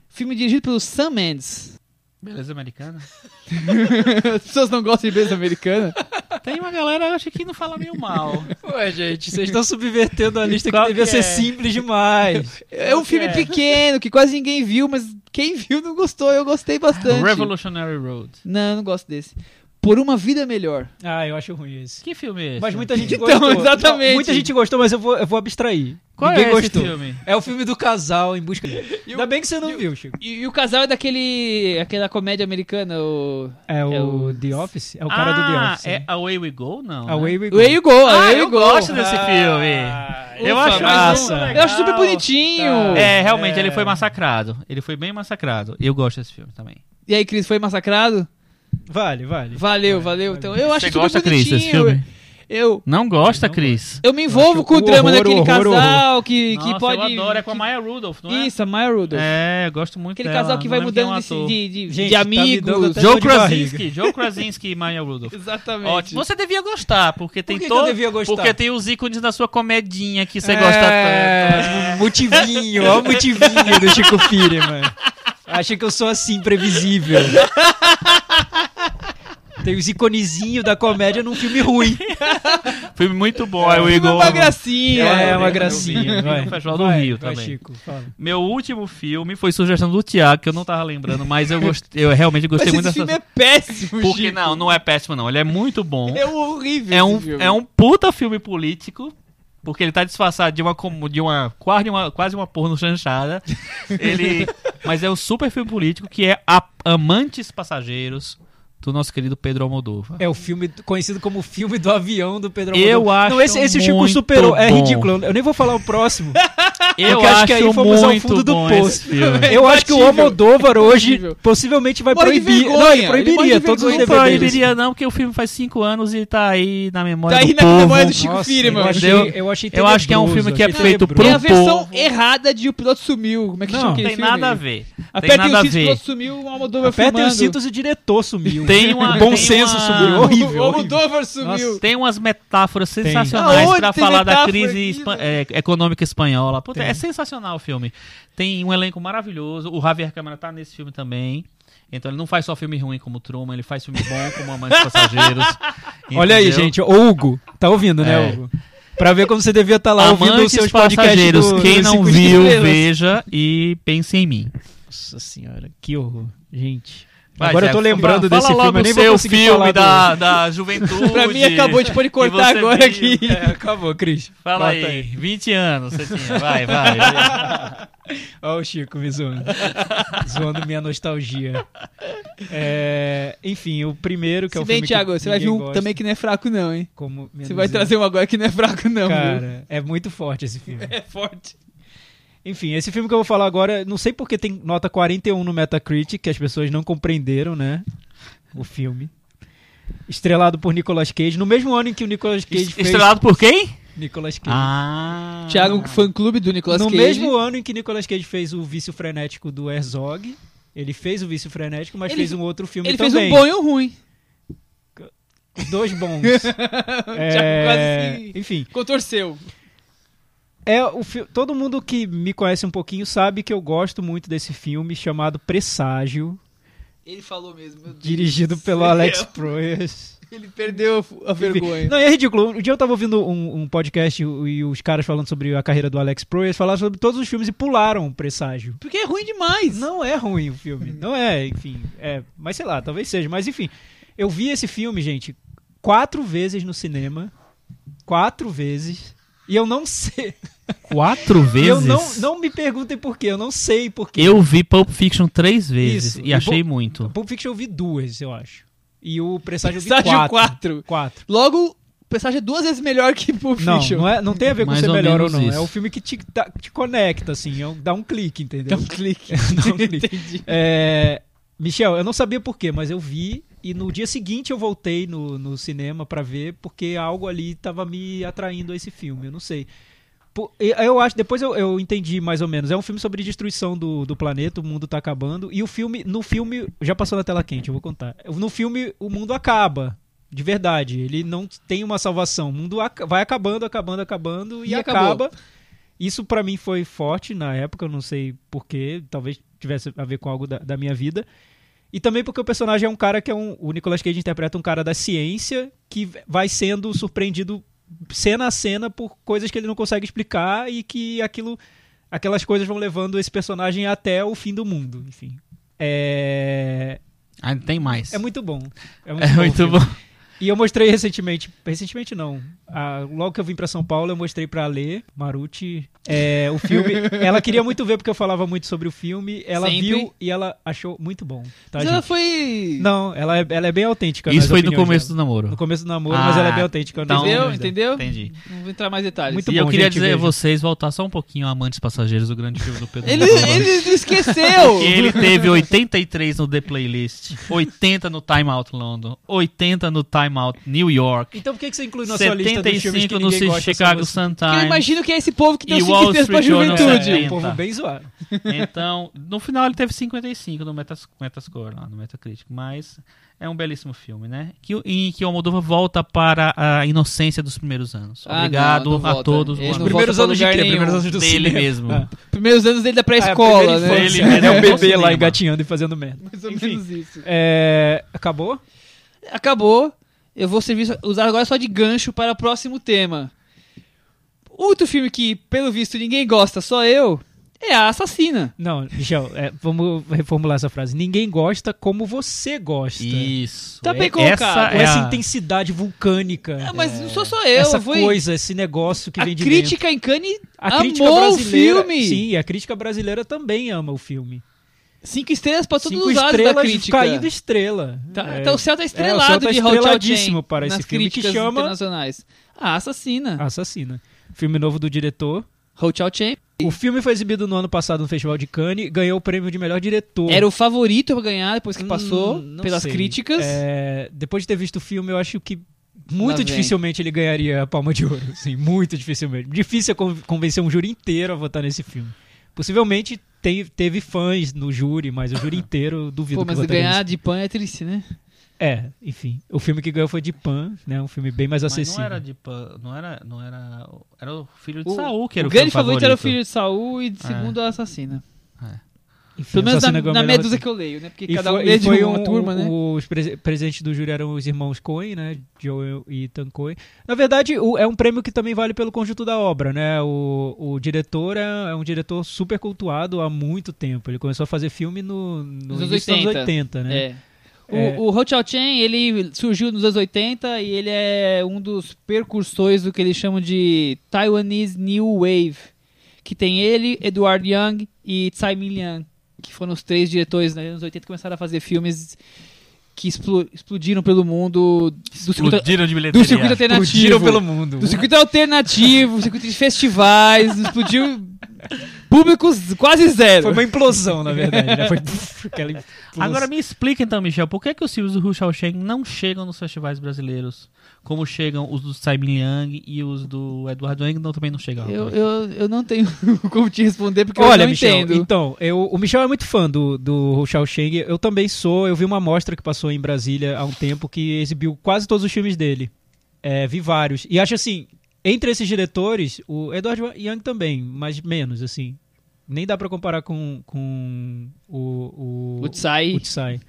[SPEAKER 2] Filme dirigido pelo Sam Mendes.
[SPEAKER 3] Beleza americana?
[SPEAKER 2] As pessoas não gostam de beleza americana.
[SPEAKER 3] Tem uma galera, eu acho que não fala meio mal.
[SPEAKER 4] Ué, gente, vocês estão subvertendo a lista
[SPEAKER 3] Qual
[SPEAKER 4] que devia
[SPEAKER 3] que
[SPEAKER 4] ser
[SPEAKER 3] é?
[SPEAKER 4] simples demais.
[SPEAKER 2] É um filme
[SPEAKER 4] É.
[SPEAKER 2] pequeno, que quase ninguém viu, mas quem viu não gostou. Eu gostei bastante.
[SPEAKER 3] Revolutionary Road.
[SPEAKER 2] Não, eu não gosto desse. Por uma vida melhor.
[SPEAKER 4] Ah, eu acho ruim esse.
[SPEAKER 3] Que filme é esse?
[SPEAKER 4] Mas muita gente
[SPEAKER 2] Então,
[SPEAKER 4] gostou.
[SPEAKER 2] exatamente.
[SPEAKER 4] Não, Muita gente gostou, mas eu vou, eu vou abstrair.
[SPEAKER 3] Qual
[SPEAKER 4] Ninguém
[SPEAKER 3] é
[SPEAKER 4] gostou.
[SPEAKER 3] esse filme?
[SPEAKER 4] É o filme do casal em busca. Ainda bem que você não viu, Chico.
[SPEAKER 2] E, e o casal é daquele. aquela comédia americana, o.
[SPEAKER 4] É o,
[SPEAKER 2] É o-
[SPEAKER 4] The Office? É o cara do The
[SPEAKER 3] ah,
[SPEAKER 4] Office.
[SPEAKER 3] é Away We Go? Não. né?
[SPEAKER 4] Away We Go.
[SPEAKER 2] né? Way You Go,
[SPEAKER 3] Ah,
[SPEAKER 2] Way
[SPEAKER 3] eu
[SPEAKER 2] You Go.
[SPEAKER 3] gosto desse filme.
[SPEAKER 4] Ah,
[SPEAKER 3] Eu
[SPEAKER 2] Ufa,
[SPEAKER 3] acho
[SPEAKER 2] mais
[SPEAKER 3] massa.
[SPEAKER 2] um. Eu acho super bonitinho.
[SPEAKER 4] Tá.
[SPEAKER 3] É, realmente,
[SPEAKER 4] É.
[SPEAKER 3] ele foi massacrado. Ele foi bem massacrado. Eu gosto desse filme também.
[SPEAKER 2] E aí, Cris, foi massacrado?
[SPEAKER 4] Vale, vale.
[SPEAKER 2] Valeu, valeu. Então, eu acho
[SPEAKER 3] Você
[SPEAKER 2] tudo
[SPEAKER 3] gosta, Cris,
[SPEAKER 2] bonitinho.
[SPEAKER 3] desse filme?
[SPEAKER 2] Eu,
[SPEAKER 3] Não gosta, Cris?
[SPEAKER 2] eu me envolvo
[SPEAKER 4] acho
[SPEAKER 2] com o
[SPEAKER 4] o
[SPEAKER 2] drama
[SPEAKER 4] horror,
[SPEAKER 2] daquele
[SPEAKER 4] o horror, o
[SPEAKER 2] casal que, que
[SPEAKER 3] Nossa,
[SPEAKER 2] pode.
[SPEAKER 3] eu adoro, é com a Maya Rudolph, não é?
[SPEAKER 2] Isso, a Maya Rudolph.
[SPEAKER 3] É, eu gosto muito
[SPEAKER 2] Aquele
[SPEAKER 3] dela,
[SPEAKER 2] casal que
[SPEAKER 3] não
[SPEAKER 2] vai
[SPEAKER 3] lembro quem é o
[SPEAKER 2] mudando de,
[SPEAKER 3] ator.
[SPEAKER 2] de, de,
[SPEAKER 4] Gente,
[SPEAKER 2] de
[SPEAKER 4] tá me dando
[SPEAKER 2] amigos.
[SPEAKER 4] até-
[SPEAKER 3] Joe
[SPEAKER 4] de barriga.
[SPEAKER 3] Krasinski, Joe Krasinski e Maya Rudolph.
[SPEAKER 2] Exatamente.
[SPEAKER 3] Ótimo. Você devia gostar, porque tem
[SPEAKER 4] que que
[SPEAKER 3] todo-
[SPEAKER 4] eu devia gostar?
[SPEAKER 3] Porque tem os ícones da sua comedinha que você gosta tanto.
[SPEAKER 4] É, Motivinho, ó o motivinho do Chico Filho, mano. Acha que eu sou assim, previsível. Tem os iconezinhos da comédia num filme ruim.
[SPEAKER 3] Filme muito bom, é o
[SPEAKER 2] Filme é
[SPEAKER 3] Igor.
[SPEAKER 2] uma gracinha.
[SPEAKER 4] É, uma
[SPEAKER 3] eu vi, eu
[SPEAKER 4] gracinha.
[SPEAKER 3] vi no
[SPEAKER 4] Vai.
[SPEAKER 3] Festival do
[SPEAKER 4] Vai,
[SPEAKER 3] Rio
[SPEAKER 4] vai,
[SPEAKER 3] também.
[SPEAKER 4] Chico, fala.
[SPEAKER 3] Meu último filme foi sugestão do Tiago, que eu não tava lembrando, mas eu, gost... eu realmente
[SPEAKER 2] Mas
[SPEAKER 3] gostei
[SPEAKER 2] esse
[SPEAKER 3] muito dessa.
[SPEAKER 2] filme é péssimo,
[SPEAKER 3] Porque
[SPEAKER 2] Chico.
[SPEAKER 3] não, não é péssimo, não. Ele é muito bom.
[SPEAKER 2] É horrível.
[SPEAKER 3] É
[SPEAKER 2] esse
[SPEAKER 3] um,
[SPEAKER 2] filme.
[SPEAKER 3] é um puta filme político. Porque ele tá disfarçado de uma, com- de uma, quase, uma quase uma porno chanchada. Ele, mas é um super filme político que é a- Amantes Passageiros, do nosso querido Pedro Almodóvar.
[SPEAKER 4] É o filme conhecido como o filme do avião do Pedro
[SPEAKER 3] Eu
[SPEAKER 4] Almodóvar. Não,
[SPEAKER 3] acho
[SPEAKER 4] esse, esse Chico
[SPEAKER 3] muito
[SPEAKER 4] superou. É
[SPEAKER 3] bom.
[SPEAKER 4] ridículo. Eu nem vou falar o próximo.
[SPEAKER 3] Eu é
[SPEAKER 4] porque acho que aí fomos
[SPEAKER 2] um
[SPEAKER 4] ao
[SPEAKER 3] muito
[SPEAKER 4] fundo do
[SPEAKER 3] bom
[SPEAKER 4] poço.
[SPEAKER 3] esse filme.
[SPEAKER 4] Eu acho que o
[SPEAKER 2] imbatível.
[SPEAKER 4] Almodóvar hoje
[SPEAKER 2] Imbatível.
[SPEAKER 4] possivelmente vai
[SPEAKER 2] Morre de
[SPEAKER 4] proibir.
[SPEAKER 2] vergonha,
[SPEAKER 4] Não, ele
[SPEAKER 2] ele
[SPEAKER 4] proibiria
[SPEAKER 2] morre de
[SPEAKER 4] todos os
[SPEAKER 2] vergonha.
[SPEAKER 4] DVDs.
[SPEAKER 3] Não é proibiria não, porque o filme faz cinco anos e tá aí na memória
[SPEAKER 2] Tá aí
[SPEAKER 3] do
[SPEAKER 2] na
[SPEAKER 3] povo.
[SPEAKER 2] memória do Chico Firman.
[SPEAKER 4] eu achei,
[SPEAKER 3] Deu-
[SPEAKER 4] eu achei
[SPEAKER 3] eu acho que é um
[SPEAKER 4] tenebroso,
[SPEAKER 3] filme que é
[SPEAKER 4] achei
[SPEAKER 3] feito pro-
[SPEAKER 2] É a
[SPEAKER 4] tenebroso.
[SPEAKER 2] versão errada de O Piloto Sumiu. Como é que
[SPEAKER 4] Não,
[SPEAKER 2] chama
[SPEAKER 3] Não
[SPEAKER 2] aquele
[SPEAKER 3] tem
[SPEAKER 2] filme?
[SPEAKER 3] nada a ver. tem
[SPEAKER 2] Apertem
[SPEAKER 3] nada
[SPEAKER 2] os
[SPEAKER 3] a
[SPEAKER 2] cintos, O
[SPEAKER 3] ver.
[SPEAKER 2] Piloto Sumiu, o Almodóvar
[SPEAKER 4] Apertem
[SPEAKER 2] filmando.
[SPEAKER 4] os cintos e o diretor sumiu.
[SPEAKER 3] Tem uma-
[SPEAKER 4] o bom
[SPEAKER 3] tem
[SPEAKER 4] senso
[SPEAKER 3] uma-
[SPEAKER 4] sumiu. Horrível.
[SPEAKER 2] O
[SPEAKER 4] horrível.
[SPEAKER 2] Almodóvar sumiu.
[SPEAKER 3] Tem umas metáforas sensacionais
[SPEAKER 2] Aonde
[SPEAKER 3] pra
[SPEAKER 2] tem
[SPEAKER 3] falar da
[SPEAKER 2] metáfora
[SPEAKER 3] crise
[SPEAKER 2] aqui,
[SPEAKER 3] espa-
[SPEAKER 2] velho?
[SPEAKER 4] né?
[SPEAKER 3] é, econômica espanhola. Puta,
[SPEAKER 4] Tem.
[SPEAKER 3] é sensacional o filme. Tem um elenco maravilhoso. O Javier Câmara tá nesse filme também. Então ele não faz só filme ruim como Truman, ele faz filme bom como Amantes Passageiros.
[SPEAKER 4] Olha aí,
[SPEAKER 3] Entendeu?
[SPEAKER 4] gente. O Hugo. Tá ouvindo, né,
[SPEAKER 3] É.
[SPEAKER 4] Hugo? Pra ver como você devia estar lá ouvindo os
[SPEAKER 3] Amantes
[SPEAKER 4] seus podcasts.
[SPEAKER 3] Passageiros,
[SPEAKER 4] do-
[SPEAKER 3] quem
[SPEAKER 4] do
[SPEAKER 3] não
[SPEAKER 4] Cinco
[SPEAKER 3] viu,
[SPEAKER 4] Estrelas.
[SPEAKER 3] veja e pense em mim.
[SPEAKER 4] Nossa senhora, que horror. Gente.
[SPEAKER 3] Vai,
[SPEAKER 4] Agora eu tô
[SPEAKER 3] Jefferson,
[SPEAKER 4] lembrando
[SPEAKER 3] fala
[SPEAKER 4] desse
[SPEAKER 3] logo
[SPEAKER 4] filme, eu
[SPEAKER 3] o
[SPEAKER 4] nem vou
[SPEAKER 3] seu
[SPEAKER 4] conseguir
[SPEAKER 3] filme
[SPEAKER 4] falar
[SPEAKER 3] da, da juventude.
[SPEAKER 2] Pra mim acabou, a gente pode cortar
[SPEAKER 3] você
[SPEAKER 2] agora
[SPEAKER 3] viu.
[SPEAKER 2] aqui.
[SPEAKER 4] do- É, acabou, Cris.
[SPEAKER 3] Fala
[SPEAKER 4] Corta
[SPEAKER 3] aí, 20 anos você tinha. Vai, vai.
[SPEAKER 4] Olha o Chico me zoando. zoando minha nostalgia. É, enfim, o primeiro que é o
[SPEAKER 2] Se
[SPEAKER 4] filme
[SPEAKER 2] bem,
[SPEAKER 4] que
[SPEAKER 2] Thiago, você vai ver
[SPEAKER 4] ninguém
[SPEAKER 2] um
[SPEAKER 4] gosta,
[SPEAKER 2] também que não é fraco não, hein?
[SPEAKER 4] como
[SPEAKER 2] Você vai
[SPEAKER 4] Menuzinho.
[SPEAKER 2] trazer um agora que não é fraco não, viu?
[SPEAKER 4] Cara, é muito forte esse filme.
[SPEAKER 2] É forte.
[SPEAKER 4] Enfim, esse filme que eu vou falar agora, não sei porque tem nota 41 no Metacritic, que as pessoas não compreenderam, né? O filme. Estrelado por Nicolas Cage, no mesmo ano em que o Nicolas Cage fez
[SPEAKER 3] Estrelado por quem?
[SPEAKER 4] Nicolas Cage.
[SPEAKER 3] Ah.
[SPEAKER 2] Thiago, fã-clube do Nicolas
[SPEAKER 4] no
[SPEAKER 2] Cage.
[SPEAKER 4] mesmo ano em que Nicolas Cage fez o Vício Frenético do Herzog, ele fez o Vício Frenético, mas
[SPEAKER 2] Ele-
[SPEAKER 4] fez um outro filme
[SPEAKER 2] Ele fez
[SPEAKER 4] também.
[SPEAKER 2] um bom e um ruim.
[SPEAKER 4] Dois bons. É,
[SPEAKER 2] Thiago quase se
[SPEAKER 4] Enfim,
[SPEAKER 2] contorceu.
[SPEAKER 4] É o fi- todo mundo que me conhece um pouquinho sabe que eu gosto muito desse filme chamado Presságio,
[SPEAKER 2] Ele falou mesmo, meu Deus
[SPEAKER 4] dirigido
[SPEAKER 2] do
[SPEAKER 4] pelo
[SPEAKER 2] céu.
[SPEAKER 4] Alex Proyas.
[SPEAKER 2] Ele perdeu a vergonha.
[SPEAKER 4] Não, e é ridículo. Um dia eu tava ouvindo um, um podcast e os caras falando sobre a carreira do Alex Proyas, falaram sobre todos os filmes e pularam o Presságio.
[SPEAKER 2] Porque é ruim demais.
[SPEAKER 4] Não é ruim o filme. Não é, enfim. É, mas sei lá, talvez seja. Mas enfim, eu vi esse filme, gente, quatro vezes no cinema. Quatro vezes. E eu não sei.
[SPEAKER 3] Quatro vezes?
[SPEAKER 4] Eu não, não me perguntem por quê. Eu não sei por quê.
[SPEAKER 3] Eu vi Pulp Fiction três vezes
[SPEAKER 4] Isso,
[SPEAKER 3] e
[SPEAKER 4] e
[SPEAKER 3] achei
[SPEAKER 4] Pul-
[SPEAKER 3] muito.
[SPEAKER 4] Pulp Fiction eu vi duas, eu acho. E o Presságio eu vi
[SPEAKER 2] Presságio
[SPEAKER 4] quatro.
[SPEAKER 2] quatro.
[SPEAKER 4] Quatro.
[SPEAKER 2] Logo, o personagem é duas vezes melhor que Pulp
[SPEAKER 4] Não,
[SPEAKER 2] Fiction.
[SPEAKER 4] não, é, não tem a ver com
[SPEAKER 3] Mais
[SPEAKER 4] ser
[SPEAKER 3] ou
[SPEAKER 4] melhor ou
[SPEAKER 3] menos
[SPEAKER 4] não. É
[SPEAKER 3] isso.
[SPEAKER 4] um filme que te, tá- te conecta, assim. é um- dá um clique, entendeu?
[SPEAKER 2] Dá um clique.
[SPEAKER 4] Dá um clique.
[SPEAKER 2] Entendi.
[SPEAKER 4] É, Michel, eu não sabia por quê, mas eu vi. E no dia seguinte eu voltei no, no cinema pra ver, porque algo ali tava me atraindo a esse filme. Eu não sei. Po- e- Eu acho, depois eu, eu entendi mais ou menos. É um filme sobre destruição do, do planeta, o mundo tá acabando. E o filme, no filme, já passou na tela quente, eu vou contar. No filme, o mundo acaba, de verdade. Ele não tem uma salvação. O mundo aca- vai acabando, acabando, acabando e,
[SPEAKER 2] E acabou.
[SPEAKER 4] acaba. Isso pra mim foi forte na época, eu não sei porquê, talvez tivesse a ver com algo da, da minha vida. E também porque o personagem é um cara que é um. O Nicolas Cage interpreta um cara da ciência que vai sendo surpreendido cena a cena por coisas que ele não consegue explicar e que aquilo. Aquelas coisas vão levando esse personagem até o fim do mundo, enfim. É,
[SPEAKER 3] Ah, tem mais.
[SPEAKER 4] é muito bom. É muito
[SPEAKER 3] É
[SPEAKER 4] bom. o
[SPEAKER 3] muito
[SPEAKER 4] filme.
[SPEAKER 3] bom.
[SPEAKER 4] E eu mostrei recentemente, recentemente não, ah, logo que eu vim pra São Paulo, eu mostrei pra Lê, Maruti, é, o filme. ela queria muito ver porque eu falava muito sobre o filme, ela
[SPEAKER 2] Sempre.
[SPEAKER 4] viu e ela achou muito bom. tá,
[SPEAKER 2] Mas ela
[SPEAKER 4] gente?
[SPEAKER 2] foi.
[SPEAKER 4] Não, ela é, ela é bem autêntica. nas
[SPEAKER 3] Isso foi no
[SPEAKER 4] opiniões
[SPEAKER 3] começo
[SPEAKER 4] dela.
[SPEAKER 3] do namoro.
[SPEAKER 4] No começo do namoro, mas ela é bem
[SPEAKER 3] Ah,
[SPEAKER 4] autêntica. nas
[SPEAKER 3] então-
[SPEAKER 4] opiniões
[SPEAKER 2] Entendeu?
[SPEAKER 4] dela.
[SPEAKER 2] Entendeu?
[SPEAKER 3] Entendi.
[SPEAKER 2] Não vou entrar em mais detalhes.
[SPEAKER 4] Muito
[SPEAKER 3] e eu
[SPEAKER 4] bom,
[SPEAKER 3] queria
[SPEAKER 4] gente,
[SPEAKER 3] dizer a
[SPEAKER 4] beijo.
[SPEAKER 3] vocês voltar só um pouquinho a Amantes Passageiros, o grande filme do Pedro
[SPEAKER 2] Ele,
[SPEAKER 3] Almodóvar.
[SPEAKER 2] ele esqueceu!
[SPEAKER 3] Que Ele teve 83 no The Playlist, 80 no Time Out London, 80 no Time Out New York,
[SPEAKER 4] Então por que, que você inclui na sua lista dos filmes que
[SPEAKER 3] 75 no
[SPEAKER 4] ninguém gosta
[SPEAKER 3] Chicago
[SPEAKER 4] sobre
[SPEAKER 3] Sun
[SPEAKER 2] Porque eu
[SPEAKER 3] Times.
[SPEAKER 2] imagino que é esse povo que deu
[SPEAKER 3] E
[SPEAKER 2] 5
[SPEAKER 3] Wall
[SPEAKER 2] estrelas pra
[SPEAKER 3] Street Journal né?
[SPEAKER 4] você? É um
[SPEAKER 2] juventude.
[SPEAKER 3] Setenta.
[SPEAKER 4] povo bem zoado.
[SPEAKER 3] Então, no final ele teve 55 no Metas- Metascore, lá no Metacritic, mas é um belíssimo filme, né? Que, em que o Moldova volta para a inocência dos primeiros anos.
[SPEAKER 2] Ah,
[SPEAKER 3] Obrigado
[SPEAKER 2] não, não
[SPEAKER 3] a
[SPEAKER 2] volta.
[SPEAKER 3] todos.
[SPEAKER 2] Ele não
[SPEAKER 3] boa noite.
[SPEAKER 2] volta
[SPEAKER 4] Primeiros
[SPEAKER 2] pra
[SPEAKER 4] anos de
[SPEAKER 2] lugar
[SPEAKER 4] quê?
[SPEAKER 2] nenhum.
[SPEAKER 4] Primeiros anos do
[SPEAKER 3] Dele
[SPEAKER 4] cinema.
[SPEAKER 3] mesmo.
[SPEAKER 4] Ah.
[SPEAKER 2] Primeiros anos dele da
[SPEAKER 4] Ah,
[SPEAKER 2] pré-escola,
[SPEAKER 4] a primeira
[SPEAKER 2] né?
[SPEAKER 3] infância.
[SPEAKER 4] infância.
[SPEAKER 3] Ele
[SPEAKER 4] É
[SPEAKER 3] mesmo
[SPEAKER 4] o
[SPEAKER 3] no
[SPEAKER 4] bebê lá
[SPEAKER 3] cinema.
[SPEAKER 4] engatinhando e fazendo merda.
[SPEAKER 2] Mais ou
[SPEAKER 4] Enfim.
[SPEAKER 2] menos isso.
[SPEAKER 4] É, acabou?
[SPEAKER 2] Acabou. Eu vou servir, usar agora só de gancho para o próximo tema. Outro filme que, pelo visto, ninguém gosta, só eu, é A Assassina.
[SPEAKER 4] Não, Michel, é, vamos reformular essa frase. Ninguém gosta como você gosta.
[SPEAKER 3] Isso.
[SPEAKER 2] Tá
[SPEAKER 3] É-
[SPEAKER 2] bem
[SPEAKER 3] essa
[SPEAKER 2] colocado.
[SPEAKER 4] Com
[SPEAKER 3] é
[SPEAKER 4] essa
[SPEAKER 3] a-
[SPEAKER 4] intensidade vulcânica.
[SPEAKER 2] Ah, mas não sou só eu,
[SPEAKER 4] É, essa
[SPEAKER 2] eu vou em-
[SPEAKER 4] coisa, esse negócio que
[SPEAKER 2] A
[SPEAKER 4] vem de dentro.
[SPEAKER 2] crítica em Cannes
[SPEAKER 4] A crítica
[SPEAKER 2] amou o
[SPEAKER 4] brasileira.
[SPEAKER 2] filme.
[SPEAKER 4] Sim, e a crítica brasileira também ama o filme.
[SPEAKER 2] Cinco estrelas pra todos
[SPEAKER 4] Cinco
[SPEAKER 2] os lados da
[SPEAKER 4] estrelas,
[SPEAKER 2] crítica.
[SPEAKER 4] caído estrela.
[SPEAKER 2] Tá,
[SPEAKER 4] É,
[SPEAKER 2] tá, o céu tá
[SPEAKER 4] é, o
[SPEAKER 2] estrelado
[SPEAKER 4] céu tá
[SPEAKER 2] de Hotel
[SPEAKER 4] estreladíssimo para
[SPEAKER 2] nas
[SPEAKER 4] esse filme que
[SPEAKER 2] críticas
[SPEAKER 4] chama-
[SPEAKER 2] internacionais. A Assassina.
[SPEAKER 4] Assassina. Filme novo do diretor.
[SPEAKER 2] Hotel Chain
[SPEAKER 4] O filme foi exibido no ano passado no Festival de Cannes, ganhou o prêmio de melhor diretor.
[SPEAKER 2] era o favorito pra ganhar depois que
[SPEAKER 4] Hum,
[SPEAKER 2] passou
[SPEAKER 4] não
[SPEAKER 2] pelas
[SPEAKER 4] sei.
[SPEAKER 2] críticas.
[SPEAKER 4] É, depois de ter visto o filme, eu acho que
[SPEAKER 2] Lá
[SPEAKER 4] muito
[SPEAKER 2] vem.
[SPEAKER 4] dificilmente ele ganharia a palma de ouro. Sim, muito dificilmente. Difícil é con- convencer um júri inteiro a votar nesse filme. Possivelmente tem- teve fãs no júri, mas o júri inteiro eu duvido
[SPEAKER 2] Pô,
[SPEAKER 4] que
[SPEAKER 2] mas
[SPEAKER 4] votaria
[SPEAKER 2] ganhar
[SPEAKER 4] nesse-
[SPEAKER 2] de pan é triste, né?
[SPEAKER 4] É, enfim. O filme que ganhou foi de Pan, né? Um filme bem mais
[SPEAKER 3] Mas
[SPEAKER 4] acessível.
[SPEAKER 3] não era de pan- não era, não era, era o filho de
[SPEAKER 2] O-
[SPEAKER 3] Saul que era
[SPEAKER 2] o
[SPEAKER 3] o,
[SPEAKER 2] grande
[SPEAKER 3] filme
[SPEAKER 2] favorito era o filho de Saul e de
[SPEAKER 3] É.
[SPEAKER 2] segundo a assassina.
[SPEAKER 4] Enfim,
[SPEAKER 2] Pelo menos na,
[SPEAKER 4] Assassina ganhou
[SPEAKER 2] na
[SPEAKER 4] melhor
[SPEAKER 2] meia dúzia
[SPEAKER 4] roteiro.
[SPEAKER 2] que eu leio, né? Porque
[SPEAKER 4] E
[SPEAKER 2] cada
[SPEAKER 4] foi,
[SPEAKER 2] um lê
[SPEAKER 4] e
[SPEAKER 2] de
[SPEAKER 4] foi
[SPEAKER 2] uma
[SPEAKER 4] um-
[SPEAKER 2] turma, né?
[SPEAKER 4] Os prese- presidentes do júri eram os irmãos Coen, né? Joel e Ethan Coen. Na verdade, o- é um prêmio que também vale pelo conjunto da obra, né? O, o diretor é, é um diretor super cultuado há muito tempo. Ele começou a fazer filme no, no
[SPEAKER 2] Nos anos
[SPEAKER 4] início dos anos
[SPEAKER 2] 80,
[SPEAKER 4] 80, né?
[SPEAKER 2] É. O,
[SPEAKER 4] É.
[SPEAKER 2] o Ho Chao Chen, ele surgiu nos anos 80 e ele é um dos precursores do que eles chamam de Taiwanese New Wave, que tem ele, Edward Yang e Tsai Ming-liang, que foram os três diretores né? nos anos 80 que começaram a fazer filmes que explo- explodiram pelo mundo do circuito,
[SPEAKER 3] Explodiram de
[SPEAKER 2] do circuito
[SPEAKER 3] bilheteria.
[SPEAKER 2] alternativo.
[SPEAKER 4] pelo mundo.
[SPEAKER 2] Do circuito alternativo, circuito de festivais, explodiu públicos quase zero.
[SPEAKER 4] Foi uma implosão, na verdade. né? Foi puf, aquela implosão.
[SPEAKER 3] Agora me explica então, Michel, por que, que os filmes do Hu Shaosheng não chegam nos festivais brasileiros? Como chegam os do Tsai Ming-Liang e os do Eduardo Yang não, também não chegam.
[SPEAKER 2] Eu,
[SPEAKER 3] rapaz.
[SPEAKER 2] eu, eu não tenho como te responder, porque
[SPEAKER 4] Olha,
[SPEAKER 2] eu não
[SPEAKER 4] Michel,
[SPEAKER 2] entendo.
[SPEAKER 4] então, eu, o Michel é muito fã do, do Shao Sheng. Eu também sou. Eu vi uma mostra que passou em Brasília há um tempo que exibiu quase todos os filmes dele. É, vi vários. E acho assim, entre esses diretores, o Edward Yang também, mas menos, assim. Nem dá pra comparar com, com o,
[SPEAKER 2] O Tsai.
[SPEAKER 4] o Tsai.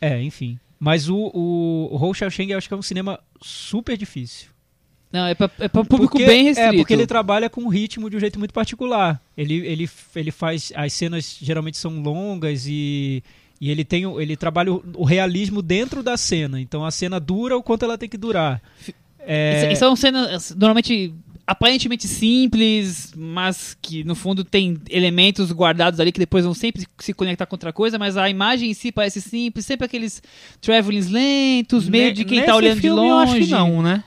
[SPEAKER 4] É, enfim. Mas o, o, o Hou Xiaosheng eu acho que é um cinema super difícil.
[SPEAKER 2] Não, é pra, é pra um público
[SPEAKER 4] Porque-
[SPEAKER 2] bem restrito.
[SPEAKER 4] É, porque
[SPEAKER 3] tá-
[SPEAKER 4] ele trabalha com um ritmo de um jeito muito particular. Ele, ele, ele faz. As cenas geralmente são longas e. E ele tem o- ele trabalha o, o realismo dentro da cena. Então a cena dura o quanto ela tem que durar.
[SPEAKER 2] E
[SPEAKER 4] É,
[SPEAKER 2] s- e são cenas normalmente aparentemente simples, mas que no fundo tem elementos guardados ali que depois vão sempre se conectar com outra coisa, mas a imagem em si parece simples, sempre aqueles travelings lentos, meio
[SPEAKER 3] Ne-
[SPEAKER 2] de quem
[SPEAKER 3] nesse
[SPEAKER 2] tá olhando de
[SPEAKER 3] filme,
[SPEAKER 2] longe.
[SPEAKER 3] Eu acho que não, né?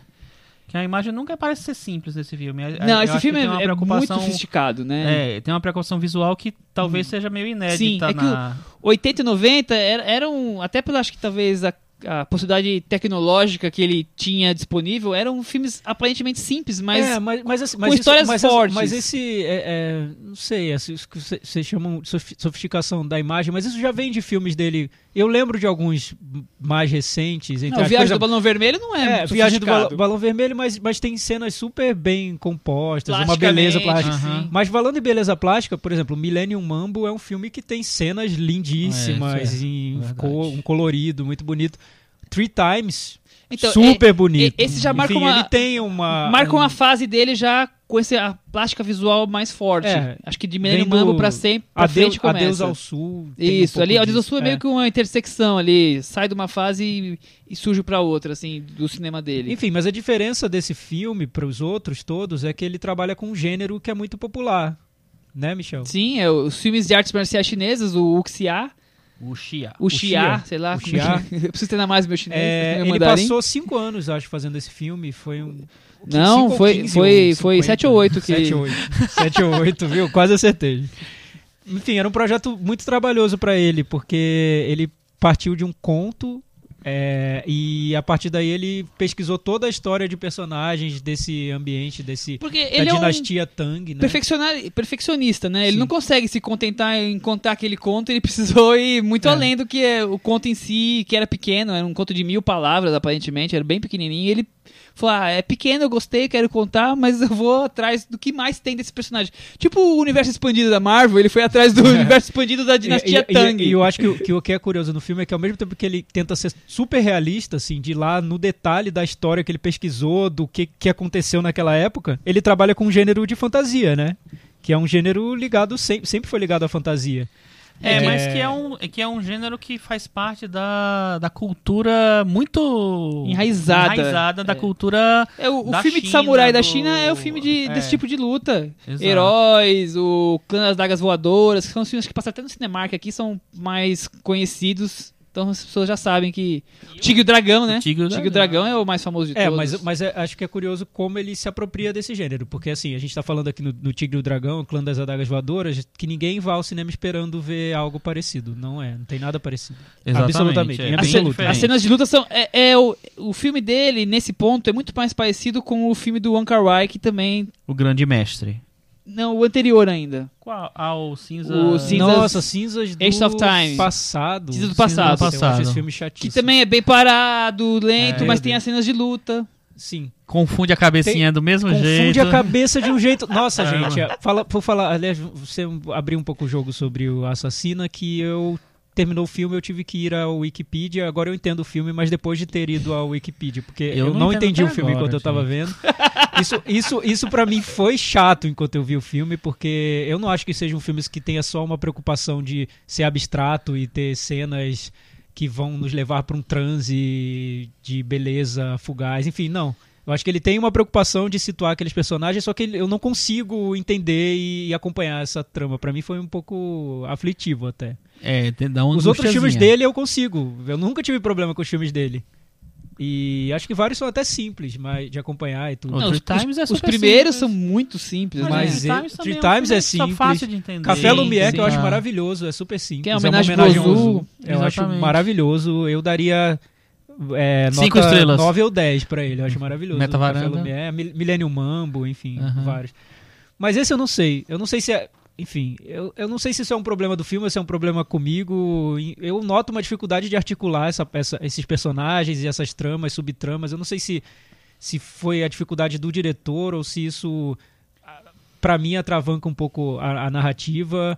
[SPEAKER 3] Que a imagem nunca parece ser simples nesse filme. A- a-
[SPEAKER 2] Não,
[SPEAKER 3] eu
[SPEAKER 2] esse
[SPEAKER 3] acho
[SPEAKER 2] filme
[SPEAKER 3] que
[SPEAKER 2] é,
[SPEAKER 3] tem uma
[SPEAKER 2] é muito
[SPEAKER 3] preocupação-
[SPEAKER 2] sofisticado, né?
[SPEAKER 3] É, tem uma preocupação visual que talvez seja meio inédita
[SPEAKER 2] Hum. Sim, é que
[SPEAKER 3] na.
[SPEAKER 2] 80 e 90 era- eram, até pela acho que talvez a, a possibilidade tecnológica que ele tinha disponível, eram filmes aparentemente simples, mas
[SPEAKER 4] é, mas, mas, assim,
[SPEAKER 2] com
[SPEAKER 4] mas isso-
[SPEAKER 2] histórias
[SPEAKER 4] mas,
[SPEAKER 2] fortes.
[SPEAKER 4] Mas esse. é, é, não sei, assim, isso que cê- vocês chamam de sofi- sofisticação da imagem, mas isso já vem de filmes dele. Eu lembro de alguns mais recentes. Entre
[SPEAKER 2] Não, Viagem
[SPEAKER 4] a Então, é coisa-
[SPEAKER 2] do Balão Vermelho não é,
[SPEAKER 4] É, viagem do
[SPEAKER 2] sofisticado.
[SPEAKER 4] Balão, Balão Vermelho, mas, mas tem cenas super bem compostas, uma
[SPEAKER 2] Plasticamente,
[SPEAKER 4] beleza plástica.
[SPEAKER 2] sim.
[SPEAKER 4] Mas falando em beleza plástica, por exemplo, Millennium Mambo é um filme que tem cenas
[SPEAKER 3] É, isso
[SPEAKER 4] lindíssimas,
[SPEAKER 3] é,
[SPEAKER 4] em
[SPEAKER 3] verdade.
[SPEAKER 4] co- um colorido muito bonito. Three Times,
[SPEAKER 2] Então,
[SPEAKER 4] super bonito.
[SPEAKER 2] esse já marca
[SPEAKER 4] Enfim,
[SPEAKER 2] uma-
[SPEAKER 4] ele tem uma
[SPEAKER 2] é, marca
[SPEAKER 4] um-
[SPEAKER 2] uma fase dele já com essa plástica visual mais forte.
[SPEAKER 4] É,
[SPEAKER 2] Acho que de Millennium
[SPEAKER 4] vem do-
[SPEAKER 2] Mambo pra sempre, pra
[SPEAKER 4] Adeus,
[SPEAKER 2] frente começa.
[SPEAKER 4] adeus ao Sul. tem um
[SPEAKER 2] Isso,
[SPEAKER 4] pouco
[SPEAKER 2] ali, Adeus ao
[SPEAKER 4] disso,
[SPEAKER 2] Sul é meio que uma intersecção ali, sai de uma fase e, e surge pra outra, assim, do cinema dele.
[SPEAKER 4] Enfim, mas a diferença desse filme para os outros todos é que ele trabalha com um gênero que é muito popular. Né, Michel?
[SPEAKER 2] Sim, é, os filmes de artes marciais chinesas, o Wuxia,
[SPEAKER 3] O Xia.
[SPEAKER 2] o Xia,
[SPEAKER 4] Xia,
[SPEAKER 2] sei lá.
[SPEAKER 4] o
[SPEAKER 2] como é que- Eu preciso treinar mais meu chinês,
[SPEAKER 4] É,
[SPEAKER 2] meu
[SPEAKER 4] ele
[SPEAKER 2] mandarim.
[SPEAKER 4] passou cinco anos, acho, fazendo esse filme. Foi um.
[SPEAKER 2] Não,
[SPEAKER 4] cinco ou
[SPEAKER 2] foi-
[SPEAKER 4] 15
[SPEAKER 2] foi-
[SPEAKER 4] ou
[SPEAKER 2] foi
[SPEAKER 4] 50.
[SPEAKER 2] sete ou oito que-
[SPEAKER 4] Sete ou oito. Sete ou oito, viu? Quase acertei. Enfim, era um projeto muito trabalhoso para ele, porque ele partiu de um conto. é, e a partir daí ele pesquisou toda a história de personagens desse ambiente, desse
[SPEAKER 2] Porque
[SPEAKER 4] da
[SPEAKER 2] ele é um
[SPEAKER 4] dinastia Tang, né?
[SPEAKER 2] perfecciona- perfeccionista, né? Ele
[SPEAKER 4] Sim.
[SPEAKER 2] não consegue se contentar em contar aquele conto, ele precisou ir muito
[SPEAKER 4] É.
[SPEAKER 2] além do que é o conto em si, que era pequeno, era um conto de mil palavras, aparentemente, era bem pequenininho, e ele falou, ah, é pequeno, eu gostei, quero contar, mas eu vou atrás do que mais tem desse personagem. Tipo o universo expandido da Marvel, ele foi atrás do universo expandido da dinastia
[SPEAKER 4] É. E- e-
[SPEAKER 2] Tang.
[SPEAKER 4] E, e eu acho que, o- que o que é curioso no filme é que ao mesmo tempo que ele tenta ser super realista, assim, de ir lá no detalhe da história que ele pesquisou, do que, que aconteceu naquela época, ele trabalha com um gênero de fantasia, né? Que é um gênero ligado, sempre, sempre foi ligado à fantasia.
[SPEAKER 3] É,
[SPEAKER 4] É.
[SPEAKER 3] mas que é, um, que é um gênero que faz parte da, da cultura muito
[SPEAKER 2] Enraizada.
[SPEAKER 3] enraizada da cultura.
[SPEAKER 2] É, o o
[SPEAKER 3] da
[SPEAKER 2] filme de
[SPEAKER 3] China,
[SPEAKER 2] samurai da
[SPEAKER 3] do-
[SPEAKER 2] China é o filme de-
[SPEAKER 4] é.
[SPEAKER 2] desse tipo de luta.
[SPEAKER 3] Exato.
[SPEAKER 2] Heróis, o Clã das Dagas Voadoras, que são os filmes que passam até no Cinemark aqui, são mais conhecidos. Então as pessoas já sabem que. Tigre e o Dragão, né?
[SPEAKER 3] Tigre e o
[SPEAKER 2] Tigre Dragão é o mais famoso de
[SPEAKER 4] É,
[SPEAKER 2] todos.
[SPEAKER 4] mas, mas é- acho que é curioso como ele se apropria desse gênero, porque assim, a gente tá falando aqui no, no Tigre e o Dragão, Clã das Adagas Voadoras, que ninguém vá ao cinema esperando ver algo parecido. Não é, não tem nada parecido.
[SPEAKER 3] Exatamente,
[SPEAKER 4] Absolutamente.
[SPEAKER 3] é
[SPEAKER 4] em
[SPEAKER 3] bem
[SPEAKER 2] As, ce-
[SPEAKER 4] absoluto.
[SPEAKER 3] diferente.
[SPEAKER 2] as cenas de luta são. É, é o, o filme dele, nesse ponto, é muito mais parecido com o filme do Wong Kar Wai, que também.
[SPEAKER 3] O grande mestre.
[SPEAKER 2] Não, o anterior ainda.
[SPEAKER 3] Qual? Ah, o cinza.
[SPEAKER 2] O cinza-
[SPEAKER 4] Nossa, cinzas do
[SPEAKER 2] Ace of Time.
[SPEAKER 4] passado.
[SPEAKER 2] Cinzas do
[SPEAKER 4] Cinzas
[SPEAKER 2] passado.
[SPEAKER 4] Eu acho esse
[SPEAKER 3] Passado.
[SPEAKER 4] um filme
[SPEAKER 2] Que
[SPEAKER 4] chatíssimo.
[SPEAKER 2] também é bem parado, lento,
[SPEAKER 3] É,
[SPEAKER 2] mas
[SPEAKER 4] eu
[SPEAKER 2] tem
[SPEAKER 4] vi.
[SPEAKER 2] as cenas de luta.
[SPEAKER 4] Sim.
[SPEAKER 3] Confunde a cabecinha do
[SPEAKER 2] um
[SPEAKER 3] mesmo
[SPEAKER 4] Confunde
[SPEAKER 3] jeito.
[SPEAKER 4] a cabeça de um jeito. Nossa,
[SPEAKER 3] Caramba.
[SPEAKER 4] gente. é, Fala, vou falar. Aliás, você abriu um pouco o jogo sobre o Assassina, que eu. Terminou o filme, eu tive que ir à Wikipedia. Agora eu entendo o filme, mas depois de ter ido à Wikipedia, porque
[SPEAKER 3] Eu
[SPEAKER 4] eu, não,
[SPEAKER 3] não entendo
[SPEAKER 4] entendi o
[SPEAKER 3] até
[SPEAKER 4] filme
[SPEAKER 3] agora,
[SPEAKER 4] enquanto eu tava vendo. Isso, isso, isso para mim foi chato enquanto eu vi o filme, porque eu não acho que sejam filmes que tenha só uma preocupação de ser abstrato e ter cenas que vão nos levar para um transe de beleza fugaz, enfim, não. Eu acho que ele tem uma preocupação de situar aqueles personagens, só que ele- eu não consigo entender e acompanhar essa trama. Pra mim foi um pouco aflitivo até.
[SPEAKER 3] É, tem- dá uma
[SPEAKER 4] Os outros
[SPEAKER 3] angustiazinha.
[SPEAKER 4] filmes dele eu consigo. Eu nunca tive problema com os filmes dele. E acho que vários são até simples, mas de acompanhar e tudo.
[SPEAKER 3] Não,
[SPEAKER 2] Não,
[SPEAKER 3] Three Times é
[SPEAKER 2] Os
[SPEAKER 3] super
[SPEAKER 2] primeiros
[SPEAKER 3] simples.
[SPEAKER 2] são muito simples,
[SPEAKER 4] Mas
[SPEAKER 2] né?
[SPEAKER 4] é-
[SPEAKER 3] Three Times
[SPEAKER 4] Three
[SPEAKER 3] também um filme que
[SPEAKER 4] Times é
[SPEAKER 3] tá
[SPEAKER 4] simples.
[SPEAKER 3] fácil de entender.
[SPEAKER 4] Café
[SPEAKER 2] Sim,
[SPEAKER 4] Lumière, que eu
[SPEAKER 2] sim.
[SPEAKER 4] acho
[SPEAKER 3] Ah.
[SPEAKER 4] maravilhoso, é super simples.
[SPEAKER 2] Que é uma homenagem
[SPEAKER 4] uma homenagem
[SPEAKER 2] ao Ozu.
[SPEAKER 4] ao Eu acho
[SPEAKER 3] Exatamente.
[SPEAKER 4] maravilhoso. Eu daria é,
[SPEAKER 3] Cinco
[SPEAKER 4] nota
[SPEAKER 3] estrelas.
[SPEAKER 4] 9 ou 10 pra ele. Eu acho maravilhoso.
[SPEAKER 3] Meta
[SPEAKER 4] Café
[SPEAKER 3] Varanda.
[SPEAKER 4] Lumière, Mil- Millennium Mambo, enfim,
[SPEAKER 3] Aham.
[SPEAKER 4] vários. Mas esse eu não sei. Eu não sei se é. Enfim, eu, eu não sei se isso é um problema do filme ou se é um problema comigo. Eu noto uma dificuldade de articular essa, essa- esses personagens e essas tramas, subtramas. Eu não sei se, se foi a dificuldade do diretor ou se isso pra mim atravanca um pouco a, a narrativa.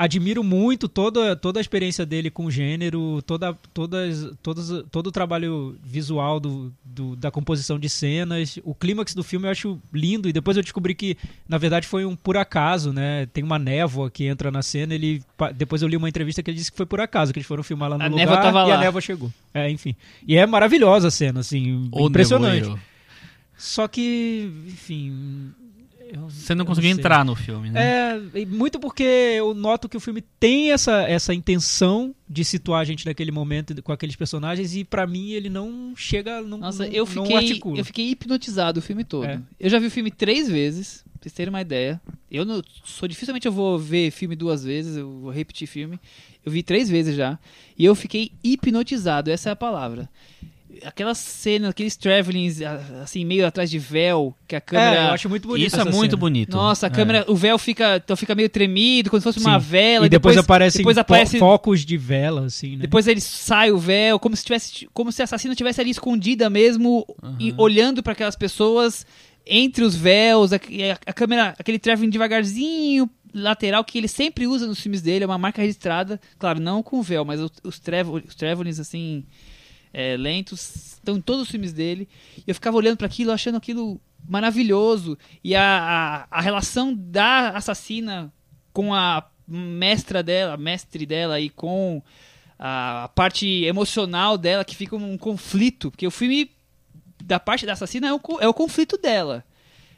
[SPEAKER 4] Admiro muito toda, toda a experiência dele com o gênero, toda, todas, todas, todo o trabalho visual do, do- da composição de cenas. O clímax do filme eu acho lindo, e depois eu descobri que, na verdade, foi um por acaso, né? Tem uma névoa que entra na cena. Ele, pa- depois eu li uma entrevista que ele disse que foi por acaso, que eles foram filmar lá no
[SPEAKER 2] A
[SPEAKER 4] lugar
[SPEAKER 2] névoa tava
[SPEAKER 4] e a
[SPEAKER 2] lá.
[SPEAKER 4] névoa chegou. É, enfim. E é maravilhosa a cena, assim,
[SPEAKER 3] O
[SPEAKER 4] impressionante.
[SPEAKER 3] Nevoeiro.
[SPEAKER 4] Só que, enfim. eu-
[SPEAKER 3] Você não
[SPEAKER 4] eu
[SPEAKER 3] conseguiu
[SPEAKER 4] sei.
[SPEAKER 3] entrar no filme, né?
[SPEAKER 4] É, e muito porque eu noto que o filme tem essa, essa intenção de situar a gente naquele momento com aqueles personagens e pra mim ele não chega, não,
[SPEAKER 2] Nossa,
[SPEAKER 4] não-
[SPEAKER 2] eu
[SPEAKER 4] não
[SPEAKER 2] fiquei,
[SPEAKER 4] articula.
[SPEAKER 2] eu fiquei hipnotizado o filme todo.
[SPEAKER 4] É.
[SPEAKER 2] Eu já vi o filme três vezes, pra vocês terem uma ideia. Eu não, sou dificilmente eu vou ver filme duas vezes, eu vou repetir filme. Eu vi três vezes já. E eu fiquei hipnotizado, essa é a palavra. Aquelas cenas, aqueles travelings, a- assim, meio atrás de véu, que a câmera.
[SPEAKER 4] É, eu acho muito bonito.
[SPEAKER 3] Isso é
[SPEAKER 4] essa
[SPEAKER 3] muito
[SPEAKER 4] cena.
[SPEAKER 3] bonito.
[SPEAKER 2] Nossa, a
[SPEAKER 3] É.
[SPEAKER 2] câmera, o véu fica, então fica meio tremido, como se fosse
[SPEAKER 4] Sim.
[SPEAKER 2] uma vela.
[SPEAKER 4] E depois, aparecem
[SPEAKER 2] depois
[SPEAKER 4] fo-
[SPEAKER 2] aparece-
[SPEAKER 4] focos de vela, assim, né?
[SPEAKER 2] Depois ele sai o véu, como se tivesse, como se a assassina tivesse ali escondida mesmo, e olhando para aquelas pessoas entre os véus, a, a- a câmera, aquele traveling devagarzinho lateral que ele sempre usa nos filmes dele, é uma marca registrada, claro, não com o véu, mas os, os, travel- os travelings assim é, lentos estão em todos os filmes dele. E eu ficava olhando para aquilo, achando aquilo maravilhoso. E a, a, a relação da assassina com a mestra dela, mestre dela e com a, a parte emocional dela, que fica um conflito. Porque o filme da parte da assassina é o, co- é o conflito dela.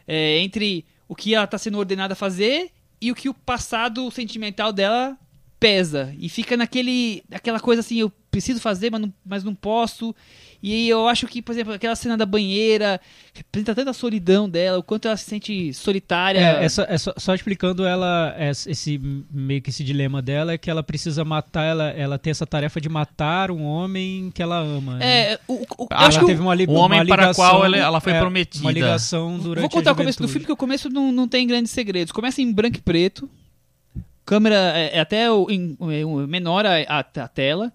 [SPEAKER 2] É, entre o que ela está sendo ordenada a fazer e o que o passado sentimental dela pesa. E fica naquele. aquela coisa assim, eu preciso fazer, mas não, mas não posso. E eu acho que, por exemplo, aquela cena da banheira representa tanta solidão dela, o quanto ela se sente solitária.
[SPEAKER 4] É, essa, é só, só explicando ela essa- esse meio que esse dilema dela é que ela precisa matar ela, ela tem essa tarefa de matar um homem que ela ama. né?
[SPEAKER 2] É, o- o- eu
[SPEAKER 3] Ah,
[SPEAKER 2] acho
[SPEAKER 4] ela
[SPEAKER 2] que o-
[SPEAKER 4] teve uma, li-
[SPEAKER 3] Um homem
[SPEAKER 4] uma
[SPEAKER 3] para
[SPEAKER 4] ligação,
[SPEAKER 3] qual ela- ela foi
[SPEAKER 4] é,
[SPEAKER 3] prometida.
[SPEAKER 4] Uma ligação um durante
[SPEAKER 2] Vou
[SPEAKER 4] a
[SPEAKER 2] contar é o começo do
[SPEAKER 4] juventude.
[SPEAKER 2] filme, porque o começo não, não tem grandes segredos. Começa em branco e preto. Câmera é, é até o, em- é o- menor a, a- a tela.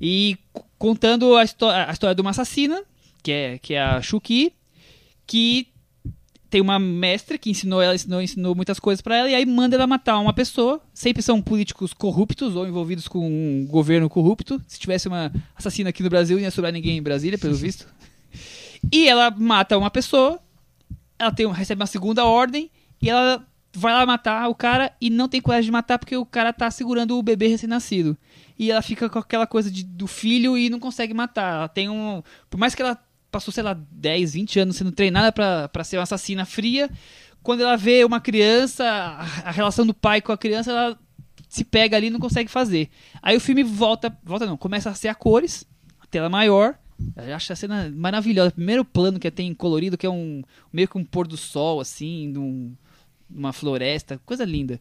[SPEAKER 2] E c- contando a, histó- a história de uma assassina, que é, que é a Shuki, que tem uma mestra que ensinou ela, ensinou, ensinou muitas coisas pra ela, e aí manda ela matar uma pessoa. Sempre são políticos corruptos ou envolvidos com um governo corrupto. Se tivesse uma assassina aqui no Brasil, não ia sobrar ninguém em Brasília, pelo visto. E ela mata uma pessoa, ela tem, um- recebe uma segunda ordem, e ela vai lá matar o cara e não tem coragem de matar porque o cara tá segurando o bebê recém-nascido. E ela fica com aquela coisa de, do filho e não consegue matar. Ela tem um. Por mais que ela passou, sei lá, 10, 20 anos sendo treinada pra- pra ser uma assassina fria, quando ela vê uma criança, a, a relação do pai com a criança, ela se pega ali e não consegue fazer. Aí o filme volta, volta não, começa a ser a cores, a tela maior. Eu acho a cena maravilhosa. Primeiro plano que tem colorido, que é um meio que um pôr do sol, assim, num, numa floresta, coisa linda.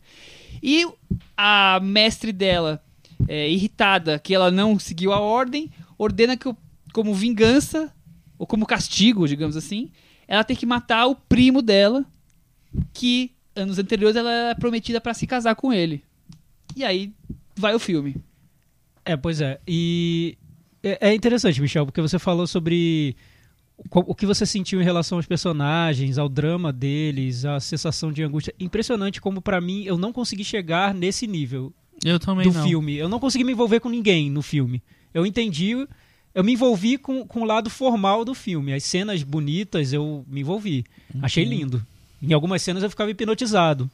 [SPEAKER 2] E a mestre dela, é, irritada que ela não seguiu a ordem, ordena que, o- como vingança, ou como castigo, digamos assim, ela tem que matar o primo dela, que anos anteriores ela era prometida pra se casar com ele. E aí vai o filme.
[SPEAKER 4] É, pois é. E é é interessante, Michel, porque você falou sobre o co- o que você sentiu em relação aos personagens, ao drama deles, a sensação de angústia. Impressionante como pra mim eu não consegui chegar nesse nível
[SPEAKER 3] Eu também
[SPEAKER 4] do
[SPEAKER 3] não.
[SPEAKER 4] filme. Eu não consegui me envolver com ninguém no filme. Eu entendi, eu me envolvi com, com o lado formal do filme. As cenas bonitas eu me envolvi. Achei lindo. Em algumas cenas eu ficava hipnotizado.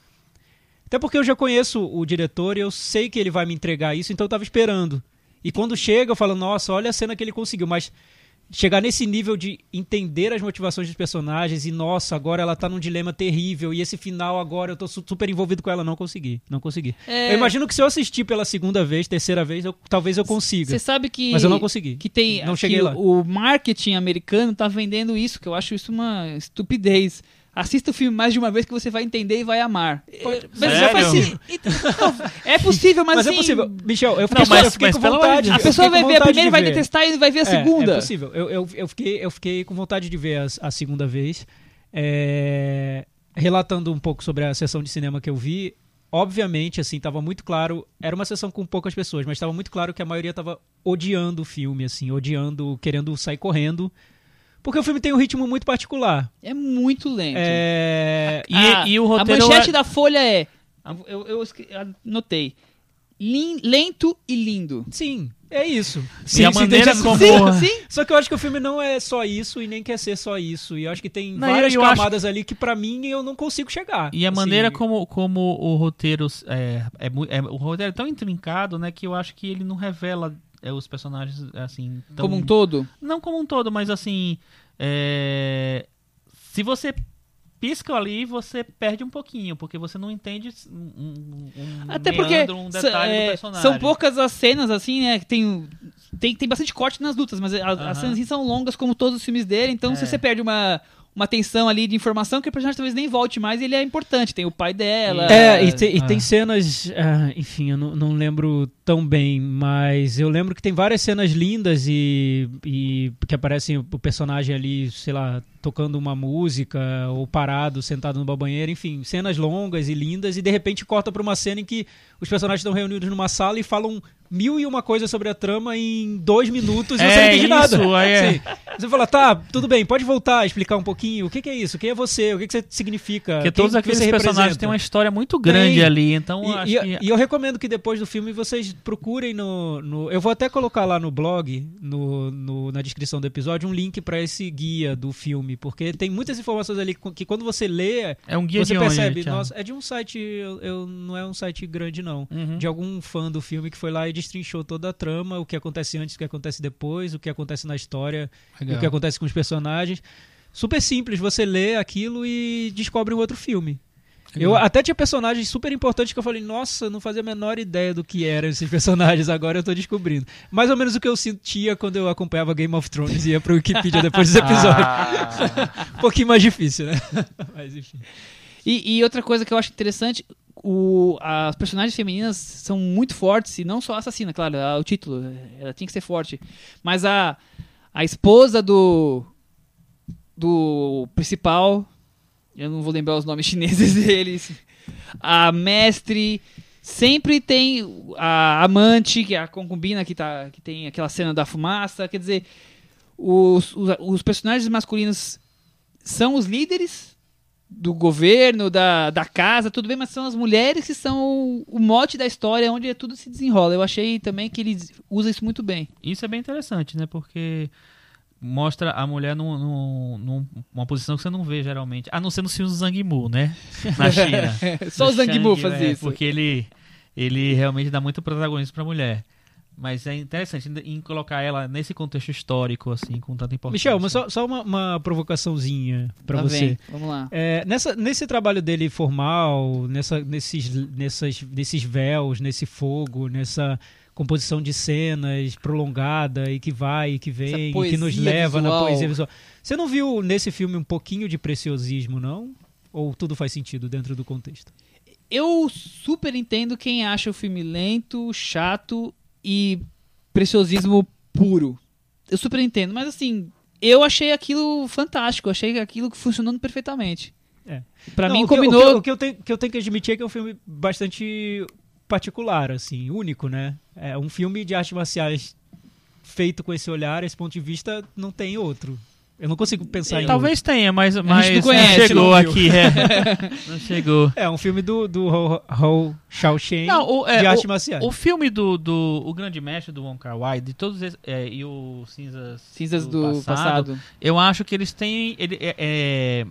[SPEAKER 4] Até porque eu já conheço o diretor e eu sei que ele vai me entregar isso, então eu tava esperando. E quando chega, eu falo, nossa, olha a cena que ele conseguiu, mas chegar nesse nível de entender as motivações dos personagens e, nossa, agora ela tá num dilema terrível e esse final agora eu tô su- super envolvido com ela, não consegui, não consegui.
[SPEAKER 2] É.
[SPEAKER 4] Eu imagino que se eu assistir pela segunda vez, terceira vez, eu- talvez eu consiga.
[SPEAKER 2] Você sabe que.
[SPEAKER 4] Mas eu não consegui.
[SPEAKER 2] Que tem.
[SPEAKER 4] Não
[SPEAKER 2] que
[SPEAKER 4] cheguei lá.
[SPEAKER 2] O marketing americano tá vendendo isso, que eu acho isso uma estupidez. Assista o filme mais de uma vez que você vai entender e vai amar. É, Mas já faz
[SPEAKER 3] Sério?
[SPEAKER 2] assim, então, É possível, mas,
[SPEAKER 4] Mas é
[SPEAKER 2] assim,
[SPEAKER 4] possível. Michel, eu fiquei,
[SPEAKER 3] Não, mas-
[SPEAKER 4] eu fiquei
[SPEAKER 3] mas
[SPEAKER 4] com
[SPEAKER 3] pelo amor de
[SPEAKER 4] vontade.
[SPEAKER 3] Deus.
[SPEAKER 2] A
[SPEAKER 4] eu
[SPEAKER 2] pessoa
[SPEAKER 4] fiquei com
[SPEAKER 2] vai ver a
[SPEAKER 4] vontade
[SPEAKER 2] primeira
[SPEAKER 4] de
[SPEAKER 2] e vai
[SPEAKER 4] ver.
[SPEAKER 2] detestar e vai ver a
[SPEAKER 4] É,
[SPEAKER 2] segunda.
[SPEAKER 4] É, possível. Eu, eu, eu, fiquei, eu fiquei com vontade de ver as- a, segunda vez. É, relatando um pouco sobre a sessão de cinema que eu vi, obviamente, assim, tava muito claro. Era uma sessão com poucas pessoas, mas estava muito claro que a maioria tava odiando o filme, assim, odiando, querendo sair correndo. Porque o filme tem um ritmo muito particular.
[SPEAKER 2] É muito lento.
[SPEAKER 4] É,
[SPEAKER 3] E,
[SPEAKER 2] A-
[SPEAKER 3] e o roteiro
[SPEAKER 2] A manchete
[SPEAKER 3] é-
[SPEAKER 2] da folha é. Eu, eu escre- anotei. lin- lento e lindo.
[SPEAKER 4] sim, é isso.
[SPEAKER 3] e a
[SPEAKER 4] se
[SPEAKER 3] maneira
[SPEAKER 4] entende-
[SPEAKER 3] como
[SPEAKER 2] Sim, sim.
[SPEAKER 4] Só que eu acho que o filme não é só isso e nem quer ser só isso. E eu acho que tem
[SPEAKER 3] Não,
[SPEAKER 4] várias
[SPEAKER 3] eu acho-
[SPEAKER 4] camadas ali que pra mim eu não consigo chegar.
[SPEAKER 3] E a
[SPEAKER 4] Assim,
[SPEAKER 3] maneira como, como o roteiro é, é, mu- é- o roteiro é tão intrincado, né, que eu acho que ele não revela é, os personagens assim
[SPEAKER 4] Tá
[SPEAKER 3] tão-
[SPEAKER 2] Como um todo.
[SPEAKER 3] não como um todo, mas assim é, se você pisca ali você perde um pouquinho porque você não entende um, um, um
[SPEAKER 2] Até porque
[SPEAKER 3] meandro, um
[SPEAKER 2] sa-
[SPEAKER 3] detalhe do
[SPEAKER 2] é,
[SPEAKER 3] personagem.
[SPEAKER 2] são poucas as cenas, assim, né? Que tem, tem, tem bastante corte nas lutas, mas a-
[SPEAKER 3] Aham.
[SPEAKER 2] as cenas assim, são longas como todos os filmes dele, então se
[SPEAKER 3] É.
[SPEAKER 2] você perde uma, uma tensão ali de informação, que o personagem talvez nem volte mais, ele é importante. Tem o pai dela.
[SPEAKER 4] É, e, te- e
[SPEAKER 3] Ah.
[SPEAKER 4] tem cenas. ah, enfim, eu não, não lembro tão bem, mas eu lembro que tem várias cenas lindas e, e que aparecem o personagem ali, sei lá, tocando uma música ou parado, sentado numa banheira. Enfim, cenas longas e lindas. E de repente corta pra uma cena em que os personagens estão reunidos numa sala e falam mil e uma coisa sobre a trama em dois minutos e você
[SPEAKER 3] É
[SPEAKER 4] não entende
[SPEAKER 3] isso,
[SPEAKER 4] nada.
[SPEAKER 3] aí é.
[SPEAKER 4] Sim. Você fala, tá, tudo bem, pode voltar, explicar um pouquinho. O que, que é isso? Quem é você? O que, que você significa?
[SPEAKER 3] Porque
[SPEAKER 4] Quem
[SPEAKER 3] todos
[SPEAKER 4] que
[SPEAKER 3] aqueles
[SPEAKER 4] você
[SPEAKER 3] personagens
[SPEAKER 4] representa?"
[SPEAKER 3] têm uma história muito grande
[SPEAKER 4] Tem.
[SPEAKER 3] ali, então eu acho
[SPEAKER 4] E, e-
[SPEAKER 3] que...
[SPEAKER 4] e eu recomendo que depois do filme vocês procurem no. no- eu vou até colocar lá no blog, no, no- na descrição do episódio, um link pra esse guia do filme, porque tem muitas informações ali co- que quando você lê,
[SPEAKER 3] É um guia
[SPEAKER 4] você
[SPEAKER 3] de
[SPEAKER 4] percebe.
[SPEAKER 3] onde, Thiago?
[SPEAKER 4] nossa, é de um site, eu, eu- não é um site grande não,
[SPEAKER 3] Uhum.
[SPEAKER 4] de algum fã do filme que foi lá e destrinchou toda a trama, o que acontece antes, o que acontece depois, o que acontece na história, e o que acontece com os personagens. Super simples, você lê aquilo e descobre um outro filme. Eu até tinha personagens super importantes que eu falei, nossa, não fazia a menor ideia do que eram esses personagens, agora eu tô descobrindo. Mais ou menos o que eu sentia quando eu acompanhava Game of Thrones e ia pro Wikipedia depois dos episódios.
[SPEAKER 1] Ah.
[SPEAKER 4] Um pouquinho mais difícil, né? Ah. Mas enfim.
[SPEAKER 2] E, e outra coisa que eu acho interessante, o, as personagens femininas são muito fortes, e não só a assassina, claro, a- o título, ela tinha que ser forte. Mas a, a esposa do, do principal, eu não vou lembrar os nomes chineses deles, a mestre, sempre tem a amante, que é a concubina que, tá, que tem aquela cena da fumaça, quer dizer, os, os, os personagens masculinos são os líderes do governo, da, da casa, tudo bem, mas são as mulheres que são o, o mote da história, onde tudo se desenrola. Eu achei também que ele usa isso muito bem.
[SPEAKER 3] Isso é bem interessante, né? Porque mostra a mulher num- num- num- numa posição que você não vê geralmente. A não ser nos filmes do Zhang Yimou, né? Na China.
[SPEAKER 2] Só o
[SPEAKER 3] Do
[SPEAKER 2] Zhang Yimou
[SPEAKER 3] Shang,
[SPEAKER 4] né,
[SPEAKER 2] fazia
[SPEAKER 3] é,
[SPEAKER 2] isso.
[SPEAKER 3] Porque ele, ele realmente dá muito protagonismo pra mulher. Mas é interessante ainda em colocar ela nesse contexto histórico, assim, com tanta importância.
[SPEAKER 4] Michel, mas só, só uma, uma provocaçãozinha
[SPEAKER 2] Lá
[SPEAKER 4] pra você.
[SPEAKER 2] vem, Tá Vamos lá.
[SPEAKER 4] É, nessa, nesse trabalho dele formal, nessa, nesses, nessas, nesses véus, nesse fogo, nessa composição de cenas prolongada e que vai e que vem, e que nos
[SPEAKER 2] poesia
[SPEAKER 4] leva
[SPEAKER 2] visual.
[SPEAKER 4] na poesia visual. Você não viu nesse filme um pouquinho de preciosismo, não? Ou tudo faz sentido dentro do contexto?
[SPEAKER 2] Eu super entendo quem acha o filme lento, chato e preciosismo puro. Eu super entendo, mas assim, eu achei aquilo fantástico, eu achei aquilo funcionando perfeitamente.
[SPEAKER 4] É.
[SPEAKER 2] Pra
[SPEAKER 4] Não,
[SPEAKER 2] mim
[SPEAKER 4] o que-
[SPEAKER 2] combinou.
[SPEAKER 4] O que, o que eu tenho, que eu tenho que admitir é que é um filme bastante particular, assim, único, né? É um filme de artes marciais feito com esse olhar, esse ponto de vista, não tem outro. Eu não consigo pensar em outro.
[SPEAKER 3] Talvez tenha, mas, mas
[SPEAKER 2] não conhece,
[SPEAKER 3] chegou
[SPEAKER 4] não viu.
[SPEAKER 3] aqui. é. não chegou.
[SPEAKER 4] É, um filme do, do Ho, Ho Shaoxen
[SPEAKER 3] Não, o, é,
[SPEAKER 4] de
[SPEAKER 3] o-
[SPEAKER 4] arte marcial.
[SPEAKER 3] O filme do, do O Grande Mestre do Wong Kar Wai, de todos esses, é, e o Cinzas,
[SPEAKER 2] Cinzas do, passado.
[SPEAKER 3] eu acho que eles têm ele, é, é,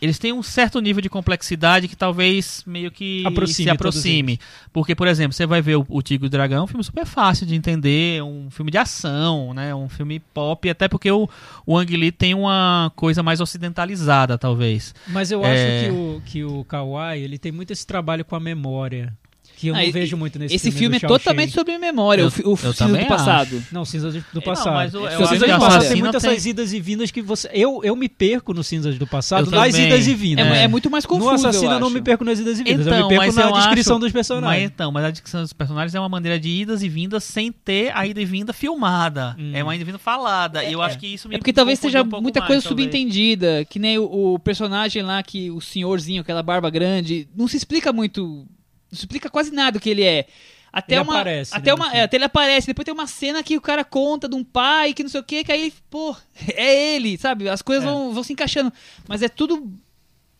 [SPEAKER 3] eles têm um certo nível de complexidade que talvez meio que
[SPEAKER 4] Aproxime
[SPEAKER 3] se
[SPEAKER 4] todos
[SPEAKER 3] aproxime, porque por exemplo você vai ver o, o Tigre e o Dragão, um filme super fácil de entender, um filme de ação, né, um filme pop, até porque o, o Ang Lee tem uma coisa mais ocidentalizada talvez.
[SPEAKER 4] Mas eu
[SPEAKER 3] é-
[SPEAKER 4] acho que o, que o Kawai, ele tem muito esse trabalho com a memória, que eu
[SPEAKER 2] Ah,
[SPEAKER 4] não
[SPEAKER 2] e-
[SPEAKER 4] vejo muito nesse
[SPEAKER 2] Esse
[SPEAKER 4] filme
[SPEAKER 2] filme
[SPEAKER 4] do
[SPEAKER 2] é
[SPEAKER 4] Shao
[SPEAKER 2] totalmente É,
[SPEAKER 4] Shen.
[SPEAKER 2] sobre memória,
[SPEAKER 3] Eu-
[SPEAKER 2] o, fi- o
[SPEAKER 3] eu
[SPEAKER 2] filme
[SPEAKER 3] também
[SPEAKER 2] do passado.
[SPEAKER 4] Não, Cinzas do, do
[SPEAKER 3] Não,
[SPEAKER 4] passado.
[SPEAKER 3] mas eu- eu
[SPEAKER 4] Cinzas
[SPEAKER 2] acho
[SPEAKER 4] do
[SPEAKER 2] que é a
[SPEAKER 4] passado tem
[SPEAKER 3] assassina
[SPEAKER 4] muitas
[SPEAKER 3] tem-
[SPEAKER 4] essas idas e vindas que você... Eu, eu me perco no Cinzas do passado,
[SPEAKER 3] Eu
[SPEAKER 4] nas
[SPEAKER 3] também.
[SPEAKER 4] idas e
[SPEAKER 2] É,
[SPEAKER 4] vindas.
[SPEAKER 2] mu- é muito mais confuso,
[SPEAKER 4] no
[SPEAKER 2] eu
[SPEAKER 4] assassino eu não
[SPEAKER 2] acho.
[SPEAKER 4] me perco nas idas e vindas, eu me
[SPEAKER 3] Então,
[SPEAKER 4] perco
[SPEAKER 3] mas
[SPEAKER 4] na
[SPEAKER 3] eu
[SPEAKER 4] descrição
[SPEAKER 3] acho- Mas
[SPEAKER 4] dos personagens.
[SPEAKER 3] então, mas a descrição dos personagens é uma maneira de idas e vindas sem ter a ida e vinda filmada.
[SPEAKER 4] Hum.
[SPEAKER 3] É uma ida e vinda falada. e eu acho que isso me
[SPEAKER 2] É porque talvez
[SPEAKER 3] confunde
[SPEAKER 2] seja
[SPEAKER 3] um pouco
[SPEAKER 2] muita
[SPEAKER 3] mais,
[SPEAKER 2] coisa
[SPEAKER 3] talvez.
[SPEAKER 2] subentendida, que nem o, o personagem lá, que o senhorzinho, aquela barba grande, não se explica muito, não se explica quase nada o que ele é. Até
[SPEAKER 4] Ele
[SPEAKER 2] uma,
[SPEAKER 4] aparece,
[SPEAKER 2] até
[SPEAKER 4] né, no
[SPEAKER 2] uma,
[SPEAKER 4] filme.
[SPEAKER 2] é, até ele aparece. Depois tem uma cena que o cara conta de um pai que não sei o que, que aí, pô, é ele, sabe? As coisas
[SPEAKER 4] É.
[SPEAKER 2] vão, vão se encaixando, mas é tudo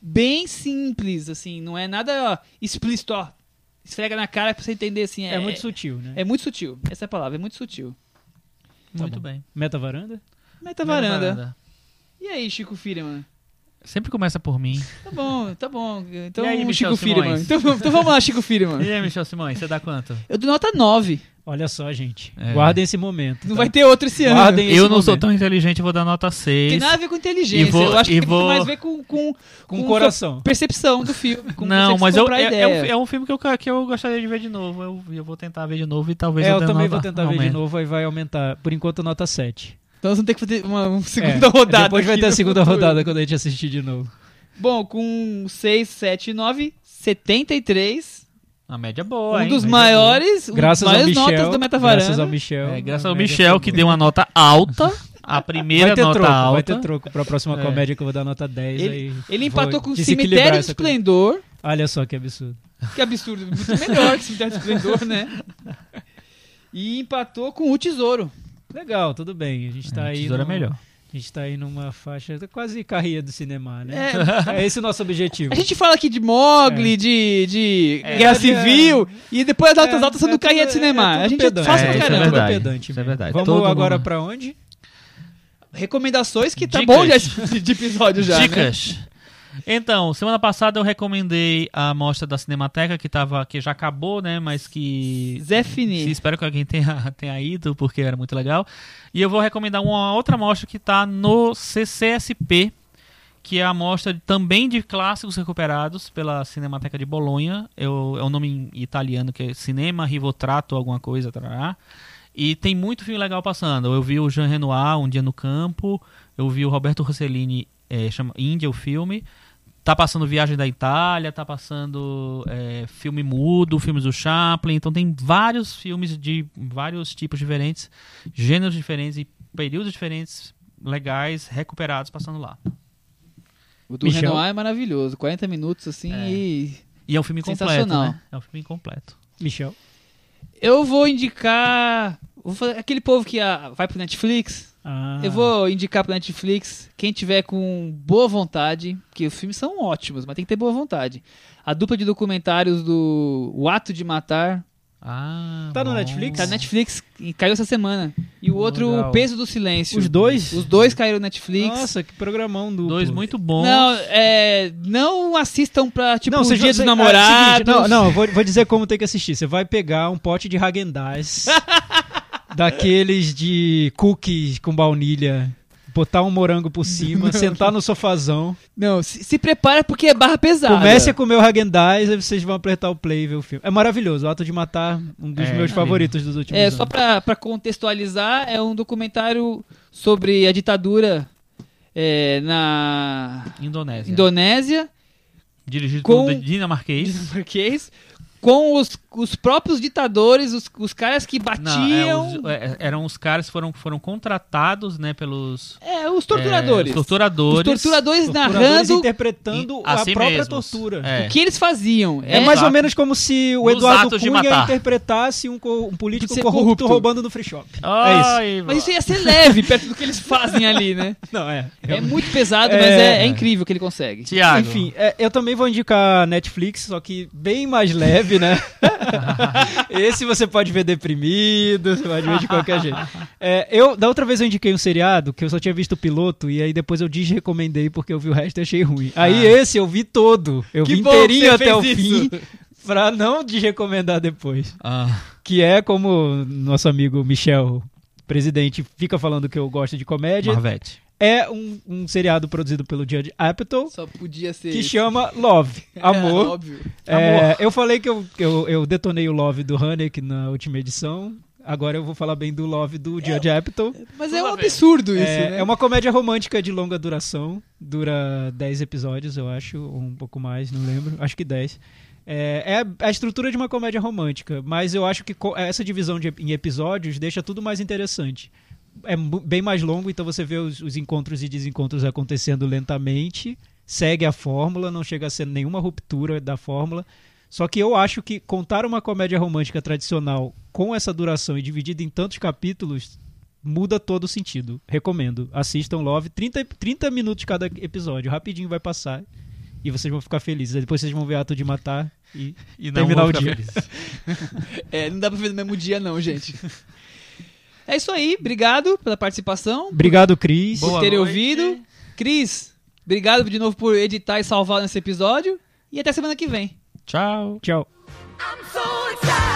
[SPEAKER 2] bem simples, assim, não é nada ó, explícito, ó. Esfrega na cara pra você entender, assim. É,
[SPEAKER 4] É muito sutil, né?
[SPEAKER 2] é muito sutil. Essa é a palavra, é muito sutil.
[SPEAKER 3] Muito
[SPEAKER 4] bom.
[SPEAKER 3] bem.
[SPEAKER 4] Meta varanda?
[SPEAKER 2] Meta
[SPEAKER 3] Primeira
[SPEAKER 2] varanda. E aí, Chico Firman?
[SPEAKER 3] Sempre começa por mim.
[SPEAKER 2] Tá bom, tá bom. Então,
[SPEAKER 3] E aí, Michel
[SPEAKER 2] Chico Firman.
[SPEAKER 3] Simões?
[SPEAKER 2] Então, vamos- então vamos lá, Chico Firman.
[SPEAKER 3] E aí, Michel Simões, você dá quanto?
[SPEAKER 2] Eu dou nota 9.
[SPEAKER 4] Olha só, gente.
[SPEAKER 3] É.
[SPEAKER 4] Guardem esse momento.
[SPEAKER 2] Não
[SPEAKER 4] tá?
[SPEAKER 2] vai ter outro esse ano.
[SPEAKER 4] Guardem esse
[SPEAKER 3] eu não sou
[SPEAKER 4] momento.
[SPEAKER 3] tão inteligente, eu vou dar nota
[SPEAKER 2] Tem
[SPEAKER 3] 6.
[SPEAKER 2] nada a ver com inteligência.
[SPEAKER 3] E vou-
[SPEAKER 2] eu acho
[SPEAKER 3] e
[SPEAKER 2] que tem muito
[SPEAKER 3] vou-
[SPEAKER 2] mais a ver com, com,
[SPEAKER 4] Com o
[SPEAKER 2] sua
[SPEAKER 4] coração.
[SPEAKER 2] percepção do filme. com
[SPEAKER 3] Não,
[SPEAKER 2] você
[SPEAKER 3] mas eu,
[SPEAKER 2] comprar
[SPEAKER 3] é, é
[SPEAKER 2] ideia.
[SPEAKER 3] um, fi- é um filme que eu, que eu gostaria de ver de novo. Eu, eu vou tentar ver de novo e talvez
[SPEAKER 4] É, eu
[SPEAKER 3] dê
[SPEAKER 4] também
[SPEAKER 3] nota-
[SPEAKER 4] vou tentar ver de
[SPEAKER 3] aumento.
[SPEAKER 4] novo, aí vai aumentar. Por enquanto, nota 7.
[SPEAKER 2] Então nós vamos ter que fazer uma, uma
[SPEAKER 4] É,
[SPEAKER 2] segunda rodada.
[SPEAKER 4] Depois vai
[SPEAKER 2] aqui
[SPEAKER 4] ter a
[SPEAKER 2] no
[SPEAKER 4] segunda
[SPEAKER 2] futuro.
[SPEAKER 4] rodada quando a gente assistir de novo.
[SPEAKER 2] Bom, com 6, 7, 9, 73.
[SPEAKER 3] Uma média é boa,
[SPEAKER 2] um
[SPEAKER 3] hein?
[SPEAKER 2] dos
[SPEAKER 3] Média
[SPEAKER 2] maiores, um dos
[SPEAKER 4] Graças ao
[SPEAKER 2] maiores
[SPEAKER 4] Michel.
[SPEAKER 2] notas do Metavaranda.
[SPEAKER 4] graças ao Michel.
[SPEAKER 3] É, graças
[SPEAKER 4] a
[SPEAKER 3] ao
[SPEAKER 4] média
[SPEAKER 3] Michel
[SPEAKER 4] foi
[SPEAKER 3] que
[SPEAKER 4] boa.
[SPEAKER 3] deu uma nota alta, a primeira
[SPEAKER 4] Vai ter
[SPEAKER 3] nota
[SPEAKER 4] troco,
[SPEAKER 3] alta.
[SPEAKER 4] vai ter troco pra próxima
[SPEAKER 3] É.
[SPEAKER 4] comédia que eu vou dar nota 10
[SPEAKER 2] Ele,
[SPEAKER 4] aí.
[SPEAKER 2] ele
[SPEAKER 4] vou
[SPEAKER 2] empatou com o
[SPEAKER 4] desequilibrar
[SPEAKER 2] Cemitério do
[SPEAKER 4] essa coisa.
[SPEAKER 2] Esplendor.
[SPEAKER 4] Olha só que absurdo.
[SPEAKER 2] Que absurdo. Muito melhor que Cemitério do Esplendor, né? E empatou com o Tesouro.
[SPEAKER 4] Legal, tudo bem. A gente tá
[SPEAKER 3] É,
[SPEAKER 4] aí.
[SPEAKER 3] tesoura
[SPEAKER 4] num-
[SPEAKER 3] é melhor.
[SPEAKER 4] A gente tá aí numa faixa quase carreira do cinema, né? É, esse o nosso objetivo.
[SPEAKER 2] A gente fala aqui de Mogli, de, de
[SPEAKER 4] É.
[SPEAKER 2] Guerra
[SPEAKER 4] É.
[SPEAKER 2] Civil, e depois as altas
[SPEAKER 4] É,
[SPEAKER 2] altas são
[SPEAKER 4] é
[SPEAKER 2] do Caia
[SPEAKER 4] tudo-
[SPEAKER 2] de Cinema.
[SPEAKER 4] é tudo
[SPEAKER 2] a gente é
[SPEAKER 4] pedante.
[SPEAKER 2] fácil
[SPEAKER 4] É,
[SPEAKER 2] pra
[SPEAKER 4] isso é
[SPEAKER 2] caramba.
[SPEAKER 4] verdade. isso é
[SPEAKER 3] verdade.
[SPEAKER 4] Vamos
[SPEAKER 3] Todo
[SPEAKER 4] agora
[SPEAKER 3] mundo-
[SPEAKER 4] pra onde?
[SPEAKER 2] Recomendações que tá
[SPEAKER 3] Dicas.
[SPEAKER 2] bom já esse- de episódio já. né?
[SPEAKER 3] Dicas. Então, semana passada eu recomendei a mostra da Cinemateca, que, tava, que já acabou, né? Mas que.
[SPEAKER 2] Zé
[SPEAKER 3] se-
[SPEAKER 2] Fini.
[SPEAKER 3] espero que alguém tenha, tenha ido, porque era muito legal. E eu vou recomendar uma outra mostra que está no CCSP, que é a mostra de- também de clássicos recuperados pela Cinemateca de Bolonha. Eu- é um nome em italiano que é Cinema Rivotrato, alguma coisa, tarará. E tem muito filme legal passando. Eu vi o Jean Renoir, Um Dia no Campo. Eu vi o Roberto Rossellini, é, chama Índia, o filme. Tá passando Viagem da Itália, tá passando é, filme mudo, filmes do Chaplin. Então tem vários filmes de vários tipos diferentes, gêneros diferentes e períodos diferentes, legais, recuperados, passando lá.
[SPEAKER 2] O do
[SPEAKER 4] Michel.
[SPEAKER 2] Renoir é maravilhoso. 40 minutos assim e.
[SPEAKER 3] E é um filme completo,
[SPEAKER 2] Sensacional.
[SPEAKER 3] né? É um filme completo.
[SPEAKER 4] Michel.
[SPEAKER 2] Eu vou indicar. vou fazer- aquele povo que ah, vai pro Netflix.
[SPEAKER 4] Ah,
[SPEAKER 2] Eu vou indicar pro Netflix. Quem tiver com boa vontade, que os filmes são ótimos, mas tem que ter boa vontade. A dupla de documentários do O Ato de Matar.
[SPEAKER 3] Ah,
[SPEAKER 4] Tá no
[SPEAKER 3] bom.
[SPEAKER 4] Netflix?
[SPEAKER 2] Tá no Netflix e caiu essa semana. E o outro,
[SPEAKER 4] Legal.
[SPEAKER 2] O Peso do Silêncio.
[SPEAKER 4] Os dois?
[SPEAKER 2] Os dois caíram no Netflix.
[SPEAKER 4] Nossa, que programão do.
[SPEAKER 3] Dois muito bons.
[SPEAKER 2] Não, é, não assistam pra, tipo,
[SPEAKER 4] não,
[SPEAKER 2] o
[SPEAKER 4] você
[SPEAKER 2] Dia
[SPEAKER 4] já é,
[SPEAKER 2] dos
[SPEAKER 4] namorado.
[SPEAKER 2] Namorados.
[SPEAKER 4] Não, não, eu vou, vou dizer como tem que assistir. Você vai pegar um pote de Häagen-Dazs daqueles de cookies com baunilha, botar um morango por cima, sentar no sofazão.
[SPEAKER 2] Não, se, se prepara porque é barra pesada.
[SPEAKER 4] Comece a comer o Häagen-Dazs, aí vocês vão apertar o play e ver o filme. É maravilhoso, o ato de matar, um dos
[SPEAKER 3] É,
[SPEAKER 4] meus
[SPEAKER 3] incrível.
[SPEAKER 4] favoritos dos últimos
[SPEAKER 2] É,
[SPEAKER 4] anos.
[SPEAKER 2] só pra, pra contextualizar, é um documentário sobre a ditadura é, na
[SPEAKER 3] Indonésia.
[SPEAKER 2] Indonésia,
[SPEAKER 3] Dirigido
[SPEAKER 2] Com-
[SPEAKER 3] por um dinamarquês.
[SPEAKER 2] dinamarquês, com os, os próprios ditadores, os, os caras que
[SPEAKER 3] Não, é,
[SPEAKER 2] batiam.
[SPEAKER 3] os- é, eram os caras que foram, foram contratados, né, pelos...
[SPEAKER 2] é, os torturadores.
[SPEAKER 3] É,
[SPEAKER 2] Os
[SPEAKER 3] os torturadores.
[SPEAKER 2] torturadores
[SPEAKER 4] Torturadores
[SPEAKER 2] narrando
[SPEAKER 4] interpretando
[SPEAKER 3] E-
[SPEAKER 4] a
[SPEAKER 3] a si
[SPEAKER 4] própria
[SPEAKER 3] mesmos.
[SPEAKER 4] tortura.
[SPEAKER 3] É.
[SPEAKER 2] o que eles faziam.
[SPEAKER 4] É,
[SPEAKER 3] É,
[SPEAKER 4] mais ou
[SPEAKER 3] exato.
[SPEAKER 4] menos como se o
[SPEAKER 3] Nos
[SPEAKER 4] Eduardo
[SPEAKER 3] atos de
[SPEAKER 4] Cunha
[SPEAKER 3] matar.
[SPEAKER 4] interpretasse um, co- um político
[SPEAKER 2] ser
[SPEAKER 4] corrupto,
[SPEAKER 2] corrupto.
[SPEAKER 4] roubando do free shop.
[SPEAKER 3] Ah,
[SPEAKER 4] É
[SPEAKER 3] Ai,
[SPEAKER 2] Mas isso ia ser leve perto do que eles fazem ali, né?
[SPEAKER 4] Não, é.
[SPEAKER 2] É muito pesado, mas
[SPEAKER 4] É.
[SPEAKER 2] é, é incrível o que ele consegue.
[SPEAKER 3] Tiago.
[SPEAKER 4] Enfim, é, eu também vou indicar Netflix, só que bem mais leve, né? Esse você pode ver deprimido, você pode ver de qualquer jeito. É, eu, da outra vez eu indiquei um seriado que eu só tinha visto o piloto e aí depois eu desrecomendei porque eu vi o resto e achei ruim. Aí
[SPEAKER 3] Ah.
[SPEAKER 4] esse eu vi todo, eu
[SPEAKER 2] Que
[SPEAKER 4] vi
[SPEAKER 2] bom que
[SPEAKER 4] inteirinho
[SPEAKER 2] você
[SPEAKER 4] até o
[SPEAKER 2] fez isso.
[SPEAKER 4] fim pra não desrecomendar depois.
[SPEAKER 3] Ah,
[SPEAKER 4] Que é como nosso amigo Michel, presidente, fica falando que eu gosto de comédia.
[SPEAKER 3] Marvete.
[SPEAKER 4] É um, um seriado produzido pelo Judd Apatow
[SPEAKER 2] Só podia ser.
[SPEAKER 4] que
[SPEAKER 2] isso.
[SPEAKER 4] chama Love,
[SPEAKER 2] É,
[SPEAKER 4] Amor.
[SPEAKER 2] óbvio.
[SPEAKER 4] É, eu falei que eu, eu, eu detonei o Love do Hanek na última edição. Agora eu vou falar bem do Love do Judd Apatow.
[SPEAKER 2] Mas
[SPEAKER 3] Tudo
[SPEAKER 2] é um
[SPEAKER 3] a ver.
[SPEAKER 2] absurdo isso,
[SPEAKER 4] É,
[SPEAKER 2] né?
[SPEAKER 4] é uma comédia romântica de longa duração. Dura 10 episódios, eu acho, ou um pouco mais, não lembro. Acho que 10. É, é a estrutura de uma comédia romântica, mas eu acho que co- essa divisão de, em episódios deixa tudo mais interessante. É mu- bem mais longo, então você vê os, os encontros e desencontros acontecendo lentamente, segue a fórmula, não chega a ser nenhuma ruptura da fórmula. Só que eu acho que contar uma comédia romântica tradicional com essa duração e dividida em tantos capítulos muda todo o sentido. Recomendo. Assistam Love, 30, e- 30 minutos cada episódio, rapidinho vai passar e vocês vão ficar felizes. Aí Depois vocês vão ver Ato de Matar e
[SPEAKER 3] E
[SPEAKER 4] Terminar
[SPEAKER 3] vou
[SPEAKER 4] o
[SPEAKER 3] ficar
[SPEAKER 4] dia.
[SPEAKER 3] feliz.
[SPEAKER 2] É, não dá pra ver no mesmo dia, não, gente. É isso aí. Obrigado pela participação,
[SPEAKER 4] Obrigado, Cris.
[SPEAKER 2] por
[SPEAKER 3] Boa
[SPEAKER 2] ter
[SPEAKER 3] noite.
[SPEAKER 2] ouvido. Cris, obrigado de novo por editar e salvar nesse episódio. E até semana que vem.
[SPEAKER 3] Tchau.
[SPEAKER 4] Tchau.
[SPEAKER 5] I'm so excited.